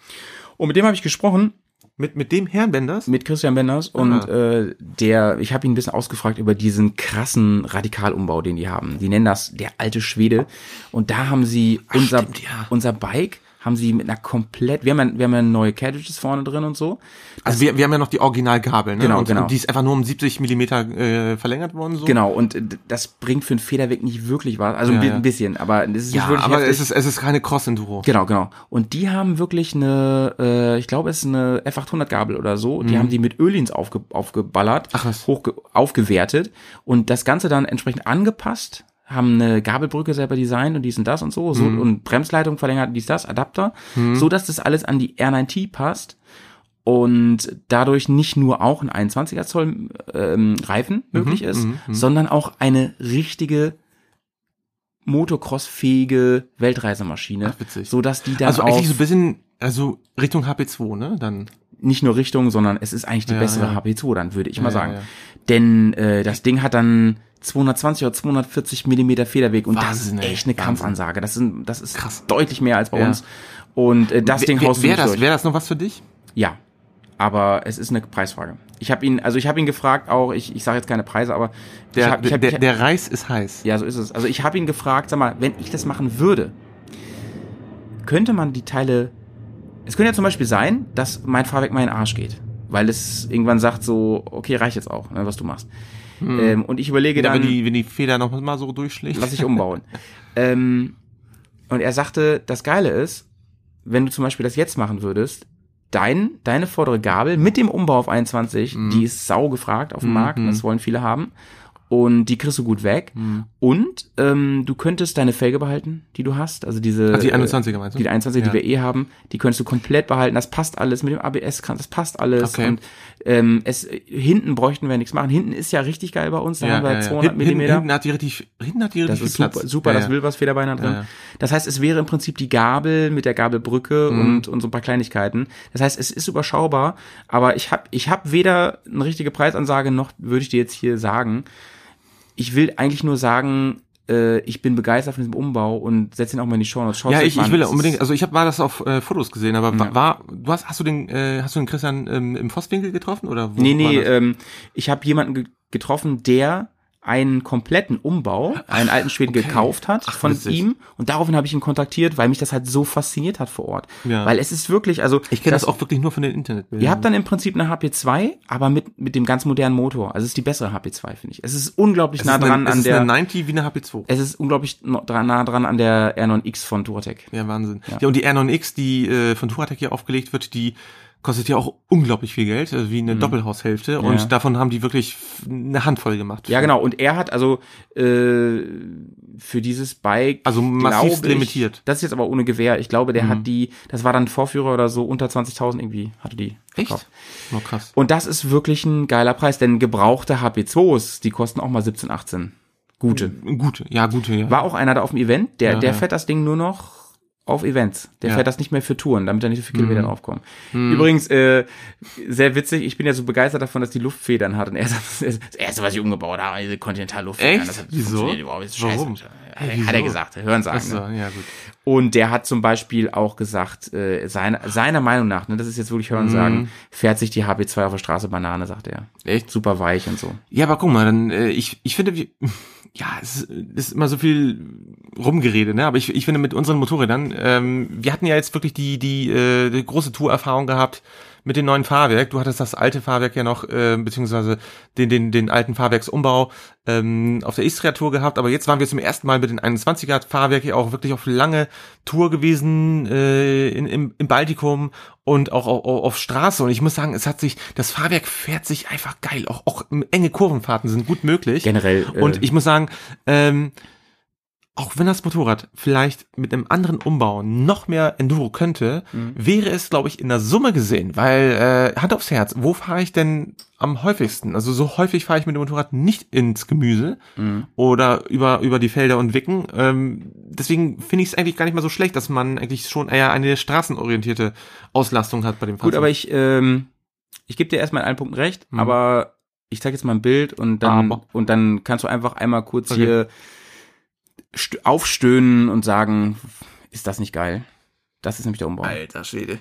[SPEAKER 5] Und mit dem habe ich gesprochen,
[SPEAKER 6] Mit, mit dem Herrn Benders?
[SPEAKER 5] mit Christian Benders. Und
[SPEAKER 6] Ah.
[SPEAKER 5] äh, der, ich habe ihn ein bisschen ausgefragt über diesen krassen Radikalumbau, den die haben. Die nennen das der alte Schwede. Und da haben sie unser,
[SPEAKER 6] stimmt, ja.
[SPEAKER 5] unser Bike, haben sie mit einer komplett, wir haben ja, wir haben ja neue Carriages vorne drin und so.
[SPEAKER 6] also wir, wir haben ja noch die Originalgabel, ne?
[SPEAKER 5] Genau,
[SPEAKER 6] und,
[SPEAKER 5] genau.
[SPEAKER 6] Und die ist einfach nur um 70 Millimeter äh, verlängert worden so.
[SPEAKER 5] Genau, und äh, das bringt für einen Federweg nicht wirklich was. Also ein
[SPEAKER 6] Ja,
[SPEAKER 5] bi-
[SPEAKER 6] ja.
[SPEAKER 5] ein bisschen, aber es ist nicht
[SPEAKER 6] Ja,
[SPEAKER 5] wirklich
[SPEAKER 6] aber
[SPEAKER 5] heftig.
[SPEAKER 6] es ist, es ist keine Cross-Enduro.
[SPEAKER 5] Genau, genau. Und die haben wirklich eine, äh, ich glaube, es ist eine F800-Gabel oder so. Die haben die mit Öl ins aufge, aufgeballert,
[SPEAKER 6] Mhm. Ach was.
[SPEAKER 5] hochge aufgewertet und das Ganze dann entsprechend angepasst, haben eine Gabelbrücke selber designt und dies und das und so,
[SPEAKER 6] Mhm.
[SPEAKER 5] so und Bremsleitung verlängert und dies, das, Adapter, so dass das alles an die R9T passt und dadurch nicht nur auch ein 21er Zoll ähm,
[SPEAKER 6] Mhm.
[SPEAKER 5] Reifen möglich ist, sondern auch eine richtige Motocross-fähige Weltreisemaschine,
[SPEAKER 6] Ach, witzig.
[SPEAKER 5] so dass die dann
[SPEAKER 6] also
[SPEAKER 5] auch
[SPEAKER 6] eigentlich so ein bisschen, also Richtung HP2, ne? Dann.
[SPEAKER 5] nicht nur Richtung, sondern es ist eigentlich die
[SPEAKER 6] Ja,
[SPEAKER 5] bessere
[SPEAKER 6] ja.
[SPEAKER 5] HP2, dann würde ich mal
[SPEAKER 6] ja,
[SPEAKER 5] sagen,
[SPEAKER 6] ja.
[SPEAKER 5] denn äh, das Ding hat dann 220 oder 240 Millimeter Federweg und
[SPEAKER 6] Wahnsinn,
[SPEAKER 5] das ist
[SPEAKER 6] ey.
[SPEAKER 5] echt eine
[SPEAKER 6] Wahnsinn.
[SPEAKER 5] Kampfansage. Das sind, das ist
[SPEAKER 6] Krass.
[SPEAKER 5] deutlich mehr als bei
[SPEAKER 6] Ja.
[SPEAKER 5] uns. Und äh, das Ding
[SPEAKER 6] Wär-
[SPEAKER 5] haust du
[SPEAKER 6] wär
[SPEAKER 5] nicht
[SPEAKER 6] das,
[SPEAKER 5] durch.
[SPEAKER 6] Wäre das noch was für dich?
[SPEAKER 5] Ja, aber es ist eine Preisfrage. Ich habe ihn, also ich habe ihn gefragt auch, ich, ich sage jetzt keine Preise, aber
[SPEAKER 6] Der,
[SPEAKER 5] ich hab, ich hab,
[SPEAKER 6] der,
[SPEAKER 5] ich hab,
[SPEAKER 6] der Reis ist heiß.
[SPEAKER 5] ja, so ist es. Also ich habe ihn gefragt, sag mal, wenn ich das machen würde, könnte man die Teile, es könnte ja zum Beispiel sein, dass mein Fahrwerk mal in den Arsch geht, weil es irgendwann sagt so, okay, reicht jetzt auch, ne, was du machst. Ähm, und ich überlege
[SPEAKER 6] Hm. Ja,
[SPEAKER 5] dann,
[SPEAKER 6] wenn, die, wenn die Feder noch mal so durchschlägt.
[SPEAKER 5] lass ich umbauen. ähm, und er sagte, das Geile ist, wenn du zum Beispiel das jetzt machen würdest, dein, deine
[SPEAKER 6] Mhm.
[SPEAKER 5] vordere Gabel mit dem Umbau auf 21, die ist sau gefragt auf dem Markt und das wollen viele haben. Und die kriegst du gut weg.
[SPEAKER 6] Mhm.
[SPEAKER 5] Und ähm, du könntest deine Felge behalten, die du hast. Also diese.
[SPEAKER 6] Ach, die
[SPEAKER 5] äh,
[SPEAKER 6] 21er meinst du?
[SPEAKER 5] Die 21, die
[SPEAKER 6] Ja.
[SPEAKER 5] wir eh haben, die könntest du komplett behalten. Das passt alles mit dem ABS, kann, das passt alles.
[SPEAKER 6] Okay.
[SPEAKER 5] Und ähm, es, hinten bräuchten wir nichts machen. Hinten ist ja richtig geil bei uns, da haben wir 200
[SPEAKER 6] Hinten-
[SPEAKER 5] Millimeter.
[SPEAKER 6] Hinten hat die richtig, hinten hat die
[SPEAKER 5] Das
[SPEAKER 6] richtig viel
[SPEAKER 5] ist
[SPEAKER 6] Platz.
[SPEAKER 5] super, super
[SPEAKER 6] Ja,
[SPEAKER 5] das
[SPEAKER 6] ja.
[SPEAKER 5] will was Federbeiner drin.
[SPEAKER 6] Ja, ja.
[SPEAKER 5] Das heißt, es wäre im Prinzip die Gabel mit der
[SPEAKER 6] Mhm.
[SPEAKER 5] Gabelbrücke und, und so ein paar Kleinigkeiten. Das heißt, es ist überschaubar, aber ich habe ich hab weder eine richtige Preisansage noch würde ich dir jetzt hier sagen. Ich will eigentlich nur sagen, äh, ich bin begeistert von diesem Umbau und setze ihn auch mal in die Show. Notes. Schaut's
[SPEAKER 6] Ja,
[SPEAKER 5] euch
[SPEAKER 6] ich,
[SPEAKER 5] mal
[SPEAKER 6] ich
[SPEAKER 5] an.
[SPEAKER 6] will
[SPEAKER 5] Es ist-
[SPEAKER 6] unbedingt, also ich habe mal das auf äh, Fotos gesehen, aber wa- war, du hast, hast du den, äh, hast du den Christian ähm, im Vosswinkel getroffen oder wo?
[SPEAKER 5] Nee,
[SPEAKER 6] war
[SPEAKER 5] nee,
[SPEAKER 6] das?
[SPEAKER 5] ähm, ich habe jemanden ge getroffen, der einen kompletten Umbau, einen alten Schweden gekauft hat
[SPEAKER 6] Ach,
[SPEAKER 5] von
[SPEAKER 6] witzig.
[SPEAKER 5] ihm und daraufhin habe ich ihn kontaktiert, weil mich das halt so fasziniert hat vor Ort.
[SPEAKER 6] Ja.
[SPEAKER 5] Weil es ist wirklich, also
[SPEAKER 6] ich kenne das, auch wirklich nur von den Internetbildern.
[SPEAKER 5] Ihr habt dann im Prinzip eine HP2, aber mit mit dem ganz modernen Motor. Also es ist die bessere HP2 finde ich. Es ist unglaublich
[SPEAKER 6] es
[SPEAKER 5] nah
[SPEAKER 6] ist
[SPEAKER 5] dran
[SPEAKER 6] eine, es
[SPEAKER 5] an
[SPEAKER 6] ist
[SPEAKER 5] der
[SPEAKER 6] eine 90 wie eine HP2.
[SPEAKER 5] es ist unglaublich no- dran, nah dran an der R9X von Duratec.
[SPEAKER 6] Ja, Wahnsinn. Ja, und die R9X, die äh, von Touratec hier aufgelegt wird, die kostet ja auch unglaublich viel Geld, also wie eine Doppelhaushälfte.
[SPEAKER 5] Mhm. Ja.
[SPEAKER 6] Und davon haben die wirklich f- eine Handvoll gemacht.
[SPEAKER 5] Ja, genau. Und er hat also äh, für dieses Bike.
[SPEAKER 6] Also massivst
[SPEAKER 5] glaube ich,
[SPEAKER 6] limitiert. Mhm.
[SPEAKER 5] Das ist jetzt aber ohne Gewehr. Ich glaube, der hat die, das war dann Vorführer oder so, unter 20.000 irgendwie hatte die.
[SPEAKER 6] Echt? Oh, krass.
[SPEAKER 5] Und das ist wirklich ein geiler Preis, denn gebrauchte HP2s, die kosten auch mal 17, 18. Gute.
[SPEAKER 6] Gute, ja, gute, ja.
[SPEAKER 5] War auch einer da auf dem Event, der,
[SPEAKER 6] Ja,
[SPEAKER 5] der
[SPEAKER 6] ja.
[SPEAKER 5] fährt das Ding nur noch auf Events. Der
[SPEAKER 6] Ja. Mhm.
[SPEAKER 5] fährt das nicht mehr für Touren, damit da nicht so viele Kilometer draufkommen. Übrigens, äh, sehr witzig, ich bin ja so begeistert davon, dass die Luftfedern hat. Und er sagt, das ist das Erste, was ich umgebaut habe, diese Continental-Luftfedern.
[SPEAKER 6] Echt?
[SPEAKER 5] Das hat
[SPEAKER 6] Wieso?
[SPEAKER 5] funktioniert überhaupt nicht. Scheiße.
[SPEAKER 6] Warum?
[SPEAKER 5] Hat
[SPEAKER 6] Hey,
[SPEAKER 5] er
[SPEAKER 6] wieso?
[SPEAKER 5] gesagt, hören sagen.
[SPEAKER 6] Achso,
[SPEAKER 5] ne?
[SPEAKER 6] äh, ja, gut.
[SPEAKER 5] Und der hat zum Beispiel auch gesagt, äh, seiner, seiner Meinung nach, ne, das ist jetzt
[SPEAKER 6] Mhm.
[SPEAKER 5] wirklich hören sagen, fährt sich die HB2 auf der Straße Banane, sagt er.
[SPEAKER 6] Echt?
[SPEAKER 5] Super weich und so.
[SPEAKER 6] Ja, aber guck mal, dann, äh, ich, ich finde, wir, ja, es ist immer so viel rumgerede, ne? Aber ich, ich finde mit unseren Motorrädern, ähm, wir hatten ja jetzt wirklich die, die, äh, die große Tourerfahrung gehabt mit dem neuen Fahrwerk. Du hattest das alte Fahrwerk ja noch, äh, beziehungsweise den, den, den alten Fahrwerksumbau ähm, auf der Istria-Tour gehabt, aber jetzt waren wir zum ersten Mal mit den 21er Fahrwerk ja auch wirklich auf lange Tour gewesen äh, in, im, im Baltikum und auch auf, auf Straße. Und ich muss sagen, es hat sich, das Fahrwerk fährt sich einfach geil. Auch, auch ähm, enge Kurvenfahrten sind gut möglich.
[SPEAKER 5] Generell. äh,
[SPEAKER 6] Und ich muss sagen, ähm, auch wenn das Motorrad vielleicht mit einem anderen Umbau noch mehr Enduro könnte, wäre es, glaube ich, in der Summe gesehen, weil äh, Hand aufs Herz, wo fahre ich denn am häufigsten? Also so häufig fahre ich mit dem Motorrad nicht ins Gemüse
[SPEAKER 5] mhm.
[SPEAKER 6] oder über, über die Felder und Wicken. Ähm, deswegen finde ich es eigentlich gar nicht mal so schlecht, dass man eigentlich schon eher eine straßenorientierte Auslastung hat bei dem
[SPEAKER 5] Gut, aber ich, ähm, ich gebe dir erstmal in allen Punkten recht,
[SPEAKER 6] Also Mhm.
[SPEAKER 5] aber ich zeige jetzt mal ein Bild und dann,
[SPEAKER 6] Aber.
[SPEAKER 5] und dann kannst du einfach einmal kurz
[SPEAKER 6] Okay.
[SPEAKER 5] hier st- aufstöhnen und sagen, ist das nicht geil? Das ist nämlich der Umbau.
[SPEAKER 6] Alter Schwede.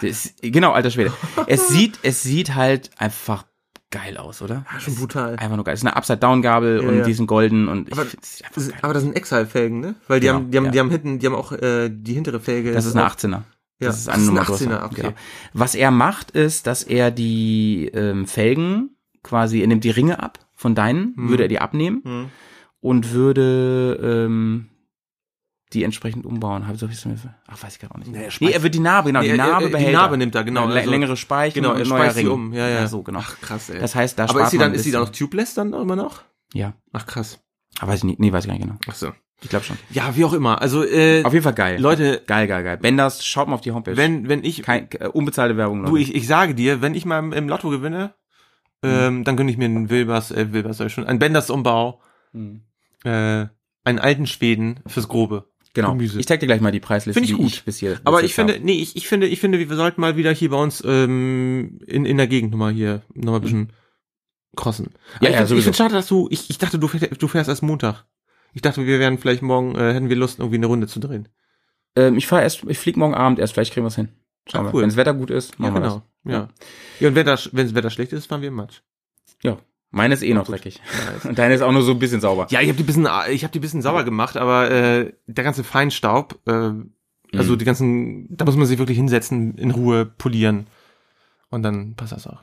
[SPEAKER 5] Das, genau, alter Schwede. es sieht, es sieht halt einfach geil aus, oder?
[SPEAKER 6] Ja, schon
[SPEAKER 5] Es-
[SPEAKER 6] brutal.
[SPEAKER 5] Einfach nur geil. Es ist eine Upside-Down-Gabel
[SPEAKER 6] Ja,
[SPEAKER 5] und
[SPEAKER 6] ja.
[SPEAKER 5] die sind golden und
[SPEAKER 6] Aber-
[SPEAKER 5] ich find's einfach
[SPEAKER 6] Das-
[SPEAKER 5] geil.
[SPEAKER 6] Aber das sind Exile-Felgen, ne? Weil die
[SPEAKER 5] Genau,
[SPEAKER 6] haben, die haben,
[SPEAKER 5] ja.
[SPEAKER 6] die haben hinten, die haben auch äh, die hintere Felge.
[SPEAKER 5] Das ist eine
[SPEAKER 6] auch-
[SPEAKER 5] 18er.
[SPEAKER 6] Ja,
[SPEAKER 5] Das ist
[SPEAKER 6] das
[SPEAKER 5] eine
[SPEAKER 6] ist
[SPEAKER 5] Nummer
[SPEAKER 6] ein 18er,
[SPEAKER 5] größer.
[SPEAKER 6] okay.
[SPEAKER 5] Genau. Was er macht, ist, dass er die ähm, Felgen quasi, er nimmt die Ringe ab von deinen,
[SPEAKER 6] Mhm.
[SPEAKER 5] würde er die abnehmen
[SPEAKER 6] Hm.
[SPEAKER 5] und würde ähm, die entsprechend umbauen. Habe so ich es Ach, weiß ich gerade auch nicht.
[SPEAKER 6] Nee, er
[SPEAKER 5] nee,
[SPEAKER 6] speichert-
[SPEAKER 5] er wird die Narbe, genau,
[SPEAKER 6] Nee,
[SPEAKER 5] die
[SPEAKER 6] er- er-
[SPEAKER 5] Narbe
[SPEAKER 6] die
[SPEAKER 5] behält.
[SPEAKER 6] Narbe nimmt er, genau,
[SPEAKER 5] Eine
[SPEAKER 6] also-
[SPEAKER 5] längere Speichen
[SPEAKER 6] Genau,
[SPEAKER 5] und
[SPEAKER 6] er
[SPEAKER 5] ein neuer
[SPEAKER 6] speißt sie
[SPEAKER 5] Ring.
[SPEAKER 6] um, ja, ja.
[SPEAKER 5] so genau.
[SPEAKER 6] Ach krass, ey.
[SPEAKER 5] Das heißt, da
[SPEAKER 6] aber
[SPEAKER 5] spart
[SPEAKER 6] ist die
[SPEAKER 5] man
[SPEAKER 6] dann,
[SPEAKER 5] ein
[SPEAKER 6] ist die dann noch
[SPEAKER 5] bisschen.
[SPEAKER 6] tubeless dann immer noch?
[SPEAKER 5] Ja,
[SPEAKER 6] Ach krass.
[SPEAKER 5] aber weiß ich nicht, nee, weiß ich gar nicht genau.
[SPEAKER 6] Ach so.
[SPEAKER 5] Ich glaube schon.
[SPEAKER 6] Ja, wie auch immer. Also äh,
[SPEAKER 5] Auf jeden Fall geil.
[SPEAKER 6] Leute-
[SPEAKER 5] geil, geil, geil. Benders, schaut mal auf die Homepage.
[SPEAKER 6] wenn wenn ich
[SPEAKER 5] Kein, äh, unbezahlte Werbung, Leute.
[SPEAKER 6] du ich, ich sage dir, wenn ich mal im, im Lotto gewinne,
[SPEAKER 5] Mhm.
[SPEAKER 6] ähm, dann gönne ich mir einen Wilbers äh, Wilbers sag ich schon, einen Benders Umbau,
[SPEAKER 5] Mhm.
[SPEAKER 6] äh, einen alten Schweden fürs grobe.
[SPEAKER 5] Genau.
[SPEAKER 6] Gemüse.
[SPEAKER 5] Ich zeig dir gleich mal die Preisliste,
[SPEAKER 6] Finde ich
[SPEAKER 5] die
[SPEAKER 6] gut.
[SPEAKER 5] ich bis hier.
[SPEAKER 6] Aber
[SPEAKER 5] bis
[SPEAKER 6] ich
[SPEAKER 5] jetzt
[SPEAKER 6] finde,
[SPEAKER 5] habe.
[SPEAKER 6] nee, ich, ich finde, ich finde, wir sollten mal wieder hier bei uns ähm, in, in der Gegend nochmal hier nochmal ein bisschen crossen.
[SPEAKER 5] Ja,
[SPEAKER 6] Aber ich
[SPEAKER 5] ja,
[SPEAKER 6] find-
[SPEAKER 5] sowieso.
[SPEAKER 6] Ich finde schade, dass du, ich, ich dachte, du fährst, du fährst erst Montag. Ich dachte, wir wären vielleicht morgen, äh, hätten wir Lust, irgendwie eine Runde zu drehen.
[SPEAKER 5] Ähm, ich fahre erst, ich flieg morgen Abend erst, vielleicht kriegen wir es hin. Schauen
[SPEAKER 6] Ah,
[SPEAKER 5] wir.
[SPEAKER 6] cool.
[SPEAKER 5] Wenn das Wetter gut ist, machen wir
[SPEAKER 6] Ja. genau. ja. und wenn das, wenn das Wetter schlecht ist, fahren wir im Matsch.
[SPEAKER 5] das. Ja. Meine ist eh noch dreckig. Und deine ist auch nur so ein bisschen sauber.
[SPEAKER 6] Ja, ich habe die bisschen, ich habe die bisschen sauer gemacht, aber äh, der ganze Feinstaub, äh, also die ganzen, da muss man sich wirklich hinsetzen, in Ruhe polieren. Und dann passt das auch.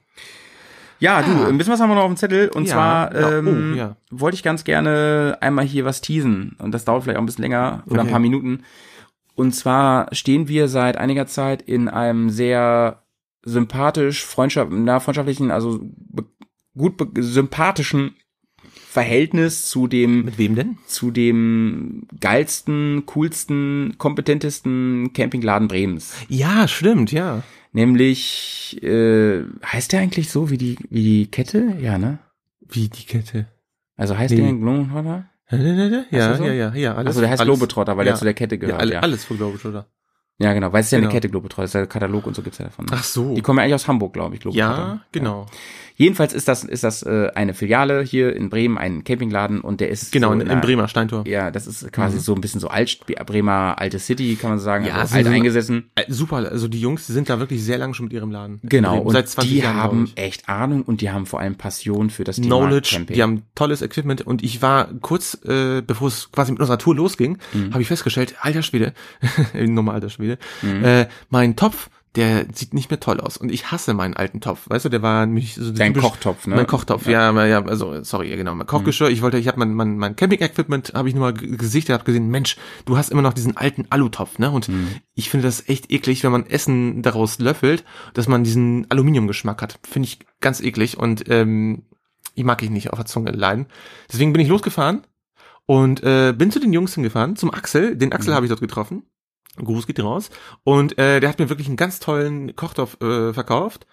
[SPEAKER 5] Ja, du, ein bisschen was haben wir noch auf dem Zettel. Und
[SPEAKER 6] Ah. Ja,
[SPEAKER 5] zwar
[SPEAKER 6] ja, oh,
[SPEAKER 5] ähm,
[SPEAKER 6] ja.
[SPEAKER 5] wollte ich ganz gerne einmal hier was teasen. Und das dauert vielleicht auch ein bisschen länger oder ein
[SPEAKER 6] Okay.
[SPEAKER 5] paar Minuten. Und zwar stehen wir seit einiger Zeit in einem sehr sympathisch, freundschaft, na, freundschaftlichen, also be gut be sympathischen Verhältnis zu dem
[SPEAKER 6] Mit wem denn?
[SPEAKER 5] zu dem geilsten, coolsten, kompetentesten Campingladen Bremens.
[SPEAKER 6] Ja, stimmt, ja.
[SPEAKER 5] Nämlich äh, heißt der eigentlich so wie die wie die Kette? Ja, ne?
[SPEAKER 6] Wie die Kette.
[SPEAKER 5] Also heißt
[SPEAKER 6] Nee.
[SPEAKER 5] der Globetrotter?
[SPEAKER 6] Ja, ja,
[SPEAKER 5] so?
[SPEAKER 6] ja, ja, ja. Alles,
[SPEAKER 5] Also der heißt
[SPEAKER 6] alles-
[SPEAKER 5] Globetrotter, weil
[SPEAKER 6] ja.
[SPEAKER 5] der zu der Kette
[SPEAKER 6] ja,
[SPEAKER 5] gehört.
[SPEAKER 6] alle,
[SPEAKER 5] Ja,
[SPEAKER 6] alles für Globetrotter.
[SPEAKER 5] ja genau, weil es ist ja
[SPEAKER 6] Genau.
[SPEAKER 5] eine Kette Globetrotter, ist ja der Katalog und so gibt's ja davon. ne?
[SPEAKER 6] Ach so.
[SPEAKER 5] Die kommen ja eigentlich aus Hamburg, glaube ich,
[SPEAKER 6] Ja, genau.
[SPEAKER 5] Jedenfalls ist das ist das äh, eine Filiale hier in Bremen, ein Campingladen und der ist
[SPEAKER 6] Genau,
[SPEAKER 5] so
[SPEAKER 6] in,
[SPEAKER 5] in
[SPEAKER 6] im
[SPEAKER 5] einer-
[SPEAKER 6] Bremer Steintor.
[SPEAKER 5] Ja, das ist quasi so ein bisschen so alt Bremer alte City, kann man sagen,
[SPEAKER 6] Ja,
[SPEAKER 5] also
[SPEAKER 6] so-
[SPEAKER 5] alt
[SPEAKER 6] so-
[SPEAKER 5] eingesessen.
[SPEAKER 6] Äh, Super, also die Jungs sind da wirklich sehr lange schon mit ihrem Laden.
[SPEAKER 5] Genau,
[SPEAKER 6] Bremen,
[SPEAKER 5] und
[SPEAKER 6] seit 20
[SPEAKER 5] die
[SPEAKER 6] Jahren, glaub
[SPEAKER 5] haben
[SPEAKER 6] ich.
[SPEAKER 5] echt Ahnung und die haben vor allem Passion für das Thema
[SPEAKER 6] Knowledge,
[SPEAKER 5] Camping.
[SPEAKER 6] die haben tolles Equipment und ich war kurz, äh, bevor es quasi mit unserer Tour losging,
[SPEAKER 5] Mhm.
[SPEAKER 6] habe ich festgestellt, alter Schwede, nochmal alter Schwede,
[SPEAKER 5] Mhm.
[SPEAKER 6] äh, mein Topf, der sieht nicht mehr toll aus und ich hasse meinen alten Topf, weißt du, der war nämlich so
[SPEAKER 5] Dein
[SPEAKER 6] typisch-
[SPEAKER 5] Kochtopf, ne? Mhm.
[SPEAKER 6] Mein Kochtopf, ja, ja, ja also sorry, ja, genau, mein Kochgeschirr, ich wollte, ich habe mein, mein, mein Camping-Equipment, habe ich nur mal g- gesichtet, habe gesehen, Mensch, du hast immer noch diesen alten Alutopf, ne,
[SPEAKER 5] Mhm.
[SPEAKER 6] und ich finde das echt eklig, wenn man Essen daraus löffelt, dass man diesen Aluminiumgeschmack hat, finde ich ganz eklig und ähm, ich mag ich nicht auf der Zunge leiden. Deswegen bin ich losgefahren und äh, bin zu den Jungs hingefahren, zum Axel. Den
[SPEAKER 5] Mhm.
[SPEAKER 6] Axel habe ich dort getroffen. Gruß geht raus. Und äh, der hat mir wirklich einen ganz tollen Kochtopf äh, verkauft.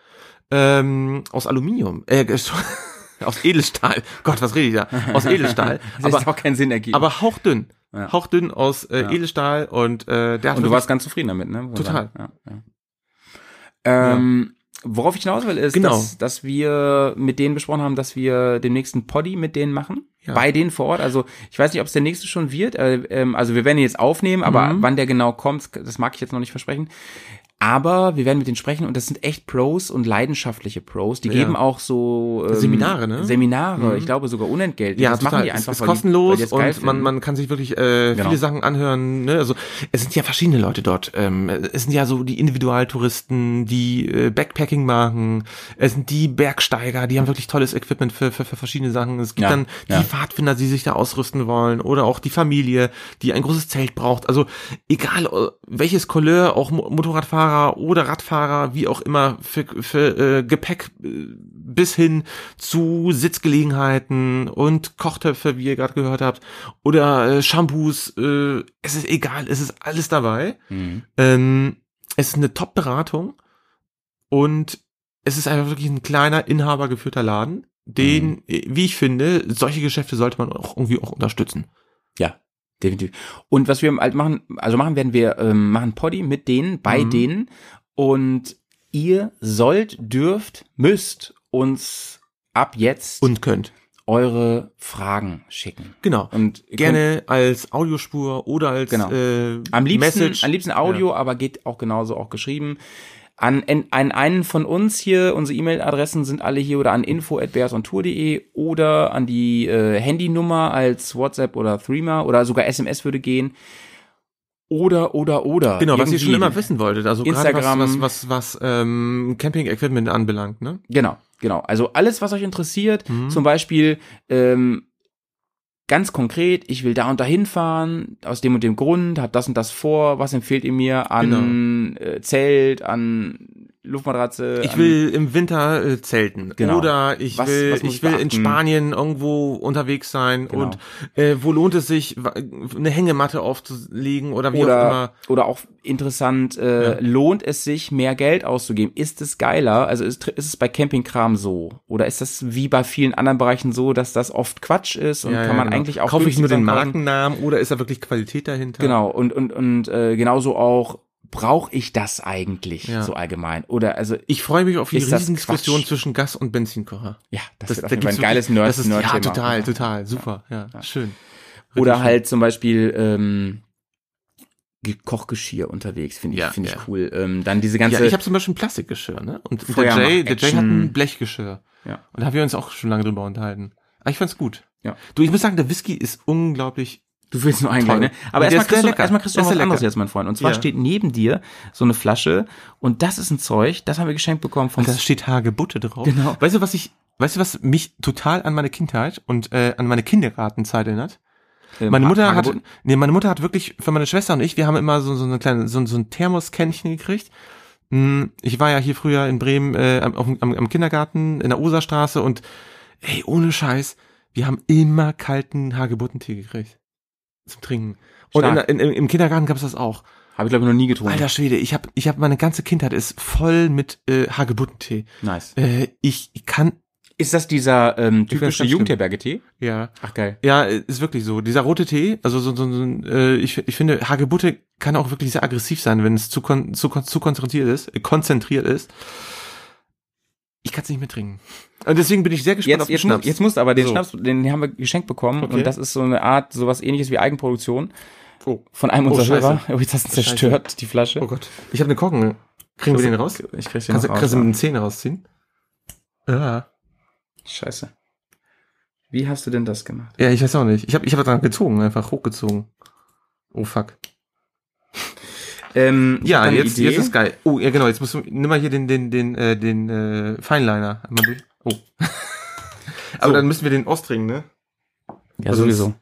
[SPEAKER 6] Ähm, aus Aluminium. Äh, aus Edelstahl. Gott, was rede ich da? Aus Edelstahl.
[SPEAKER 5] Das
[SPEAKER 6] aber,
[SPEAKER 5] ist auch keinen Sinn ergeben.
[SPEAKER 6] aber hauchdünn.
[SPEAKER 5] Ja.
[SPEAKER 6] Hauchdünn aus äh, Edelstahl. Und äh, der hat
[SPEAKER 5] und du
[SPEAKER 6] wirklich-
[SPEAKER 5] warst ganz zufrieden damit, ne? Muss man
[SPEAKER 6] Total.
[SPEAKER 5] sagen. Ja, ja. Ähm, Worauf ich hinaus will, ist,
[SPEAKER 6] Genau.
[SPEAKER 5] dass, dass wir mit denen besprochen haben, dass wir den nächsten Poddy mit denen machen.
[SPEAKER 6] Ja.
[SPEAKER 5] Bei denen vor Ort. Also ich weiß nicht, ob es der nächste schon wird. Äh, ähm, also wir werden ihn jetzt aufnehmen, aber
[SPEAKER 6] Mhm.
[SPEAKER 5] wann der genau kommt, das mag ich jetzt noch nicht versprechen. Aber wir werden mit denen sprechen und das sind echt Pros und leidenschaftliche Pros. Die
[SPEAKER 6] Ja.
[SPEAKER 5] geben auch so ähm,
[SPEAKER 6] Seminare, ne?
[SPEAKER 5] Seminare, ich glaube sogar unentgeltlich.
[SPEAKER 6] Ja,
[SPEAKER 5] das
[SPEAKER 6] total.
[SPEAKER 5] machen die
[SPEAKER 6] Es
[SPEAKER 5] einfach
[SPEAKER 6] ist
[SPEAKER 5] weil die- weil die
[SPEAKER 6] kostenlos
[SPEAKER 5] es geil
[SPEAKER 6] und man,
[SPEAKER 5] finden.
[SPEAKER 6] man kann sich wirklich äh,
[SPEAKER 5] Genau.
[SPEAKER 6] viele Sachen anhören. Ne? Also es sind ja verschiedene Leute dort. Ähm, es sind ja so die Individualtouristen, die äh, Backpacking machen. Es sind die Bergsteiger, die haben wirklich tolles Equipment für, für, für verschiedene Sachen. Es gibt
[SPEAKER 5] Ja,
[SPEAKER 6] dann die
[SPEAKER 5] ja.
[SPEAKER 6] Pfadfinder, die sich da ausrüsten wollen oder auch die Familie, die ein großes Zelt braucht. Also egal äh, welches Couleur, auch Mo- Motorradfahrer oder Radfahrer, wie auch immer, für, für äh, Gepäck äh, bis hin zu Sitzgelegenheiten und Kochtöpfe, wie ihr gerade gehört habt, oder äh, Shampoos, äh, es ist egal, es ist alles dabei.
[SPEAKER 5] Mhm.
[SPEAKER 6] Ähm, es ist eine Top-Beratung und es ist einfach wirklich ein kleiner, inhabergeführter Laden, den,
[SPEAKER 5] Mhm.
[SPEAKER 6] äh, wie ich finde, solche Geschäfte sollte man auch irgendwie auch unterstützen.
[SPEAKER 5] Ja, definitiv. Und was wir halt machen, also machen werden wir, ähm, machen Poddy mit denen, bei
[SPEAKER 6] Mhm.
[SPEAKER 5] denen. Und ihr sollt, dürft, müsst uns ab jetzt
[SPEAKER 6] Und könnt.
[SPEAKER 5] eure Fragen schicken.
[SPEAKER 6] Genau.
[SPEAKER 5] Und ihr Könnt,
[SPEAKER 6] Gerne als Audiospur oder als
[SPEAKER 5] Genau.
[SPEAKER 6] äh,
[SPEAKER 5] am liebsten,
[SPEAKER 6] Message.
[SPEAKER 5] am liebsten Audio, aber geht auch genauso auch geschrieben. An, an, an einen von uns hier, unsere E-Mail-Adressen sind alle hier oder an info.bearsontour.de oder an die äh, Handynummer als WhatsApp oder Threema oder sogar SMS würde gehen. Oder, oder, oder.
[SPEAKER 6] Genau, was ihr schon
[SPEAKER 5] Irgendwie.
[SPEAKER 6] immer wissen wolltet. Also gerade
[SPEAKER 5] Instagram.
[SPEAKER 6] was, was, was, was ähm, Camping-Equipment anbelangt, ne?
[SPEAKER 5] Genau, genau. Also alles, was euch interessiert,
[SPEAKER 6] Mhm.
[SPEAKER 5] zum Beispiel ähm, ganz konkret, ich will da und da hinfahren, aus dem und dem Grund, hab das und das vor, was empfehlt ihr mir an äh, Zelt, an Luftmatratze?
[SPEAKER 6] Genau. Ich
[SPEAKER 5] äh, an,
[SPEAKER 6] will im Winter äh, zelten.
[SPEAKER 5] Genau.
[SPEAKER 6] Oder ich
[SPEAKER 5] Was-
[SPEAKER 6] will,
[SPEAKER 5] was muss
[SPEAKER 6] ich
[SPEAKER 5] ich
[SPEAKER 6] will in
[SPEAKER 5] beachten?
[SPEAKER 6] Spanien irgendwo unterwegs sein
[SPEAKER 5] Genau.
[SPEAKER 6] und äh, wo lohnt es sich, wa- eine Hängematte aufzulegen oder wie auch immer.
[SPEAKER 5] oder, oder auch interessant, äh, lohnt es sich, mehr Geld auszugeben? Ist es geiler? Also ist, ist es bei Campingkram so? Oder ist das wie bei vielen anderen Bereichen so, dass das oft Quatsch ist und
[SPEAKER 6] Ja,
[SPEAKER 5] kann
[SPEAKER 6] ja,
[SPEAKER 5] man
[SPEAKER 6] genau.
[SPEAKER 5] eigentlich auch
[SPEAKER 6] Kaufe ich nur
[SPEAKER 5] günstig
[SPEAKER 6] den
[SPEAKER 5] einkaufen?
[SPEAKER 6] Markennamen oder ist da wirklich Qualität dahinter?
[SPEAKER 5] Genau, und, und, und äh, genauso auch, brauche ich das eigentlich
[SPEAKER 6] Ja.
[SPEAKER 5] so allgemein? Oder also ich,
[SPEAKER 6] Ich freue mich auf die
[SPEAKER 5] Ist das
[SPEAKER 6] Riesendiskussion
[SPEAKER 5] Quatsch?
[SPEAKER 6] zwischen Gas- und Benzinkocher.
[SPEAKER 5] ja, das,
[SPEAKER 6] Das,
[SPEAKER 5] wird auf jeden
[SPEAKER 6] da
[SPEAKER 5] Fall
[SPEAKER 6] gibt's
[SPEAKER 5] ein geiles
[SPEAKER 6] wirklich-
[SPEAKER 5] Nerd,
[SPEAKER 6] das ist,
[SPEAKER 5] Nerd
[SPEAKER 6] Ja, total, total, super, ja, schön.
[SPEAKER 5] Oder halt zum Beispiel ähm, Ge- Kochgeschirr unterwegs, finde ich,
[SPEAKER 6] Ja,
[SPEAKER 5] finde ich
[SPEAKER 6] ja.
[SPEAKER 5] cool. Ähm, dann diese
[SPEAKER 6] Ja,
[SPEAKER 5] ganze,
[SPEAKER 6] ich habe zum Beispiel ein Plastikgeschirr, ne? Und der
[SPEAKER 5] Feuer macht
[SPEAKER 6] Jay, der Jay hat
[SPEAKER 5] Action.
[SPEAKER 6] ein Blechgeschirr.
[SPEAKER 5] Ja.
[SPEAKER 6] Und da haben wir uns auch schon lange drüber unterhalten. Aber ich fand's gut.
[SPEAKER 5] Ja.
[SPEAKER 6] Du, ich muss sagen, der Whisky ist unglaublich.
[SPEAKER 5] du willst nur einen
[SPEAKER 6] Toll.
[SPEAKER 5] gleich, ne? Aber
[SPEAKER 6] Und der
[SPEAKER 5] erstmal
[SPEAKER 6] ist sehr
[SPEAKER 5] kriegst, du,
[SPEAKER 6] lecker.
[SPEAKER 5] erstmal kriegst du
[SPEAKER 6] Der
[SPEAKER 5] noch
[SPEAKER 6] ist
[SPEAKER 5] was
[SPEAKER 6] sehr
[SPEAKER 5] anderes
[SPEAKER 6] lecker.
[SPEAKER 5] jetzt, mein Freund. Und zwar
[SPEAKER 6] Ja.
[SPEAKER 5] steht neben dir so eine Flasche und das ist ein Zeug, das haben wir geschenkt bekommen von
[SPEAKER 6] Da steht Hagebutte drauf.
[SPEAKER 5] Genau.
[SPEAKER 6] Weißt du, was ich, weißt du, was mich total an meine Kindheit und äh, an meine Kindergartenzeit erinnert?
[SPEAKER 5] ähm,
[SPEAKER 6] Meine Mutter hat,
[SPEAKER 5] Hagebutten.
[SPEAKER 6] nee, meine Mutter hat wirklich für meine Schwester und ich, wir haben immer so, so eine kleine, so, so ein Thermoskännchen gekriegt. Hm, Ich war ja hier früher in Bremen äh, am, auf, dem- am, am Kindergarten in der Oserstraße und ey, ohne Scheiß, wir haben immer kalten Hagebuttentee gekriegt. Zum Trinken. Und in,
[SPEAKER 5] Stark.
[SPEAKER 6] in, im Kindergarten gab es das auch.
[SPEAKER 5] Habe ich glaube ich noch nie getrunken.
[SPEAKER 6] Alter Schwede, ich habe ich hab meine ganze Kindheit ist voll mit äh, Hagebuttentee.
[SPEAKER 5] Nice.
[SPEAKER 6] Äh, ich, ich kann,
[SPEAKER 5] Ist das dieser ähm,
[SPEAKER 6] find's
[SPEAKER 5] typische
[SPEAKER 6] ganz
[SPEAKER 5] Jugendherberge-Tee?
[SPEAKER 6] ja.
[SPEAKER 5] Ach geil.
[SPEAKER 6] Ja, äh, ist wirklich so. Dieser rote Tee, also so, so, so ein, äh, ich, ich finde, Hagebutte kann auch wirklich sehr aggressiv sein, wenn es zu, kon zu, kon zu konzentriert ist. Äh, konzentriert ist. Ich kann es nicht mehr trinken. Und deswegen bin ich sehr gespannt
[SPEAKER 5] Jetzt,
[SPEAKER 6] auf den
[SPEAKER 5] jetzt, muss,
[SPEAKER 6] Schnaps.
[SPEAKER 5] jetzt musst du aber den
[SPEAKER 6] So.
[SPEAKER 5] Schnaps, den haben wir geschenkt bekommen
[SPEAKER 6] Okay.
[SPEAKER 5] und das ist so eine Art, sowas ähnliches wie Eigenproduktion
[SPEAKER 6] oh.
[SPEAKER 5] von einem
[SPEAKER 6] Oh,
[SPEAKER 5] unserer
[SPEAKER 6] scheiße.
[SPEAKER 5] Hörer. Oh, jetzt hast du zerstört, die Flasche.
[SPEAKER 6] oh Gott, ich habe eine Korken. Kriegen wir den raus?
[SPEAKER 5] Ich krieg den
[SPEAKER 6] Kannst, du-
[SPEAKER 5] noch raus,
[SPEAKER 6] kannst du
[SPEAKER 5] ja.
[SPEAKER 6] mit den Zähnen rausziehen? Ja.
[SPEAKER 5] Scheiße. Wie hast du denn das gemacht?
[SPEAKER 6] Ja, ich weiß auch nicht. Ich habe ich hab dran gezogen, einfach hochgezogen. Oh fuck.
[SPEAKER 5] Ähm, ich hab
[SPEAKER 6] Ja,
[SPEAKER 5] eine
[SPEAKER 6] jetzt,
[SPEAKER 5] Idee.
[SPEAKER 6] jetzt ist geil. Oh, ja genau, jetzt musst du, nimm mal hier den, den, den, äh, den äh, Feinliner. Einmal durch. Oh. Aber dann müssen wir den austrinken, ne?
[SPEAKER 5] Ja, sowieso.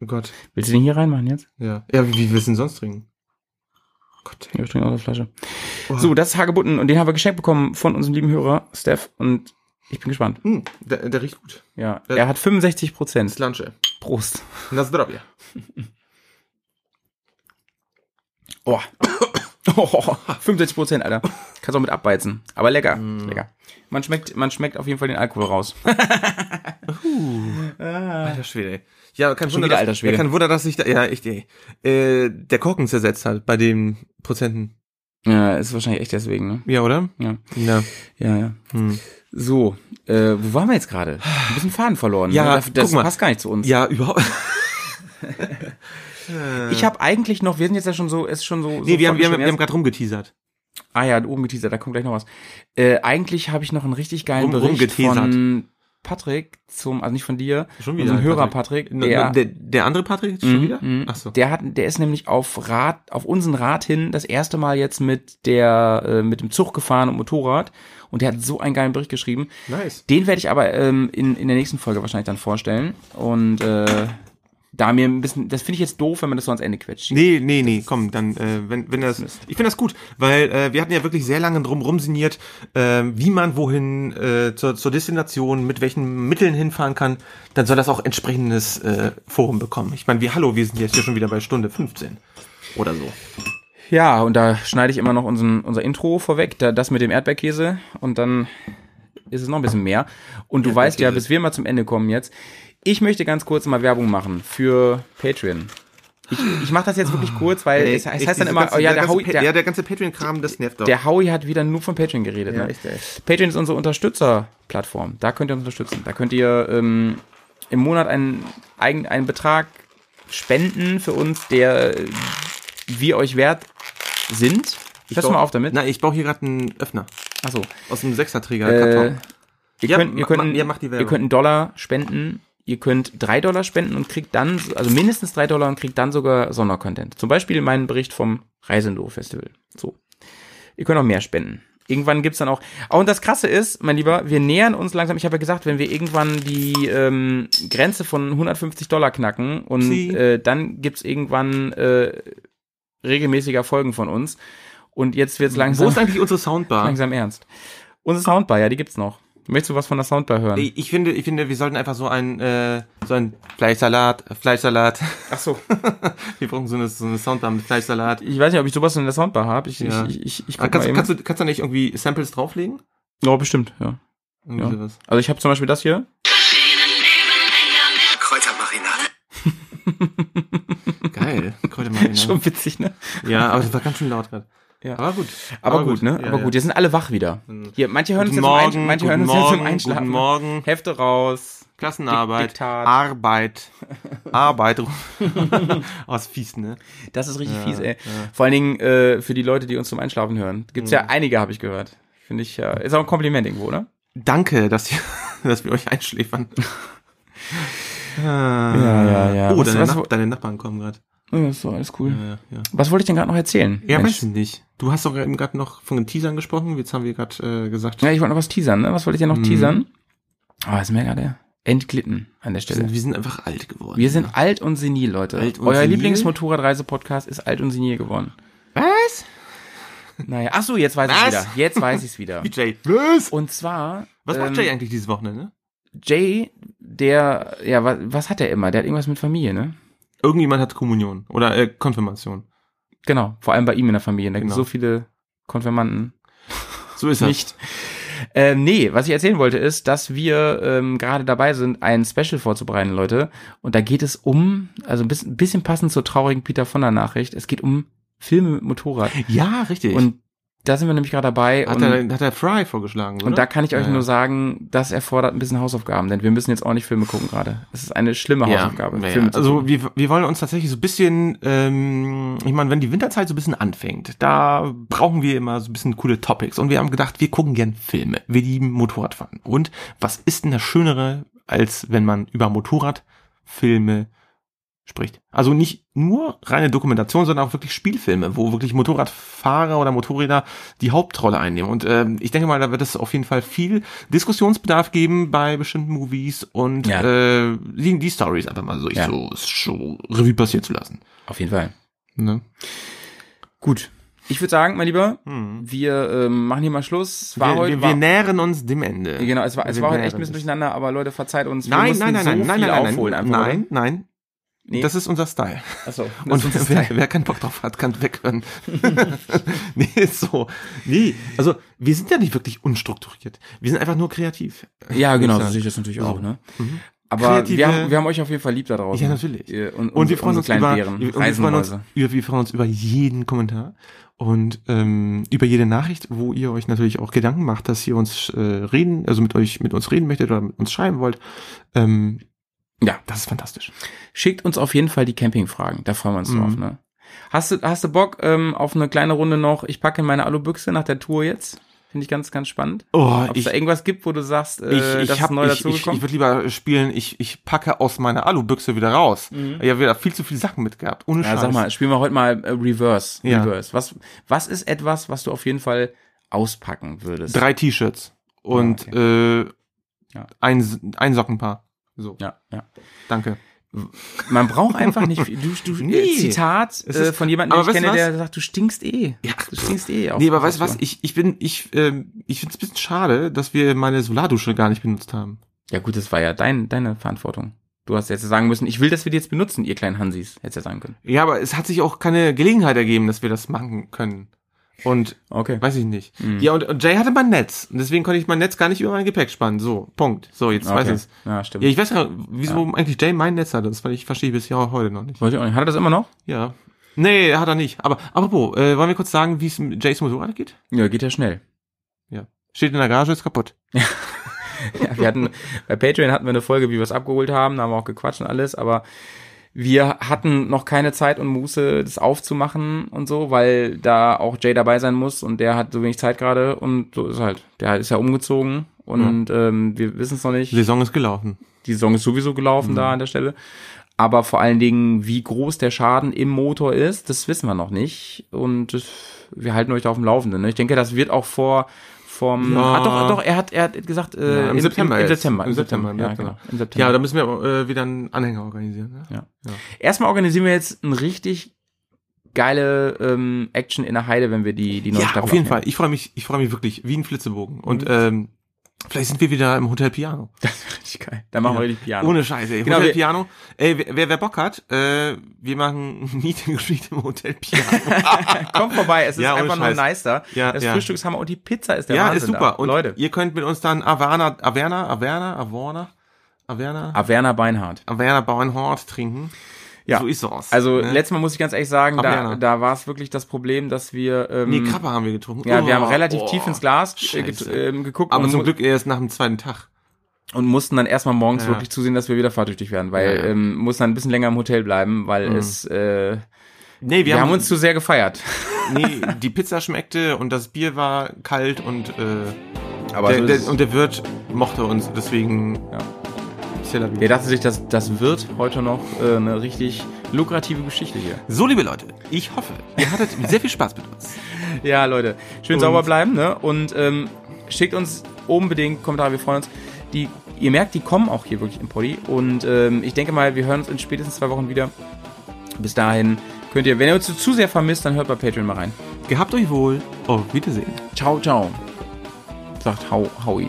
[SPEAKER 6] Oh Gott.
[SPEAKER 5] Willst du den hier reinmachen jetzt?
[SPEAKER 6] Ja. Ja, wie, wie willst du denn sonst trinken? Oh Gott.
[SPEAKER 5] Ja, ich trinke aus der Flasche.
[SPEAKER 6] Oh.
[SPEAKER 5] So, das ist Hagebutten und den haben wir geschenkt bekommen von unserem lieben Hörer, Steph. Und ich bin gespannt.
[SPEAKER 6] Hm, der, der riecht gut.
[SPEAKER 5] Ja,
[SPEAKER 6] Äh,
[SPEAKER 5] er hat 65 Prozent.
[SPEAKER 6] Slanche.
[SPEAKER 5] Prost.
[SPEAKER 6] Na zdrowia.
[SPEAKER 5] Oh. oh 65 Prozent, Alter. Kannst auch mit abbeizen. Aber lecker,
[SPEAKER 6] Mm.
[SPEAKER 5] lecker. Man schmeckt, man schmeckt auf jeden Fall den Alkohol raus.
[SPEAKER 6] Alter Schwede. ey. Ja, kein
[SPEAKER 5] Ah. Schon
[SPEAKER 6] Wunder,
[SPEAKER 5] wieder
[SPEAKER 6] dass,
[SPEAKER 5] alter Schwede.
[SPEAKER 6] ja, kein Wunder, dass ich da, ja, echt, ey. Äh, der Korken zersetzt hat bei den Prozenten.
[SPEAKER 5] Ja, ist wahrscheinlich echt deswegen, ne?
[SPEAKER 6] Ja, oder?
[SPEAKER 5] Ja.
[SPEAKER 6] Ja.
[SPEAKER 5] Ja, ja.
[SPEAKER 6] Hm.
[SPEAKER 5] So, äh, wo waren wir jetzt gerade? Ein bisschen Faden verloren.
[SPEAKER 6] Ja,
[SPEAKER 5] ne? das, das
[SPEAKER 6] guck mal.
[SPEAKER 5] passt gar nicht zu uns.
[SPEAKER 6] Ja, überhaupt.
[SPEAKER 5] Ich habe eigentlich noch, wir sind jetzt ja schon so, es ist schon so.
[SPEAKER 6] Nee,
[SPEAKER 5] so
[SPEAKER 6] wir haben, wir haben, wir
[SPEAKER 5] fortgeschritten.
[SPEAKER 6] haben gerade rumgeteasert.
[SPEAKER 5] Ah ja, oben geteasert, da kommt gleich noch was. Äh, eigentlich habe ich noch einen richtig geilen
[SPEAKER 6] Rum-
[SPEAKER 5] Bericht
[SPEAKER 6] rumgeteasert.
[SPEAKER 5] von Patrick zum, also nicht von dir,
[SPEAKER 6] Schon wieder halt,
[SPEAKER 5] unserem
[SPEAKER 6] ein
[SPEAKER 5] Hörer
[SPEAKER 6] Patrick.
[SPEAKER 5] Patrick.
[SPEAKER 6] N-
[SPEAKER 5] der, Mhm,
[SPEAKER 6] n- ne, der, der andere Patrick schon wieder? Ach so.
[SPEAKER 5] der hat, der ist nämlich auf Rad, auf unseren Rad hin das erste Mal jetzt mit der, äh, mit dem Zug gefahren und Motorrad und der hat so einen geilen Bericht geschrieben.
[SPEAKER 6] nice.
[SPEAKER 5] Den werde ich aber ähm, in, in der nächsten Folge wahrscheinlich dann vorstellen und äh, da mir ein bisschen, das finde ich jetzt doof, wenn man das so ans Ende quetscht.
[SPEAKER 6] Nee, nee, nee, komm, dann, äh, wenn, wenn das, ich finde das gut, weil äh, wir hatten ja wirklich sehr lange drum rumsiniert, äh, wie man wohin äh, zur, zur Destination, mit welchen Mitteln hinfahren kann, dann soll das auch entsprechendes äh, Forum bekommen. Ich meine, wir, hallo, wir sind jetzt hier schon wieder bei Stunde 15 oder so.
[SPEAKER 5] Ja, und da schneide ich immer noch unseren, unser Intro vorweg, da, das mit dem Erdbeerkäse und dann ist es noch ein bisschen mehr. Und du weißt ja, bis wir mal zum Ende kommen jetzt. Ich möchte ganz kurz mal Werbung machen für Patreon. Ich, ich mache das jetzt wirklich kurz, weil Äh, es, es heißt dann
[SPEAKER 6] Dieses
[SPEAKER 5] immer, oh
[SPEAKER 6] Äh, ganze-
[SPEAKER 5] ja, der,
[SPEAKER 6] der ganze
[SPEAKER 5] Howie,
[SPEAKER 6] Pa-
[SPEAKER 5] der,
[SPEAKER 6] ja, der ganze Patreon-Kram, das nervt doch.
[SPEAKER 5] der Howie hat wieder nur von Patreon geredet.
[SPEAKER 6] Ja,
[SPEAKER 5] ne?
[SPEAKER 6] echt, echt.
[SPEAKER 5] Patreon ist unsere Unterstützerplattform. Da könnt ihr uns unterstützen. Da könnt ihr ähm, im Monat einen, eigen- einen Betrag spenden für uns, der äh, wir euch wert sind. Ich Hörst du
[SPEAKER 6] baue-
[SPEAKER 5] mal auf damit?
[SPEAKER 6] Nein, ich brauche hier gerade einen Öffner
[SPEAKER 5] Achso.
[SPEAKER 6] aus dem Sechserträger.
[SPEAKER 5] Äh,
[SPEAKER 6] Karton.
[SPEAKER 5] ihr,
[SPEAKER 6] Ja,
[SPEAKER 5] könnt, ihr,
[SPEAKER 6] ma-
[SPEAKER 5] könnt,
[SPEAKER 6] ma- ja, mach die Werbung.
[SPEAKER 5] ihr könnt einen Dollar spenden, ihr könnt drei Dollar spenden und kriegt dann, also mindestens drei Dollar und kriegt dann sogar Sondercontent. Zum Beispiel meinen Bericht vom Reisendo-Festival. So. Ihr könnt auch mehr spenden. Irgendwann gibt's dann auch. Oh, und das Krasse ist, mein Lieber, wir nähern uns langsam. Ich habe ja gesagt, wenn wir irgendwann die ähm, Grenze von 150 Dollar knacken und
[SPEAKER 6] Sie.
[SPEAKER 5] äh, dann gibt's irgendwann äh, regelmäßiger Folgen von uns. Und jetzt wird's langsam.
[SPEAKER 6] Wo ist eigentlich unsere Soundbar?
[SPEAKER 5] Langsam ernst. Unsere Soundbar, ja, die gibt's noch. Möchtest du was von der Soundbar hören?
[SPEAKER 6] Ich, ich finde, ich finde, wir sollten einfach so ein, äh, so ein Fleischsalat, Fleischsalat.
[SPEAKER 5] Ach so.
[SPEAKER 6] Wir brauchen so eine, so eine Soundbar mit Fleischsalat.
[SPEAKER 5] Ich weiß nicht, ob ich sowas in der Soundbar habe. Ich,
[SPEAKER 6] Ja.
[SPEAKER 5] ich, ich, ich
[SPEAKER 6] Ah,
[SPEAKER 5] guck
[SPEAKER 6] kannst,
[SPEAKER 5] mal eben.
[SPEAKER 6] kannst, du, kannst du nicht irgendwie Samples drauflegen?
[SPEAKER 5] oh, bestimmt, ja.
[SPEAKER 6] Irgendwie
[SPEAKER 5] Ja.
[SPEAKER 6] sowas.
[SPEAKER 5] Also ich habe zum Beispiel das hier.
[SPEAKER 8] Kräutermarinade.
[SPEAKER 6] Geil. Kräutermarinade.
[SPEAKER 5] Schon witzig, ne?
[SPEAKER 6] Ja, aber das war ganz schön laut gerade.
[SPEAKER 5] Ja.
[SPEAKER 6] Aber gut.
[SPEAKER 5] Aber, gut, ne?
[SPEAKER 6] Ja,
[SPEAKER 5] Aber
[SPEAKER 6] ja.
[SPEAKER 5] gut, wir sind alle wach wieder. Hier, manche hören uns
[SPEAKER 6] Guten
[SPEAKER 5] jetzt, Morgen,
[SPEAKER 6] Morgen,
[SPEAKER 5] manche hören
[SPEAKER 6] guten
[SPEAKER 5] uns jetzt
[SPEAKER 6] Morgen,
[SPEAKER 5] im Einschlafen.
[SPEAKER 6] guten Morgen.
[SPEAKER 5] Hefte raus.
[SPEAKER 6] Klassenarbeit,
[SPEAKER 5] Diktat.
[SPEAKER 6] Arbeit, Arbeit. oh, ist fies, ne?
[SPEAKER 5] Das ist richtig fies, ey. Vor allen Dingen äh, für die Leute, die uns zum Einschlafen hören. Gibt's
[SPEAKER 6] Mhm.
[SPEAKER 5] ja einige, habe ich gehört. Finde ich, ja. Ist auch ein Kompliment irgendwo, oder?
[SPEAKER 6] Danke, dass, ihr, dass wir euch einschläfern. ja,
[SPEAKER 5] ja, ja.
[SPEAKER 6] Oh,
[SPEAKER 5] Was-
[SPEAKER 6] deine,
[SPEAKER 5] was-
[SPEAKER 6] Nach deine Nachbarn kommen gerade.
[SPEAKER 5] Ja, ist doch alles cool.
[SPEAKER 6] Ja, ja.
[SPEAKER 5] Was wollte ich denn gerade noch erzählen?
[SPEAKER 6] Ja,
[SPEAKER 5] Mensch.
[SPEAKER 6] weiß ich nicht. Du hast doch eben gerade noch von den Teasern gesprochen. Jetzt haben wir gerade äh, gesagt,
[SPEAKER 5] Ja, ich wollte noch was teasern, ne? Was wollte ich
[SPEAKER 6] Mhm.
[SPEAKER 5] denn noch teasern? Ah, ist mir gerade entglitten an der
[SPEAKER 6] wir,
[SPEAKER 5] Stelle.
[SPEAKER 6] sind, wir sind einfach alt geworden.
[SPEAKER 5] Wir sind alt und senil, Leute.
[SPEAKER 6] Alt und
[SPEAKER 5] Euer
[SPEAKER 6] senil?
[SPEAKER 5] Lieblingsmotorradreise-Podcast ist alt und senil geworden.
[SPEAKER 6] Was?
[SPEAKER 5] Naja, ach so, jetzt weiß ich
[SPEAKER 6] Was?
[SPEAKER 5] wieder. Jetzt weiß ich es wieder.
[SPEAKER 6] Wie Jay. Was?
[SPEAKER 5] Und zwar
[SPEAKER 6] Was
[SPEAKER 5] ähm,
[SPEAKER 6] macht Jay eigentlich dieses Wochenende?
[SPEAKER 5] Jay der, ja, was, was hat er immer? Der hat irgendwas mit Familie, ne?
[SPEAKER 6] Irgendjemand hat Kommunion oder äh, Konfirmation.
[SPEAKER 5] Genau, vor allem bei ihm in der Familie. Da gibt's
[SPEAKER 6] Genau.
[SPEAKER 5] so viele Konfirmanden.
[SPEAKER 6] So ist das.
[SPEAKER 5] Nicht. Ähm, nee, was ich erzählen wollte ist, dass wir ähm, gerade dabei sind, ein Special vorzubereiten, Leute. Und da geht es um, also ein bisschen, ein bisschen passend zur traurigen Peter von der Nachricht, es geht um Filme mit Motorrad.
[SPEAKER 6] Ja, richtig.
[SPEAKER 5] Und da sind wir nämlich gerade dabei.
[SPEAKER 6] hat,
[SPEAKER 5] und
[SPEAKER 6] er, hat er Fry vorgeschlagen, oder?
[SPEAKER 5] Und da kann ich euch
[SPEAKER 6] Ja,
[SPEAKER 5] nur
[SPEAKER 6] ja.
[SPEAKER 5] sagen, das erfordert ein bisschen Hausaufgaben, denn wir müssen jetzt auch nicht Filme gucken gerade. Es ist eine schlimme Hausaufgabe.
[SPEAKER 6] Ja, ja.
[SPEAKER 5] Filme zu
[SPEAKER 6] Also
[SPEAKER 5] gucken.
[SPEAKER 6] wir, wir wollen uns tatsächlich so ein bisschen, ähm, ich meine, wenn die Winterzeit so ein bisschen anfängt, da brauchen wir immer so ein bisschen coole Topics. Und wir haben gedacht, wir gucken gern Filme. Wir lieben Motorradfahren. Und was ist denn das Schönere, als wenn man über Motorradfilme spricht? Also nicht nur reine Dokumentation, sondern auch wirklich Spielfilme, wo wirklich Motorradfahrer oder Motorräder die Hauptrolle einnehmen. Und ähm, ich denke mal, da wird es auf jeden Fall viel Diskussionsbedarf geben bei bestimmten Movies und
[SPEAKER 5] Ja.
[SPEAKER 6] äh, die, die Stories einfach mal so,
[SPEAKER 5] Ja.
[SPEAKER 6] so, so Revue passieren zu lassen.
[SPEAKER 5] Auf jeden Fall.
[SPEAKER 6] Ne?
[SPEAKER 5] Gut. Ich würde sagen, mein Lieber,
[SPEAKER 6] Hm.
[SPEAKER 5] wir ähm, machen hier mal Schluss. War
[SPEAKER 6] wir,
[SPEAKER 5] heute
[SPEAKER 6] wir,
[SPEAKER 5] war,
[SPEAKER 6] wir nähern uns dem Ende.
[SPEAKER 5] genau, es war, es
[SPEAKER 6] Wir
[SPEAKER 5] war heute
[SPEAKER 6] nähern
[SPEAKER 5] echt ein bisschen
[SPEAKER 6] uns.
[SPEAKER 5] durcheinander, aber Leute, verzeiht uns. wir
[SPEAKER 6] Nein,
[SPEAKER 5] mussten
[SPEAKER 6] nein, nein, nein,
[SPEAKER 5] so
[SPEAKER 6] nein,
[SPEAKER 5] viel
[SPEAKER 6] nein, nein,
[SPEAKER 5] aufholen
[SPEAKER 6] nein,
[SPEAKER 5] einfach,
[SPEAKER 6] nein, nein.
[SPEAKER 5] oder? nee.
[SPEAKER 6] Das ist unser Style.
[SPEAKER 5] Achso,
[SPEAKER 6] Und
[SPEAKER 5] das ist
[SPEAKER 6] wer, wer keinen Bock drauf hat, kann weghören. nee, ist so. Nee, also wir sind ja nicht wirklich unstrukturiert. Wir sind einfach nur kreativ.
[SPEAKER 5] ja, genau,
[SPEAKER 6] Ist
[SPEAKER 5] so
[SPEAKER 6] das-
[SPEAKER 5] sehe ich das natürlich auch, ne?
[SPEAKER 6] Mhm.
[SPEAKER 5] Aber wir
[SPEAKER 6] Kreative-
[SPEAKER 5] haben, wir haben euch auf jeden Fall lieb da draußen.
[SPEAKER 6] Ja, natürlich.
[SPEAKER 5] Ihr- Und,
[SPEAKER 6] Und wir freuen uns
[SPEAKER 5] kleinen
[SPEAKER 6] über,
[SPEAKER 5] Bären,
[SPEAKER 6] wir- und wir freuen uns,
[SPEAKER 5] Eisenmäuse.
[SPEAKER 6] über, wir freuen uns über jeden Kommentar und ähm, über jede Nachricht, wo ihr euch natürlich auch Gedanken macht, dass ihr uns äh, reden, also mit euch mit uns reden möchtet oder mit uns schreiben wollt. Ähm,
[SPEAKER 5] Ja.
[SPEAKER 6] das ist fantastisch.
[SPEAKER 5] Schickt uns auf jeden Fall die Campingfragen, da freuen wir uns
[SPEAKER 6] Mhm.
[SPEAKER 5] drauf, ne? Hast du, hast du Bock ähm, auf eine kleine Runde noch? Ich packe in meine Alubüchse nach der Tour jetzt. Finde ich ganz, ganz spannend.
[SPEAKER 6] Oh,
[SPEAKER 5] Ob es
[SPEAKER 6] ich,
[SPEAKER 5] da
[SPEAKER 6] ich,
[SPEAKER 5] irgendwas gibt, wo du sagst, äh,
[SPEAKER 6] ich,
[SPEAKER 5] das ist
[SPEAKER 6] hab,
[SPEAKER 5] neu
[SPEAKER 6] ich, ich, ich
[SPEAKER 5] dazugekommen?
[SPEAKER 6] würde lieber spielen, ich, ich packe aus meiner Alubüchse wieder raus. Ich habe wieder viel zu viele Sachen mitgehabt. Ohne
[SPEAKER 5] Ja, sag mal, spielen wir heute mal äh, Reverse.
[SPEAKER 6] Ja.
[SPEAKER 5] Reverse. Was, was ist etwas, was du auf jeden Fall auspacken würdest?
[SPEAKER 6] Drei T-Shirts und
[SPEAKER 5] Ah,
[SPEAKER 6] äh,
[SPEAKER 5] Ja.
[SPEAKER 6] ein, ein Sockenpaar. So,
[SPEAKER 5] Ja, ja.
[SPEAKER 6] danke.
[SPEAKER 5] Man braucht einfach nicht viel. Du, du,
[SPEAKER 6] Nee.
[SPEAKER 5] äh, Zitat
[SPEAKER 6] Es
[SPEAKER 5] äh,
[SPEAKER 6] ist-
[SPEAKER 5] von jemandem,
[SPEAKER 6] aber
[SPEAKER 5] den ich
[SPEAKER 6] weißt du
[SPEAKER 5] kenne,
[SPEAKER 6] was?
[SPEAKER 5] der sagt, du stinkst eh.
[SPEAKER 6] Ja.
[SPEAKER 5] Du stinkst eh. auf-
[SPEAKER 6] Nee, aber weißt du was?
[SPEAKER 5] auf-
[SPEAKER 6] Ich, ich bin, ich, ähm, ich find's ein bisschen schade, dass wir meine Solardusche gar nicht benutzt haben.
[SPEAKER 5] Ja gut, das war ja dein, deine Verantwortung. Du hast jetzt sagen müssen, ich will, dass wir die jetzt benutzen, ihr kleinen Hansis. Hättest ja sagen können.
[SPEAKER 6] Ja, aber es hat sich auch keine Gelegenheit ergeben, dass wir das machen können. Und
[SPEAKER 5] Okay.
[SPEAKER 6] weiß ich nicht. Ja, und, und Jay hatte mein Netz. Und deswegen konnte ich mein Netz gar nicht über mein Gepäck spannen. So, Punkt. So, jetzt
[SPEAKER 5] okay.
[SPEAKER 6] weiß ich's.
[SPEAKER 5] Ja, stimmt.
[SPEAKER 6] Ja, ich weiß gar nicht, wieso eigentlich Jay mein Netz hatte. Das weil ich verstehe bis ja heute noch nicht.
[SPEAKER 5] Wollte ich auch nicht. Hat er das immer noch?
[SPEAKER 6] Ja. Nee, hat er nicht. Aber apropos, äh, wollen wir kurz sagen, wie es mit Jays Motorrad geht?
[SPEAKER 5] Ja, geht ja schnell.
[SPEAKER 6] Ja. Steht in der Garage, ist kaputt.
[SPEAKER 5] Ja, wir hatten, bei Patreon hatten wir eine Folge, wie wir es abgeholt haben, da haben wir auch gequatscht und alles, aber wir hatten noch keine Zeit und Muße, das aufzumachen und so, weil da auch Jay dabei sein muss und der hat so wenig Zeit gerade und so ist halt. Der ist ja umgezogen und ähm, wir wissen es noch nicht.
[SPEAKER 6] Die Saison ist gelaufen.
[SPEAKER 5] Die Saison ist sowieso gelaufen
[SPEAKER 6] Mhm.
[SPEAKER 5] da an der Stelle. Aber vor allen Dingen, wie groß der Schaden im Motor ist, das wissen wir noch nicht. Und das, wir halten euch da auf dem Laufenden. Ne? Ich denke, das wird auch vor vom.
[SPEAKER 6] Ja.
[SPEAKER 5] Ah, doch, doch, er hat, er hat gesagt, äh,
[SPEAKER 6] Ja, im
[SPEAKER 5] im,
[SPEAKER 6] September
[SPEAKER 5] Im, im
[SPEAKER 6] jetzt.
[SPEAKER 5] September.
[SPEAKER 6] Im September,
[SPEAKER 5] Ja,
[SPEAKER 6] im September.
[SPEAKER 5] genau. Im September.
[SPEAKER 6] Ja, da müssen wir aber, äh, wieder einen Anhänger organisieren. Ne?
[SPEAKER 5] Ja. Erstmal organisieren wir jetzt eine richtig geile ähm, Action in der Heide, wenn wir die, die neue
[SPEAKER 6] Ja,
[SPEAKER 5] Staffel
[SPEAKER 6] auf jeden
[SPEAKER 5] aufnehmen.
[SPEAKER 6] Fall. Ich freue mich, ich freue mich wirklich wie ein Flitzebogen. Und ähm, vielleicht sind wir wieder im Hotel Piano.
[SPEAKER 5] Das wäre richtig geil. Dann machen wir richtig Piano.
[SPEAKER 6] Ohne Scheiße. Ey.
[SPEAKER 5] Genau,
[SPEAKER 6] Hotel
[SPEAKER 5] wir-
[SPEAKER 6] Piano. Ey, wer- wer, wer Bock hat, äh, wir machen ein Meet and Greet im Hotel Piano.
[SPEAKER 5] Kommt vorbei, es ist
[SPEAKER 6] Ja, ohne
[SPEAKER 5] einfach nur
[SPEAKER 6] Scheiß.
[SPEAKER 5] nice da.
[SPEAKER 6] Ja,
[SPEAKER 5] das
[SPEAKER 6] ja.
[SPEAKER 5] Frühstückshammer und die Pizza ist der
[SPEAKER 6] ja,
[SPEAKER 5] Wahnsinn
[SPEAKER 6] ist super.
[SPEAKER 5] Da.
[SPEAKER 6] Und
[SPEAKER 5] Leute,
[SPEAKER 6] ihr könnt mit uns dann Averna, Averna, Averna, Averna, Averna,
[SPEAKER 5] Averna Beinhardt.
[SPEAKER 6] Averna Bauernhort trinken.
[SPEAKER 5] Ja.
[SPEAKER 6] So ist es.
[SPEAKER 5] Also
[SPEAKER 6] ne?
[SPEAKER 5] letztes Mal muss ich ganz ehrlich sagen, da,
[SPEAKER 6] Averna.
[SPEAKER 5] da war es wirklich das Problem, dass wir ähm,
[SPEAKER 6] Nee, Krabbe haben wir getrunken.
[SPEAKER 5] ja, wir
[SPEAKER 6] Oh,
[SPEAKER 5] haben relativ
[SPEAKER 6] oh.
[SPEAKER 5] tief ins Glas äh, get-
[SPEAKER 6] Scheiße.
[SPEAKER 5] ähm, geguckt
[SPEAKER 6] Aber
[SPEAKER 5] und,
[SPEAKER 6] zum
[SPEAKER 5] mu-
[SPEAKER 6] Glück erst nach dem zweiten Tag.
[SPEAKER 5] und mussten dann erstmal morgens
[SPEAKER 6] Ja.
[SPEAKER 5] wirklich zusehen, dass wir wieder fahrtüchtig werden, weil
[SPEAKER 6] Ja, ja.
[SPEAKER 5] Ähm, mussten dann ein bisschen länger im Hotel bleiben, weil es äh, wir,
[SPEAKER 6] Nee, wir,
[SPEAKER 5] haben uns zu sehr gefeiert.
[SPEAKER 6] Nee, die Pizza schmeckte und das Bier war kalt und, äh,
[SPEAKER 5] Aber
[SPEAKER 6] der,
[SPEAKER 5] so
[SPEAKER 6] der,
[SPEAKER 5] ist es.
[SPEAKER 6] und der Wirt mochte uns, deswegen ja. Tel Aviv.
[SPEAKER 5] wir dachten sich, dass das wird heute noch äh, eine richtig lukrative Geschichte hier.
[SPEAKER 6] So, liebe Leute, ich hoffe, ihr hattet sehr viel Spaß mit uns.
[SPEAKER 5] Ja, Leute, schön
[SPEAKER 6] Und-
[SPEAKER 5] sauber bleiben, ne? Und ähm, schickt uns unbedingt Kommentare, wir freuen uns. Die, ihr merkt, die kommen auch hier wirklich im Poddy. Und ähm, ich denke mal, wir hören uns in spätestens zwei Wochen wieder. Bis dahin könnt ihr, wenn ihr uns zu- zu sehr vermisst, dann hört bei Patreon mal rein.
[SPEAKER 6] Gehabt euch wohl. Auf Wiedersehen.
[SPEAKER 5] Ciao, ciao. Sagt Hau, Howie.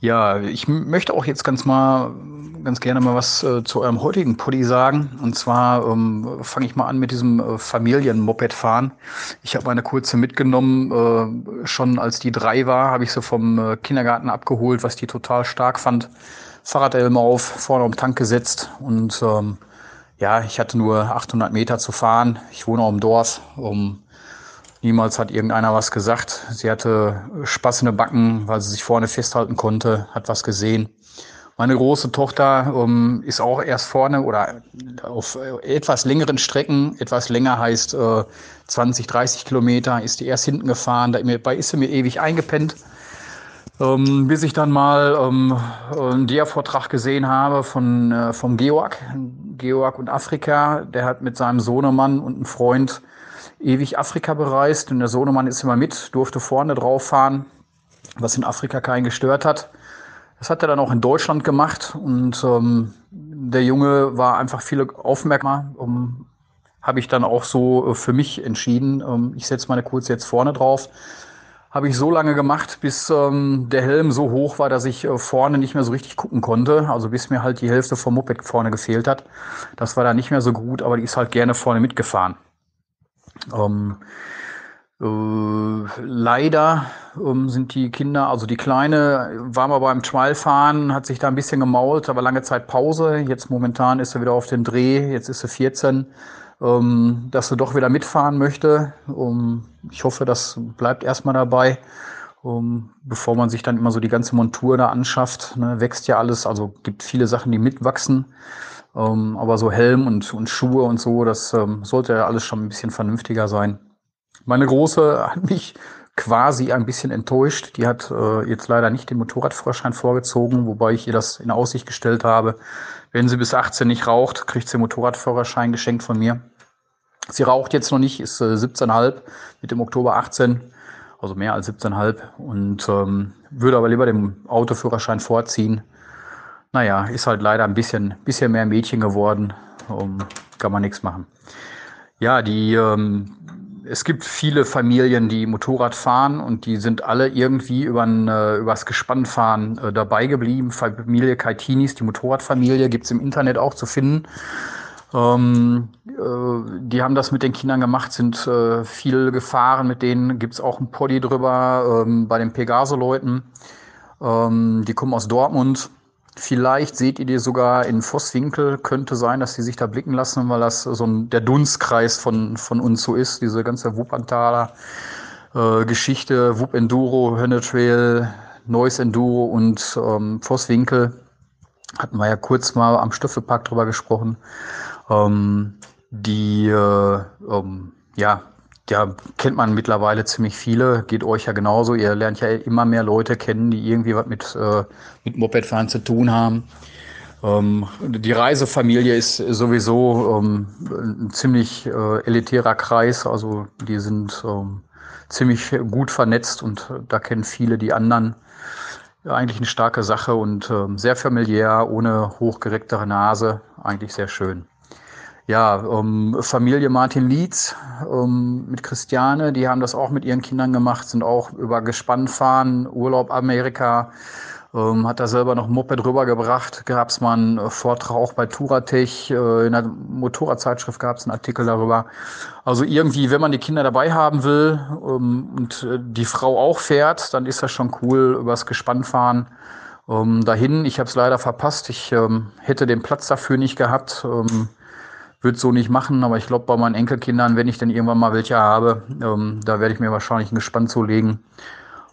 [SPEAKER 8] Ja, ich m- möchte auch jetzt ganz mal, ganz gerne mal was äh, zu eurem heutigen Pulli sagen. Und zwar ähm, fange ich mal an mit diesem äh, Familien-Moped-Fahren. Ich habe meine kurze mitgenommen. Äh, schon als die drei war, habe ich sie vom äh, Kindergarten abgeholt, was die total stark fand. Fahrradhelm auf, vorne am Tank gesetzt und ähm, ja, ich hatte nur 800 Meter zu fahren. Ich wohne auch im Dorf. Um, Niemals hat irgendeiner was gesagt. Sie hatte Spaß in den Backen, weil sie sich vorne festhalten konnte, hat was gesehen. Meine große Tochter ähm, ist auch erst vorne oder auf äh, etwas längeren Strecken, etwas länger heißt äh, 20, 30 Kilometer, ist die erst hinten gefahren. Dabei ist sie mir ewig eingepennt. Ähm, bis ich dann mal ähm, einen DIA-Vortrag gesehen habe von, äh, vom Georg, Georg und Afrika. Der hat mit seinem Sohnemann und einem Freund ewig Afrika bereist und der Sohnemann ist immer mit, durfte vorne drauf fahren, was in Afrika keinen gestört hat. Das hat er dann auch in Deutschland gemacht und ähm, der Junge war einfach viele aufmerksam. Um, Habe ich dann auch so äh, für mich entschieden. Ähm, ich setze meine Kurze jetzt vorne drauf. Habe ich so lange gemacht, bis ähm, der Helm so hoch war, dass ich äh, vorne nicht mehr so richtig gucken konnte. Also bis mir halt die Hälfte vom Moped vorne gefehlt hat. Das war dann nicht mehr so gut, aber die ist halt gerne vorne mitgefahren. Ähm, äh, leider ähm, sind die Kinder, also die Kleine war mal beim Trialfahren, hat sich da ein bisschen gemault, aber lange Zeit Pause. Jetzt momentan ist sie wieder auf dem Dreh, jetzt ist sie 14, ähm, dass sie doch wieder mitfahren möchte. Ähm, ich hoffe, das bleibt erstmal dabei. Ähm, bevor man sich dann immer so die ganze Montur da anschafft, ne, wächst ja alles, also gibt viele Sachen, die mitwachsen. Ähm, aber so Helm und, und Schuhe und so, das ähm, sollte ja alles schon ein bisschen vernünftiger sein. Meine Große hat mich quasi ein bisschen enttäuscht. Die hat äh, jetzt leider nicht den Motorradführerschein vorgezogen, wobei ich ihr das in Aussicht gestellt habe. Wenn sie bis 18 nicht raucht, kriegt sie den Motorradführerschein geschenkt von mir. Sie raucht jetzt noch nicht, ist äh, 17,5, mit dem Oktober 18, also mehr als 17,5 und ähm, würde aber lieber den Autoführerschein vorziehen naja, ist halt leider ein bisschen, bisschen mehr Mädchen geworden. Ähm, kann man nichts machen. Ja, die, ähm, es gibt viele Familien, die Motorrad fahren und die sind alle irgendwie übern, äh, übers Gespannfahren äh, dabei geblieben. Familie Kaitinis, die Motorradfamilie, gibt's im Internet auch zu finden. Ähm, äh, die haben das mit den Kindern gemacht, sind äh, viel gefahren mit denen. Gibt's auch ein Poddy drüber ähm, bei den Pegaso-Leuten. Ähm, die kommen aus Dortmund. Vielleicht seht ihr die sogar in Vosswinkel. Könnte sein, dass die sich da blicken lassen, weil das so ein, der Dunstkreis von, von uns so ist. Diese ganze Wuppertaler äh, Geschichte, Wupp Enduro, Hönne Trail, Neues Enduro und ähm, Vosswinkel. Hatten wir ja kurz mal am Stöffelpark drüber gesprochen. Ähm, die, äh, ähm, ja, ja, kennt man mittlerweile ziemlich viele, geht euch ja genauso. Ihr lernt ja immer mehr Leute kennen, die irgendwie was mit, äh, mit Mopedfahren zu tun haben. Ähm, die Reisefamilie ist sowieso ähm, ein ziemlich äh, elitärer Kreis, also die sind ähm, ziemlich gut vernetzt und da kennen viele die anderen. Ja, eigentlich eine starke Sache und ähm, sehr familiär, ohne hochgerecktere Nase, eigentlich sehr schön. Ja, ähm, Familie Martin Lietz ähm, mit Christiane, die haben das auch mit ihren Kindern gemacht, sind auch über Gespannfahren, Urlaub Amerika, ähm, hat da selber noch ein Moped rübergebracht, gab's mal einen äh, Vortrag auch bei Touratech, äh, in der Motorradzeitschrift gab's einen Artikel darüber. Also irgendwie, wenn man die Kinder dabei haben will ähm, und äh, die Frau auch fährt, dann ist das schon cool, übers Gespannfahren ähm, dahin. Ich habe es leider verpasst, ich ähm, hätte den Platz dafür nicht gehabt. Ähm, würde so nicht machen, aber ich glaube, bei meinen Enkelkindern, wenn ich denn irgendwann mal welche habe, ähm, da werde ich mir wahrscheinlich ein Gespann zulegen.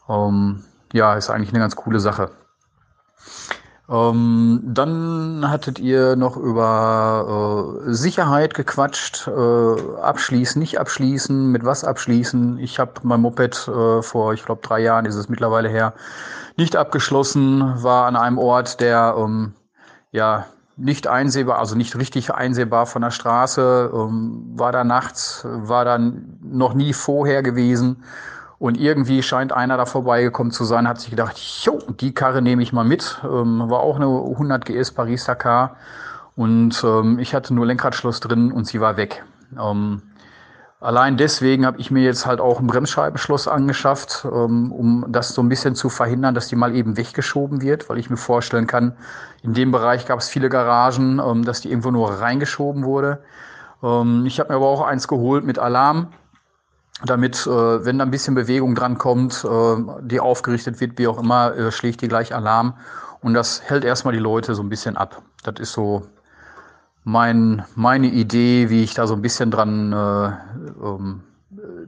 [SPEAKER 8] Ähm, ja, ist eigentlich eine ganz coole Sache. Ähm, dann hattet ihr noch über äh, Sicherheit gequatscht, äh, abschließen, nicht abschließen, mit was abschließen. Ich habe mein Moped äh, vor, ich glaube, drei Jahren ist es mittlerweile her, nicht abgeschlossen, war an einem Ort, der ähm, ja nicht einsehbar, also nicht richtig einsehbar von der Straße, ähm, war da nachts, war dann noch nie vorher gewesen. Und irgendwie scheint einer da vorbeigekommen zu sein, hat sich gedacht, jo, die Karre nehme ich mal mit. Ähm, war auch eine 100 GS Paris Dakar. Und ähm, ich hatte nur Lenkradschloss drin und sie war weg. Ähm, Allein deswegen habe ich mir jetzt halt auch ein Bremsscheibenschloss angeschafft, ähm, um das so ein bisschen zu verhindern, dass die mal eben weggeschoben wird, weil ich mir vorstellen kann, in dem Bereich gab es viele Garagen, ähm, dass die irgendwo nur reingeschoben wurde. Ähm, ich habe mir aber auch eins geholt mit Alarm, damit, äh, wenn da ein bisschen Bewegung dran kommt, äh, die aufgerichtet wird, wie auch immer, äh, schlägt die gleich Alarm. Und das hält erstmal die Leute so ein bisschen ab. Das ist so mein, meine Idee, wie ich da so ein bisschen dran äh, ähm,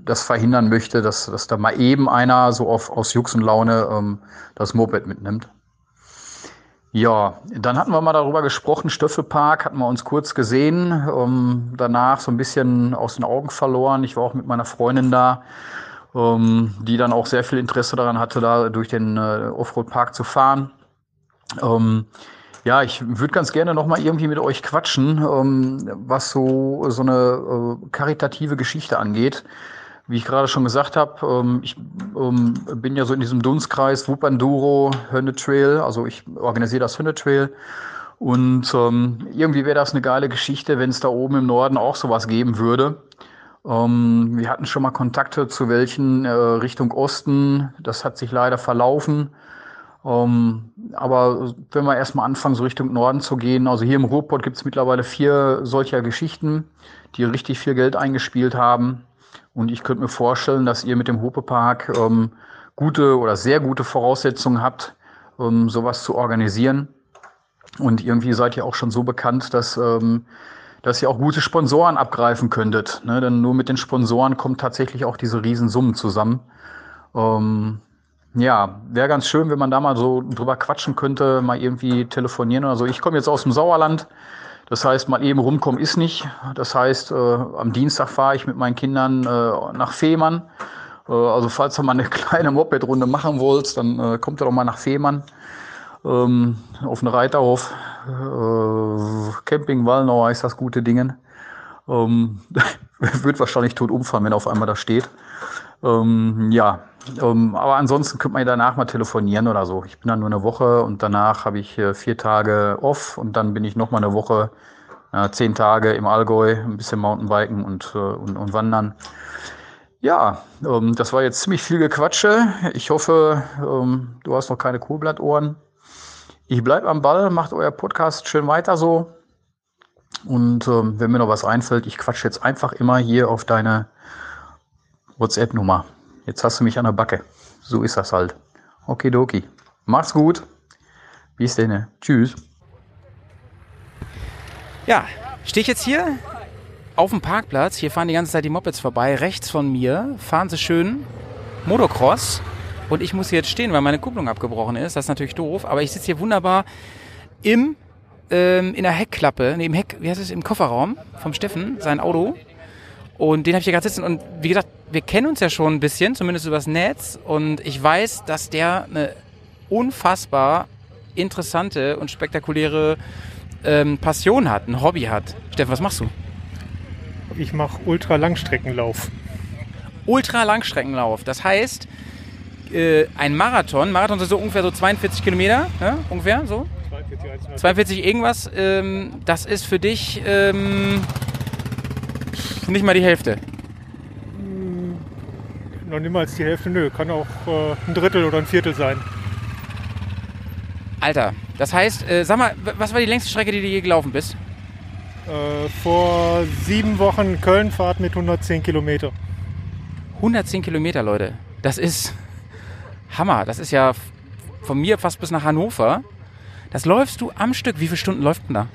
[SPEAKER 8] das verhindern möchte, dass, dass da mal eben einer so auf, aus Jux und Laune ähm, das Moped mitnimmt. Ja, dann hatten wir mal darüber gesprochen, Stöffelpark hatten wir uns kurz gesehen, ähm, danach so ein bisschen aus den Augen verloren. Ich war auch mit meiner Freundin da, ähm, die dann auch sehr viel Interesse daran hatte, da durch den äh, Offroad-Park zu fahren. Ähm, ja, ich würde ganz gerne noch mal irgendwie mit euch quatschen, ähm, was so so eine äh, karitative Geschichte angeht. Wie ich gerade schon gesagt habe, ähm, ich ähm, bin ja so in diesem Dunstkreis Wupanduro, Hönnetrail, also ich organisiere das Hönnetrail. Und ähm, irgendwie wäre das eine geile Geschichte, wenn es da oben im Norden auch sowas geben würde. Ähm, wir hatten schon mal Kontakte zu welchen äh, Richtung Osten. Das hat sich leider verlaufen. Ähm, aber wenn wir erstmal anfangen, so Richtung Norden zu gehen, also hier im Ruhrpott gibt es mittlerweile vier solcher Geschichten, die richtig viel Geld eingespielt haben. Und ich könnte mir vorstellen, dass ihr mit dem Hope-Park ähm, gute oder sehr gute Voraussetzungen habt, ähm, sowas zu organisieren. Und irgendwie seid ihr auch schon so bekannt, dass, ähm, dass ihr auch gute Sponsoren abgreifen könntet. Ne? Denn nur mit den Sponsoren kommt tatsächlich auch diese Riesensummen zusammen. Ähm, ja, wäre ganz schön, wenn man da mal so drüber quatschen könnte, mal irgendwie telefonieren oder so. Ich komme jetzt aus dem Sauerland. Das heißt, mal eben rumkommen ist nicht. Das heißt, äh, am Dienstag fahre ich mit meinen Kindern äh, nach Fehmarn. Äh, also falls du mal eine kleine Moped-Runde machen wollt, dann äh, kommt ihr doch mal nach Fehmarn. Ähm, auf den Reiterhof. Äh, Camping Wallnau heißt das gute Dingen. Ähm, wird wahrscheinlich tot umfallen, wenn er auf einmal da steht. Ähm, ja, ähm, aber ansonsten könnte man ja danach mal telefonieren oder so. Ich bin dann nur eine Woche und danach habe ich äh, vier Tage off und dann bin ich noch mal eine Woche, äh, zehn Tage im Allgäu, ein bisschen Mountainbiken und, äh, und, und wandern. Ja, ähm, das war jetzt ziemlich viel Gequatsche. Ich hoffe, ähm, du hast noch keine Kohlblattohren. Ich bleib am Ball, macht euer Podcast schön weiter so. Und ähm, wenn mir noch was einfällt, ich quatsche jetzt einfach immer hier auf deine WhatsApp-Nummer. Jetzt hast du mich an der Backe. So ist das halt. Okidoki. Mach's gut. Bis denn. Tschüss.
[SPEAKER 5] Ja, stehe ich jetzt hier auf dem Parkplatz. Hier fahren die ganze Zeit die Mopeds vorbei. Rechts von mir fahren sie schön Motocross. Und ich muss hier jetzt stehen, weil meine Kupplung abgebrochen ist. Das ist natürlich doof. Aber ich sitze hier wunderbar im, ähm, in der Heckklappe, nee, im Heck, wie heißt es, im Kofferraum vom Steffen, sein Auto. Und den habe ich hier gerade sitzen. Und wie gesagt, wir kennen uns ja schon ein bisschen, zumindest übers Netz. Und ich weiß, dass der eine unfassbar interessante und spektakuläre ähm, Passion hat, ein Hobby hat. Steffen, was machst du?
[SPEAKER 10] Ich mache Ultra-Langstreckenlauf.
[SPEAKER 5] Ultra-Langstreckenlauf. Das heißt, äh, ein Marathon, Marathon sind so ungefähr so 42 Kilometer, ja? ungefähr so. 42 irgendwas, ähm, das ist für dich ähm, nicht mal die Hälfte.
[SPEAKER 10] Noch niemals die Hälfte, nö. Kann auch äh, ein Drittel oder ein Viertel sein.
[SPEAKER 5] Alter, das heißt, äh, sag mal, w- was war die längste Strecke, die du je gelaufen bist?
[SPEAKER 10] Äh, vor sieben Wochen Kölnfahrt mit 110 Kilometer.
[SPEAKER 5] 110 Kilometer, Leute. Das ist Hammer. Das ist ja f- von mir fast bis nach Hannover. Das läufst du am Stück. Wie viele Stunden läuft denn da?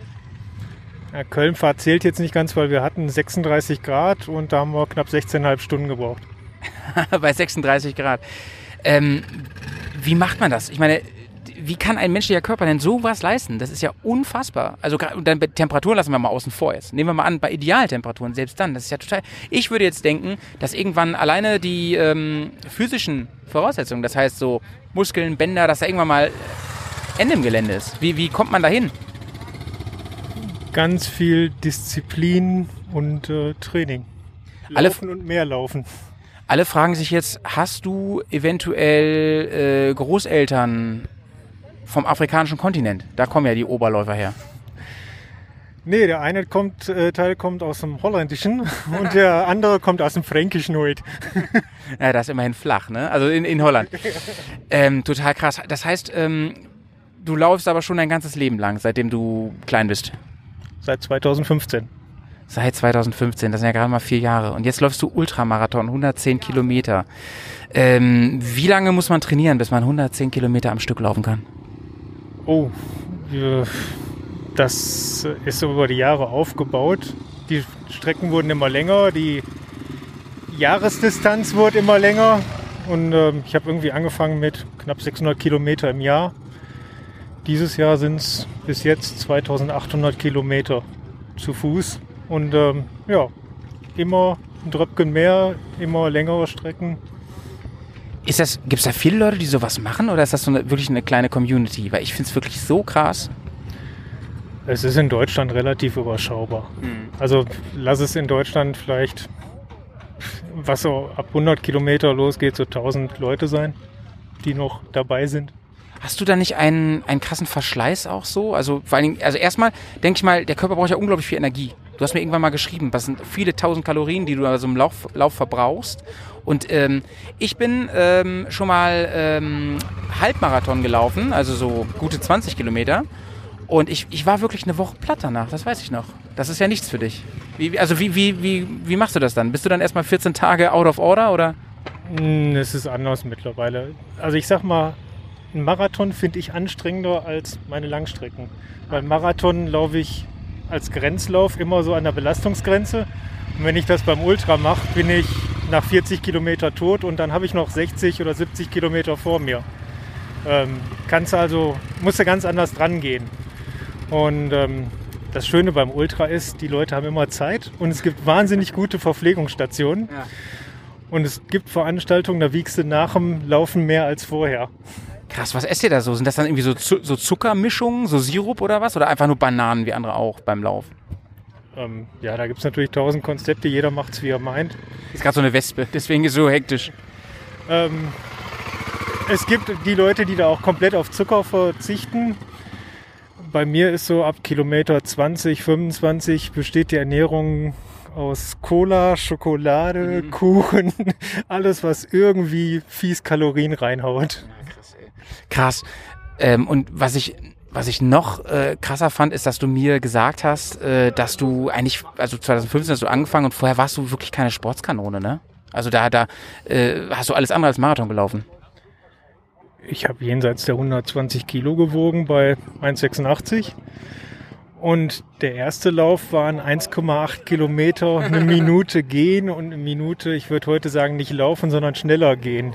[SPEAKER 10] Ja, Kölnfahrt zählt jetzt nicht ganz, weil wir hatten 36 Grad und da haben wir knapp 16,5 Stunden gebraucht.
[SPEAKER 5] bei 36 Grad. Ähm, wie macht man das? Ich meine, wie kann ein menschlicher Körper denn sowas leisten? Das ist ja unfassbar. Also gra- und dann bei Temperaturen lassen wir mal außen vor jetzt. Nehmen wir mal an, bei Idealtemperaturen, selbst dann, das ist ja total. Ich würde jetzt denken, dass irgendwann alleine die ähm, physischen Voraussetzungen, das heißt so Muskeln, Bänder, dass da irgendwann mal Ende im Gelände ist. Wie, wie kommt man da hin?
[SPEAKER 10] Ganz viel Disziplin und äh, Training.
[SPEAKER 5] Alle-
[SPEAKER 10] Laufen und mehr laufen.
[SPEAKER 5] Alle fragen sich jetzt, hast du eventuell äh, Großeltern vom afrikanischen Kontinent? Da kommen ja die Oberläufer her.
[SPEAKER 10] Nee, der eine kommt, äh, Teil kommt aus dem Holländischen und der andere kommt aus dem Fränkischen heute.
[SPEAKER 8] Ja, das ist immerhin flach, ne? Also in, in Holland. Ähm, total krass. Das heißt, ähm, du laufst aber schon dein ganzes Leben lang, seitdem du klein bist.
[SPEAKER 10] Seit 2015.
[SPEAKER 8] Seit 2015, das sind ja gerade mal vier Jahre. Und jetzt läufst du Ultramarathon, 110 Kilometer. Ähm, wie lange muss man trainieren, bis man 110 Kilometer am Stück laufen kann?
[SPEAKER 10] Oh, äh, das ist über die Jahre aufgebaut. Die Strecken wurden immer länger, die Jahresdistanz wurde immer länger. Und ähm, ich habe irgendwie angefangen mit knapp 600 Kilometer im Jahr. Dieses Jahr sind es bis jetzt 2800 Kilometer zu Fuß. Und ähm, ja, immer ein Dröpken mehr, immer längere Strecken.
[SPEAKER 8] Ist das, gibt's da viele Leute, die sowas machen oder ist das so eine, wirklich eine kleine Community? Weil ich finde es wirklich so krass.
[SPEAKER 10] Es ist in Deutschland relativ überschaubar. Also lass es in Deutschland vielleicht, was so ab 100 Kilometer losgeht, so 1000 Leute sein, die noch dabei sind.
[SPEAKER 8] Hast du da nicht einen, einen krassen Verschleiß auch so? Also vor allen Dingen, also erstmal denke ich mal, der Körper braucht ja unglaublich viel Energie. Du hast mir irgendwann mal geschrieben, das sind viele tausend Kalorien, die du bei so einem Lauf, Lauf verbrauchst. Und ähm, ich bin ähm, schon mal ähm, Halbmarathon gelaufen, also so gute 20 Kilometer. Und ich, ich war wirklich eine Woche platt danach, das weiß ich noch. Das ist ja nichts für dich. Wie, also wie, wie, wie, wie machst du das dann? Bist du dann erstmal 14 Tage out of order oder?
[SPEAKER 10] Hm, Es ist anders mittlerweile. Also ich sag mal, ein Marathon finde ich anstrengender als meine Langstrecken. Beim Marathon laufe ich als Grenzlauf immer so an der Belastungsgrenze. Und wenn ich das beim Ultra mache, bin ich nach 40 Kilometer tot und dann habe ich noch 60 oder 70 Kilometer vor mir. Ähm, kannst also, musst du ganz anders dran gehen. Und ähm, das Schöne beim Ultra ist, die Leute haben immer Zeit und es gibt wahnsinnig gute Verpflegungsstationen. Und es gibt Veranstaltungen, da wiegst du nach dem Laufen mehr als vorher.
[SPEAKER 8] Krass, was esst ihr da so? Sind das dann irgendwie so, Zu so Zuckermischungen, so Sirup oder was? Oder einfach nur Bananen wie andere auch beim Lauf?
[SPEAKER 10] Ähm, ja, da gibt es natürlich tausend Konzepte, jeder macht es, wie er meint.
[SPEAKER 8] Ist gerade so eine Wespe, deswegen ist so hektisch.
[SPEAKER 10] Ähm, es gibt die Leute, die da auch komplett auf Zucker verzichten. Bei mir ist so ab Kilometer 20, 25 besteht die Ernährung aus Cola, Schokolade, Kuchen, alles, was irgendwie fies Kalorien reinhaut.
[SPEAKER 8] Krass. Ähm, und was ich, was ich noch äh, krasser fand, ist, dass du mir gesagt hast, äh, dass du eigentlich, also 2015 hast du angefangen und vorher warst du wirklich keine Sportskanone, ne? Also da, da äh, hast du alles andere als Marathon gelaufen.
[SPEAKER 10] Ich habe jenseits der 120 Kilo gewogen bei 1,86. Und der erste Lauf waren 1,8 Kilometer, eine Minute gehen und eine Minute, ich würde heute sagen, nicht laufen, sondern schneller gehen.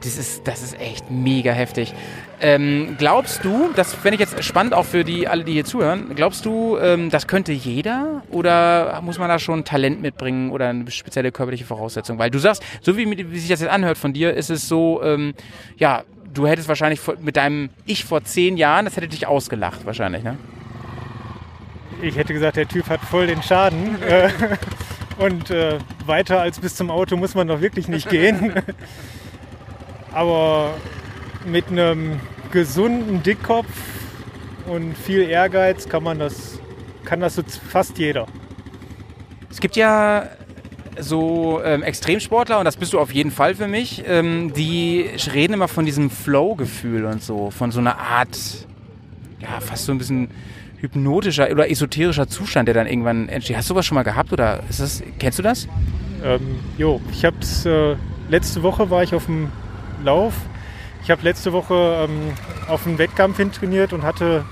[SPEAKER 8] Das ist, das ist echt mega heftig. Ähm, glaubst du, das fände ich jetzt spannend auch für die alle, die hier zuhören, glaubst du, ähm, das könnte jeder oder muss man da schon Talent mitbringen oder eine spezielle körperliche Voraussetzung? Weil du sagst, so wie, mit- wie sich das jetzt anhört von dir, ist es so, ähm, ja, du hättest wahrscheinlich vor- mit deinem Ich vor zehn Jahren, das hätte dich ausgelacht wahrscheinlich, ne?
[SPEAKER 10] Ich hätte gesagt, der Typ hat voll den Schaden. Äh, und äh, weiter als bis zum Auto muss man doch wirklich nicht gehen. Aber mit einem gesunden Dickkopf und viel Ehrgeiz kann man das, kann das so z- fast jeder.
[SPEAKER 8] Es gibt ja so ähm, Extremsportler, und das bist du auf jeden Fall für mich, ähm, die reden immer von diesem Flow-Gefühl und so, von so einer Art, ja, fast so ein bisschen hypnotischer oder esoterischer Zustand, der dann irgendwann entsteht. Hast du was schon mal gehabt oder ist das, kennst du das?
[SPEAKER 10] Ähm, jo, ich hab's. Äh, letzte Woche war ich auf dem Lauf. Ich habe letzte Woche ähm, auf einen Wettkampf hin trainiert und hatte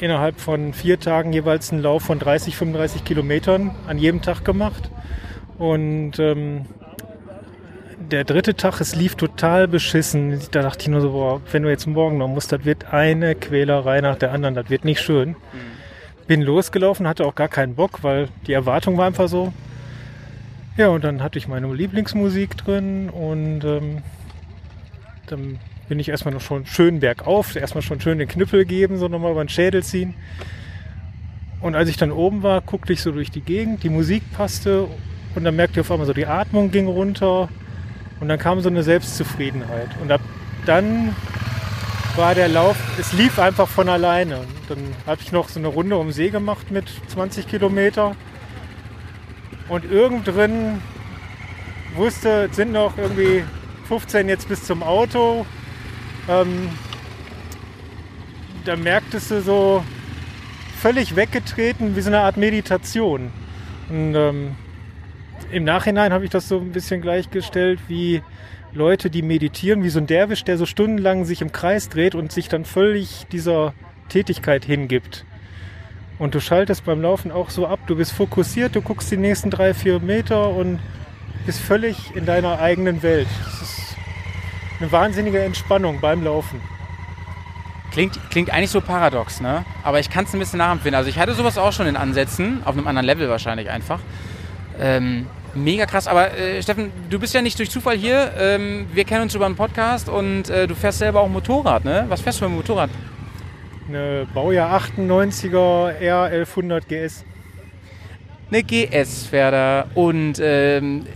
[SPEAKER 10] innerhalb von vier Tagen jeweils einen Lauf von 30, 35 Kilometern an jedem Tag gemacht. Und ähm, der dritte Tag, es lief total beschissen. Da dachte ich nur so, boah, wenn du jetzt morgen noch musst, das wird eine Quälerei nach der anderen, das wird nicht schön. Bin losgelaufen, hatte auch gar keinen Bock, weil die Erwartung war einfach so, ja, und dann hatte ich meine Lieblingsmusik drin und ähm, dann bin ich erstmal noch schon schön bergauf, erstmal schon schön den Knüppel geben, so nochmal über den Schädel ziehen. Und als ich dann oben war, guckte ich so durch die Gegend, die Musik passte und dann merkte ich auf einmal so, die Atmung ging runter und dann kam so eine Selbstzufriedenheit. Und ab dann war der Lauf, es lief einfach von alleine. Und dann habe ich noch so eine Runde um See gemacht mit 20 Kilometer. Und irgend drin wusste, es sind noch irgendwie 15 jetzt bis zum Auto. Ähm, da merktest du so völlig weggetreten, wie so eine Art Meditation. Und ähm, im Nachhinein habe ich das so ein bisschen gleichgestellt wie Leute, die meditieren, wie so ein Derwisch, der so stundenlang sich im Kreis dreht und sich dann völlig dieser Tätigkeit hingibt. Und du schaltest beim Laufen auch so ab, du bist fokussiert, du guckst die nächsten drei, vier Meter und bist völlig in deiner eigenen Welt. Das ist eine wahnsinnige Entspannung beim Laufen.
[SPEAKER 8] Klingt, klingt eigentlich so paradox, ne? Aber ich kann es ein bisschen nachempfinden. Also ich hatte sowas auch schon in Ansätzen, auf einem anderen Level wahrscheinlich einfach. Ähm, mega krass, aber äh, Steffen, du bist ja nicht durch Zufall hier. Ähm, wir kennen uns über einen Podcast und äh, du fährst selber auch Motorrad, ne? Was fährst du für ein Motorrad?
[SPEAKER 10] Eine Baujahr 98er R 1100 GS.
[SPEAKER 8] Eine GS fährt er und ähm,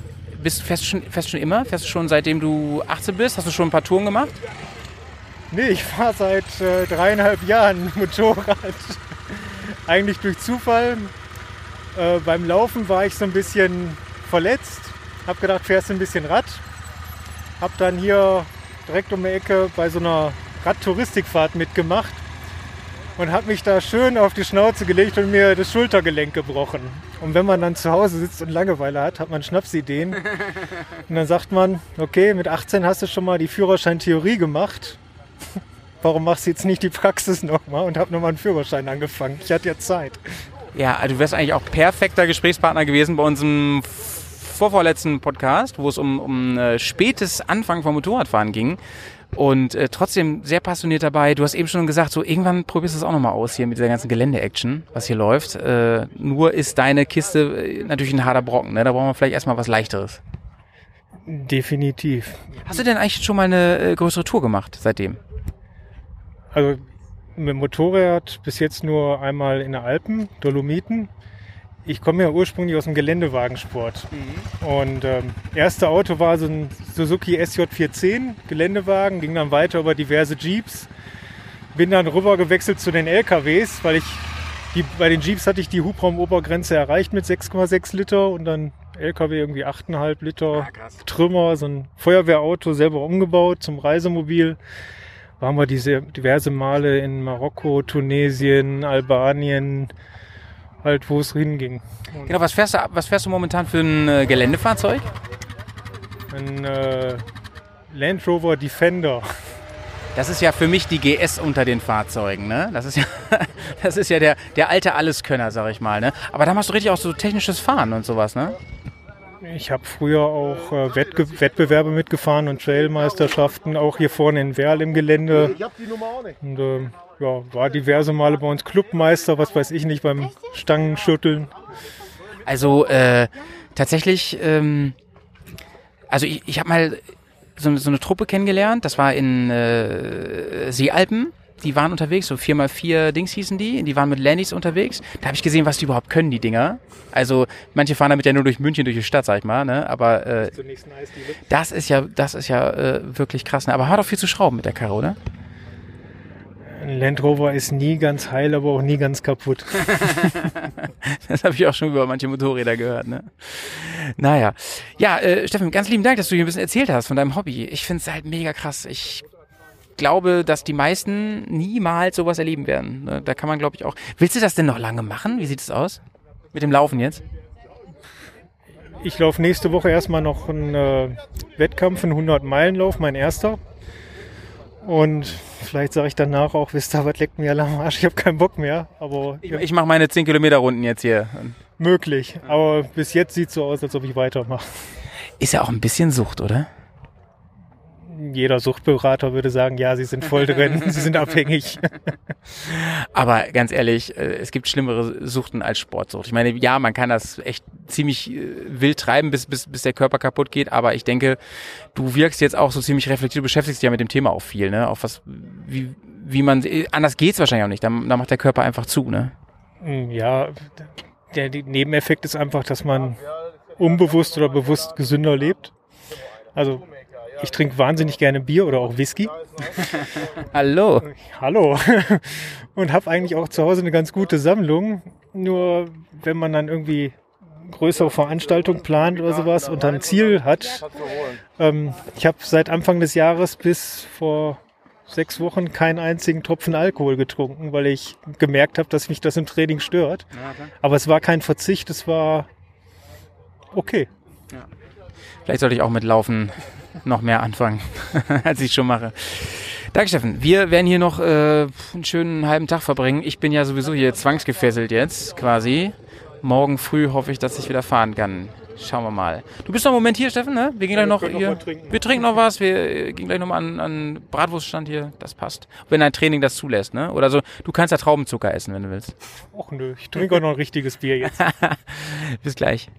[SPEAKER 8] bist, fährst, du schon, fährst du schon immer? Fährst du schon seitdem du 18 bist? Hast du schon ein paar Touren gemacht?
[SPEAKER 10] Nee, ich fahre seit äh, dreieinhalb Jahren Motorrad. Eigentlich durch Zufall. Äh, beim Laufen war ich so ein bisschen verletzt. Hab gedacht, fährst du ein bisschen Rad. Hab dann hier direkt um die Ecke bei so einer Radtouristikfahrt mitgemacht und hab mich da schön auf die Schnauze gelegt und mir das Schultergelenk gebrochen. Und wenn man dann zu Hause sitzt und Langeweile hat, hat man Schnapsideen. Und dann sagt man, okay, mit 18 hast du schon mal die Führerscheintheorie gemacht. Warum machst du jetzt nicht die Praxis nochmal und hab nochmal einen Führerschein angefangen? Ich hatte ja Zeit.
[SPEAKER 8] Ja, also du wärst eigentlich auch perfekter Gesprächspartner gewesen bei unserem vorvorletzten Podcast, wo es um, um äh, spätes Anfang vom Motorradfahren ging. Und äh, trotzdem sehr passioniert dabei. Du hast eben schon gesagt, so irgendwann probierst du es auch nochmal aus hier mit dieser ganzen Gelände-Action, was hier läuft. Äh, nur ist deine Kiste äh, natürlich ein harter Brocken. Ne? Da brauchen wir vielleicht erstmal was Leichteres.
[SPEAKER 10] Definitiv.
[SPEAKER 8] Hast du denn eigentlich schon mal eine äh, größere Tour gemacht seitdem?
[SPEAKER 10] Also mit dem Motorrad bis jetzt nur einmal in den Alpen, Dolomiten. Ich komme ja ursprünglich aus dem Geländewagensport. Und ähm, erste Auto war so ein Suzuki SJ410 Geländewagen, ging dann weiter über diverse Jeeps. Bin dann rüber gewechselt zu den LKWs, weil ich die, bei den Jeeps hatte ich die Hubraumobergrenze erreicht mit 6,6 Liter und dann LKW irgendwie 8,5 Liter, Trümmer, so ein Feuerwehrauto selber umgebaut zum Reisemobil waren wir diese diverse Male in Marokko, Tunesien, Albanien, halt wo es hinging. Und
[SPEAKER 8] Genau, was fährst du, was fährst du momentan für ein äh, Geländefahrzeug?
[SPEAKER 10] Ein äh, Land Rover Defender.
[SPEAKER 8] Das ist ja für mich die GS unter den Fahrzeugen, ne? Das ist ja, das ist ja der, der alte Alleskönner, sag ich mal, ne? Aber da machst du richtig auch so technisches Fahren und sowas, ne?
[SPEAKER 10] Ich habe früher auch äh, Wettge Wettbewerbe mitgefahren und Trailmeisterschaften, auch hier vorne in Werl im Gelände. Und ähm, ja, war diverse Male bei uns Clubmeister, was weiß ich nicht, beim Stangenschütteln.
[SPEAKER 8] Also äh, tatsächlich, ähm, also ich, ich habe mal so, so eine Truppe kennengelernt, das war in äh, Seealpen. Die waren unterwegs, so 4x4 Dings hießen die, die waren mit Landys unterwegs. Da habe ich gesehen, was die überhaupt können, die Dinger. Also manche fahren damit ja nur durch München, durch die Stadt, sag ich mal, ne? aber äh,
[SPEAKER 10] Zur nächsten Eisdiele.
[SPEAKER 8] das ist ja, das ist ja äh, wirklich krass. Ne? Aber hat auch viel zu schrauben mit der Karre, oder?
[SPEAKER 10] Ein Land Rover ist nie ganz heil, aber auch nie ganz kaputt.
[SPEAKER 8] Das habe ich auch schon über manche Motorräder gehört, ne? Naja. Ja, äh, Steffen, ganz lieben Dank, dass du hier ein bisschen erzählt hast von deinem Hobby. Ich finde es halt mega krass. Ich glaube, dass die meisten niemals sowas erleben werden. ne? Da kann man, glaube ich, auch. Willst du das denn noch lange machen? Wie sieht es aus? Mit dem Laufen jetzt?
[SPEAKER 10] Ich laufe nächste Woche erstmal noch einen äh, Wettkampf, einen 100-Meilen-Lauf, mein erster. Und vielleicht sage ich danach auch, wisst ihr, was leckt mir alle am Arsch, ich habe keinen Bock mehr. Aber
[SPEAKER 8] Ich, ich mache meine 10 Kilometer Runden jetzt hier.
[SPEAKER 10] möglich. Aber bis jetzt sieht so aus, als ob ich weitermache.
[SPEAKER 8] Ist ja auch ein bisschen Sucht, oder?
[SPEAKER 10] Jeder Suchtberater würde sagen, ja, sie sind voll drin, sie sind abhängig.
[SPEAKER 8] Aber ganz ehrlich, äh, es gibt schlimmere Suchten als Sportsucht. Ich meine, ja, man kann das echt ziemlich äh, wild treiben, bis, bis, bis der Körper kaputt geht. Aber ich denke, du wirkst jetzt auch so ziemlich reflektiert. Du beschäftigst dich ja mit dem Thema auch viel, ne? Auch was, wie, wie man, äh, anders geht's wahrscheinlich auch nicht. Da, da macht der Körper einfach zu, ne?
[SPEAKER 10] Mm, Ja, der, der Nebeneffekt ist einfach, dass man unbewusst oder bewusst gesünder lebt. Also Ich trinke wahnsinnig gerne Bier oder auch Whisky.
[SPEAKER 5] Hallo.
[SPEAKER 10] Hallo. Und habe eigentlich auch zu Hause eine ganz gute Sammlung. Nur wenn man dann irgendwie größere Veranstaltungen plant oder sowas und dann ein Ziel hat. Ähm, ich habe seit Anfang des Jahres bis vor sechs Wochen keinen einzigen Tropfen Alkohol getrunken, weil ich gemerkt habe, dass mich das im Training stört. Aber es war kein Verzicht, es war okay.
[SPEAKER 5] Vielleicht sollte ich auch mit Laufen noch mehr anfangen, als ich schon mache. Danke, Steffen. Wir werden hier noch äh, einen schönen halben Tag verbringen. Ich bin ja sowieso hier zwangsgefesselt jetzt quasi. Morgen früh hoffe ich, dass ich wieder fahren kann. Schauen wir mal. Du bist noch einen Moment hier, Steffen, ne? Wir gehen
[SPEAKER 10] Ja,
[SPEAKER 5] gleich
[SPEAKER 10] wir
[SPEAKER 5] noch,
[SPEAKER 10] können noch
[SPEAKER 5] hier.
[SPEAKER 10] mal trinken.
[SPEAKER 5] wir trinken noch was. Wir äh, gehen gleich nochmal an, an Bratwurststand hier. Das passt. Wenn dein Training das zulässt, ne? Oder so. Du kannst ja Traubenzucker essen, wenn du willst.
[SPEAKER 10] Och nö, ich trinke auch noch ein richtiges Bier jetzt.
[SPEAKER 5] Bis gleich.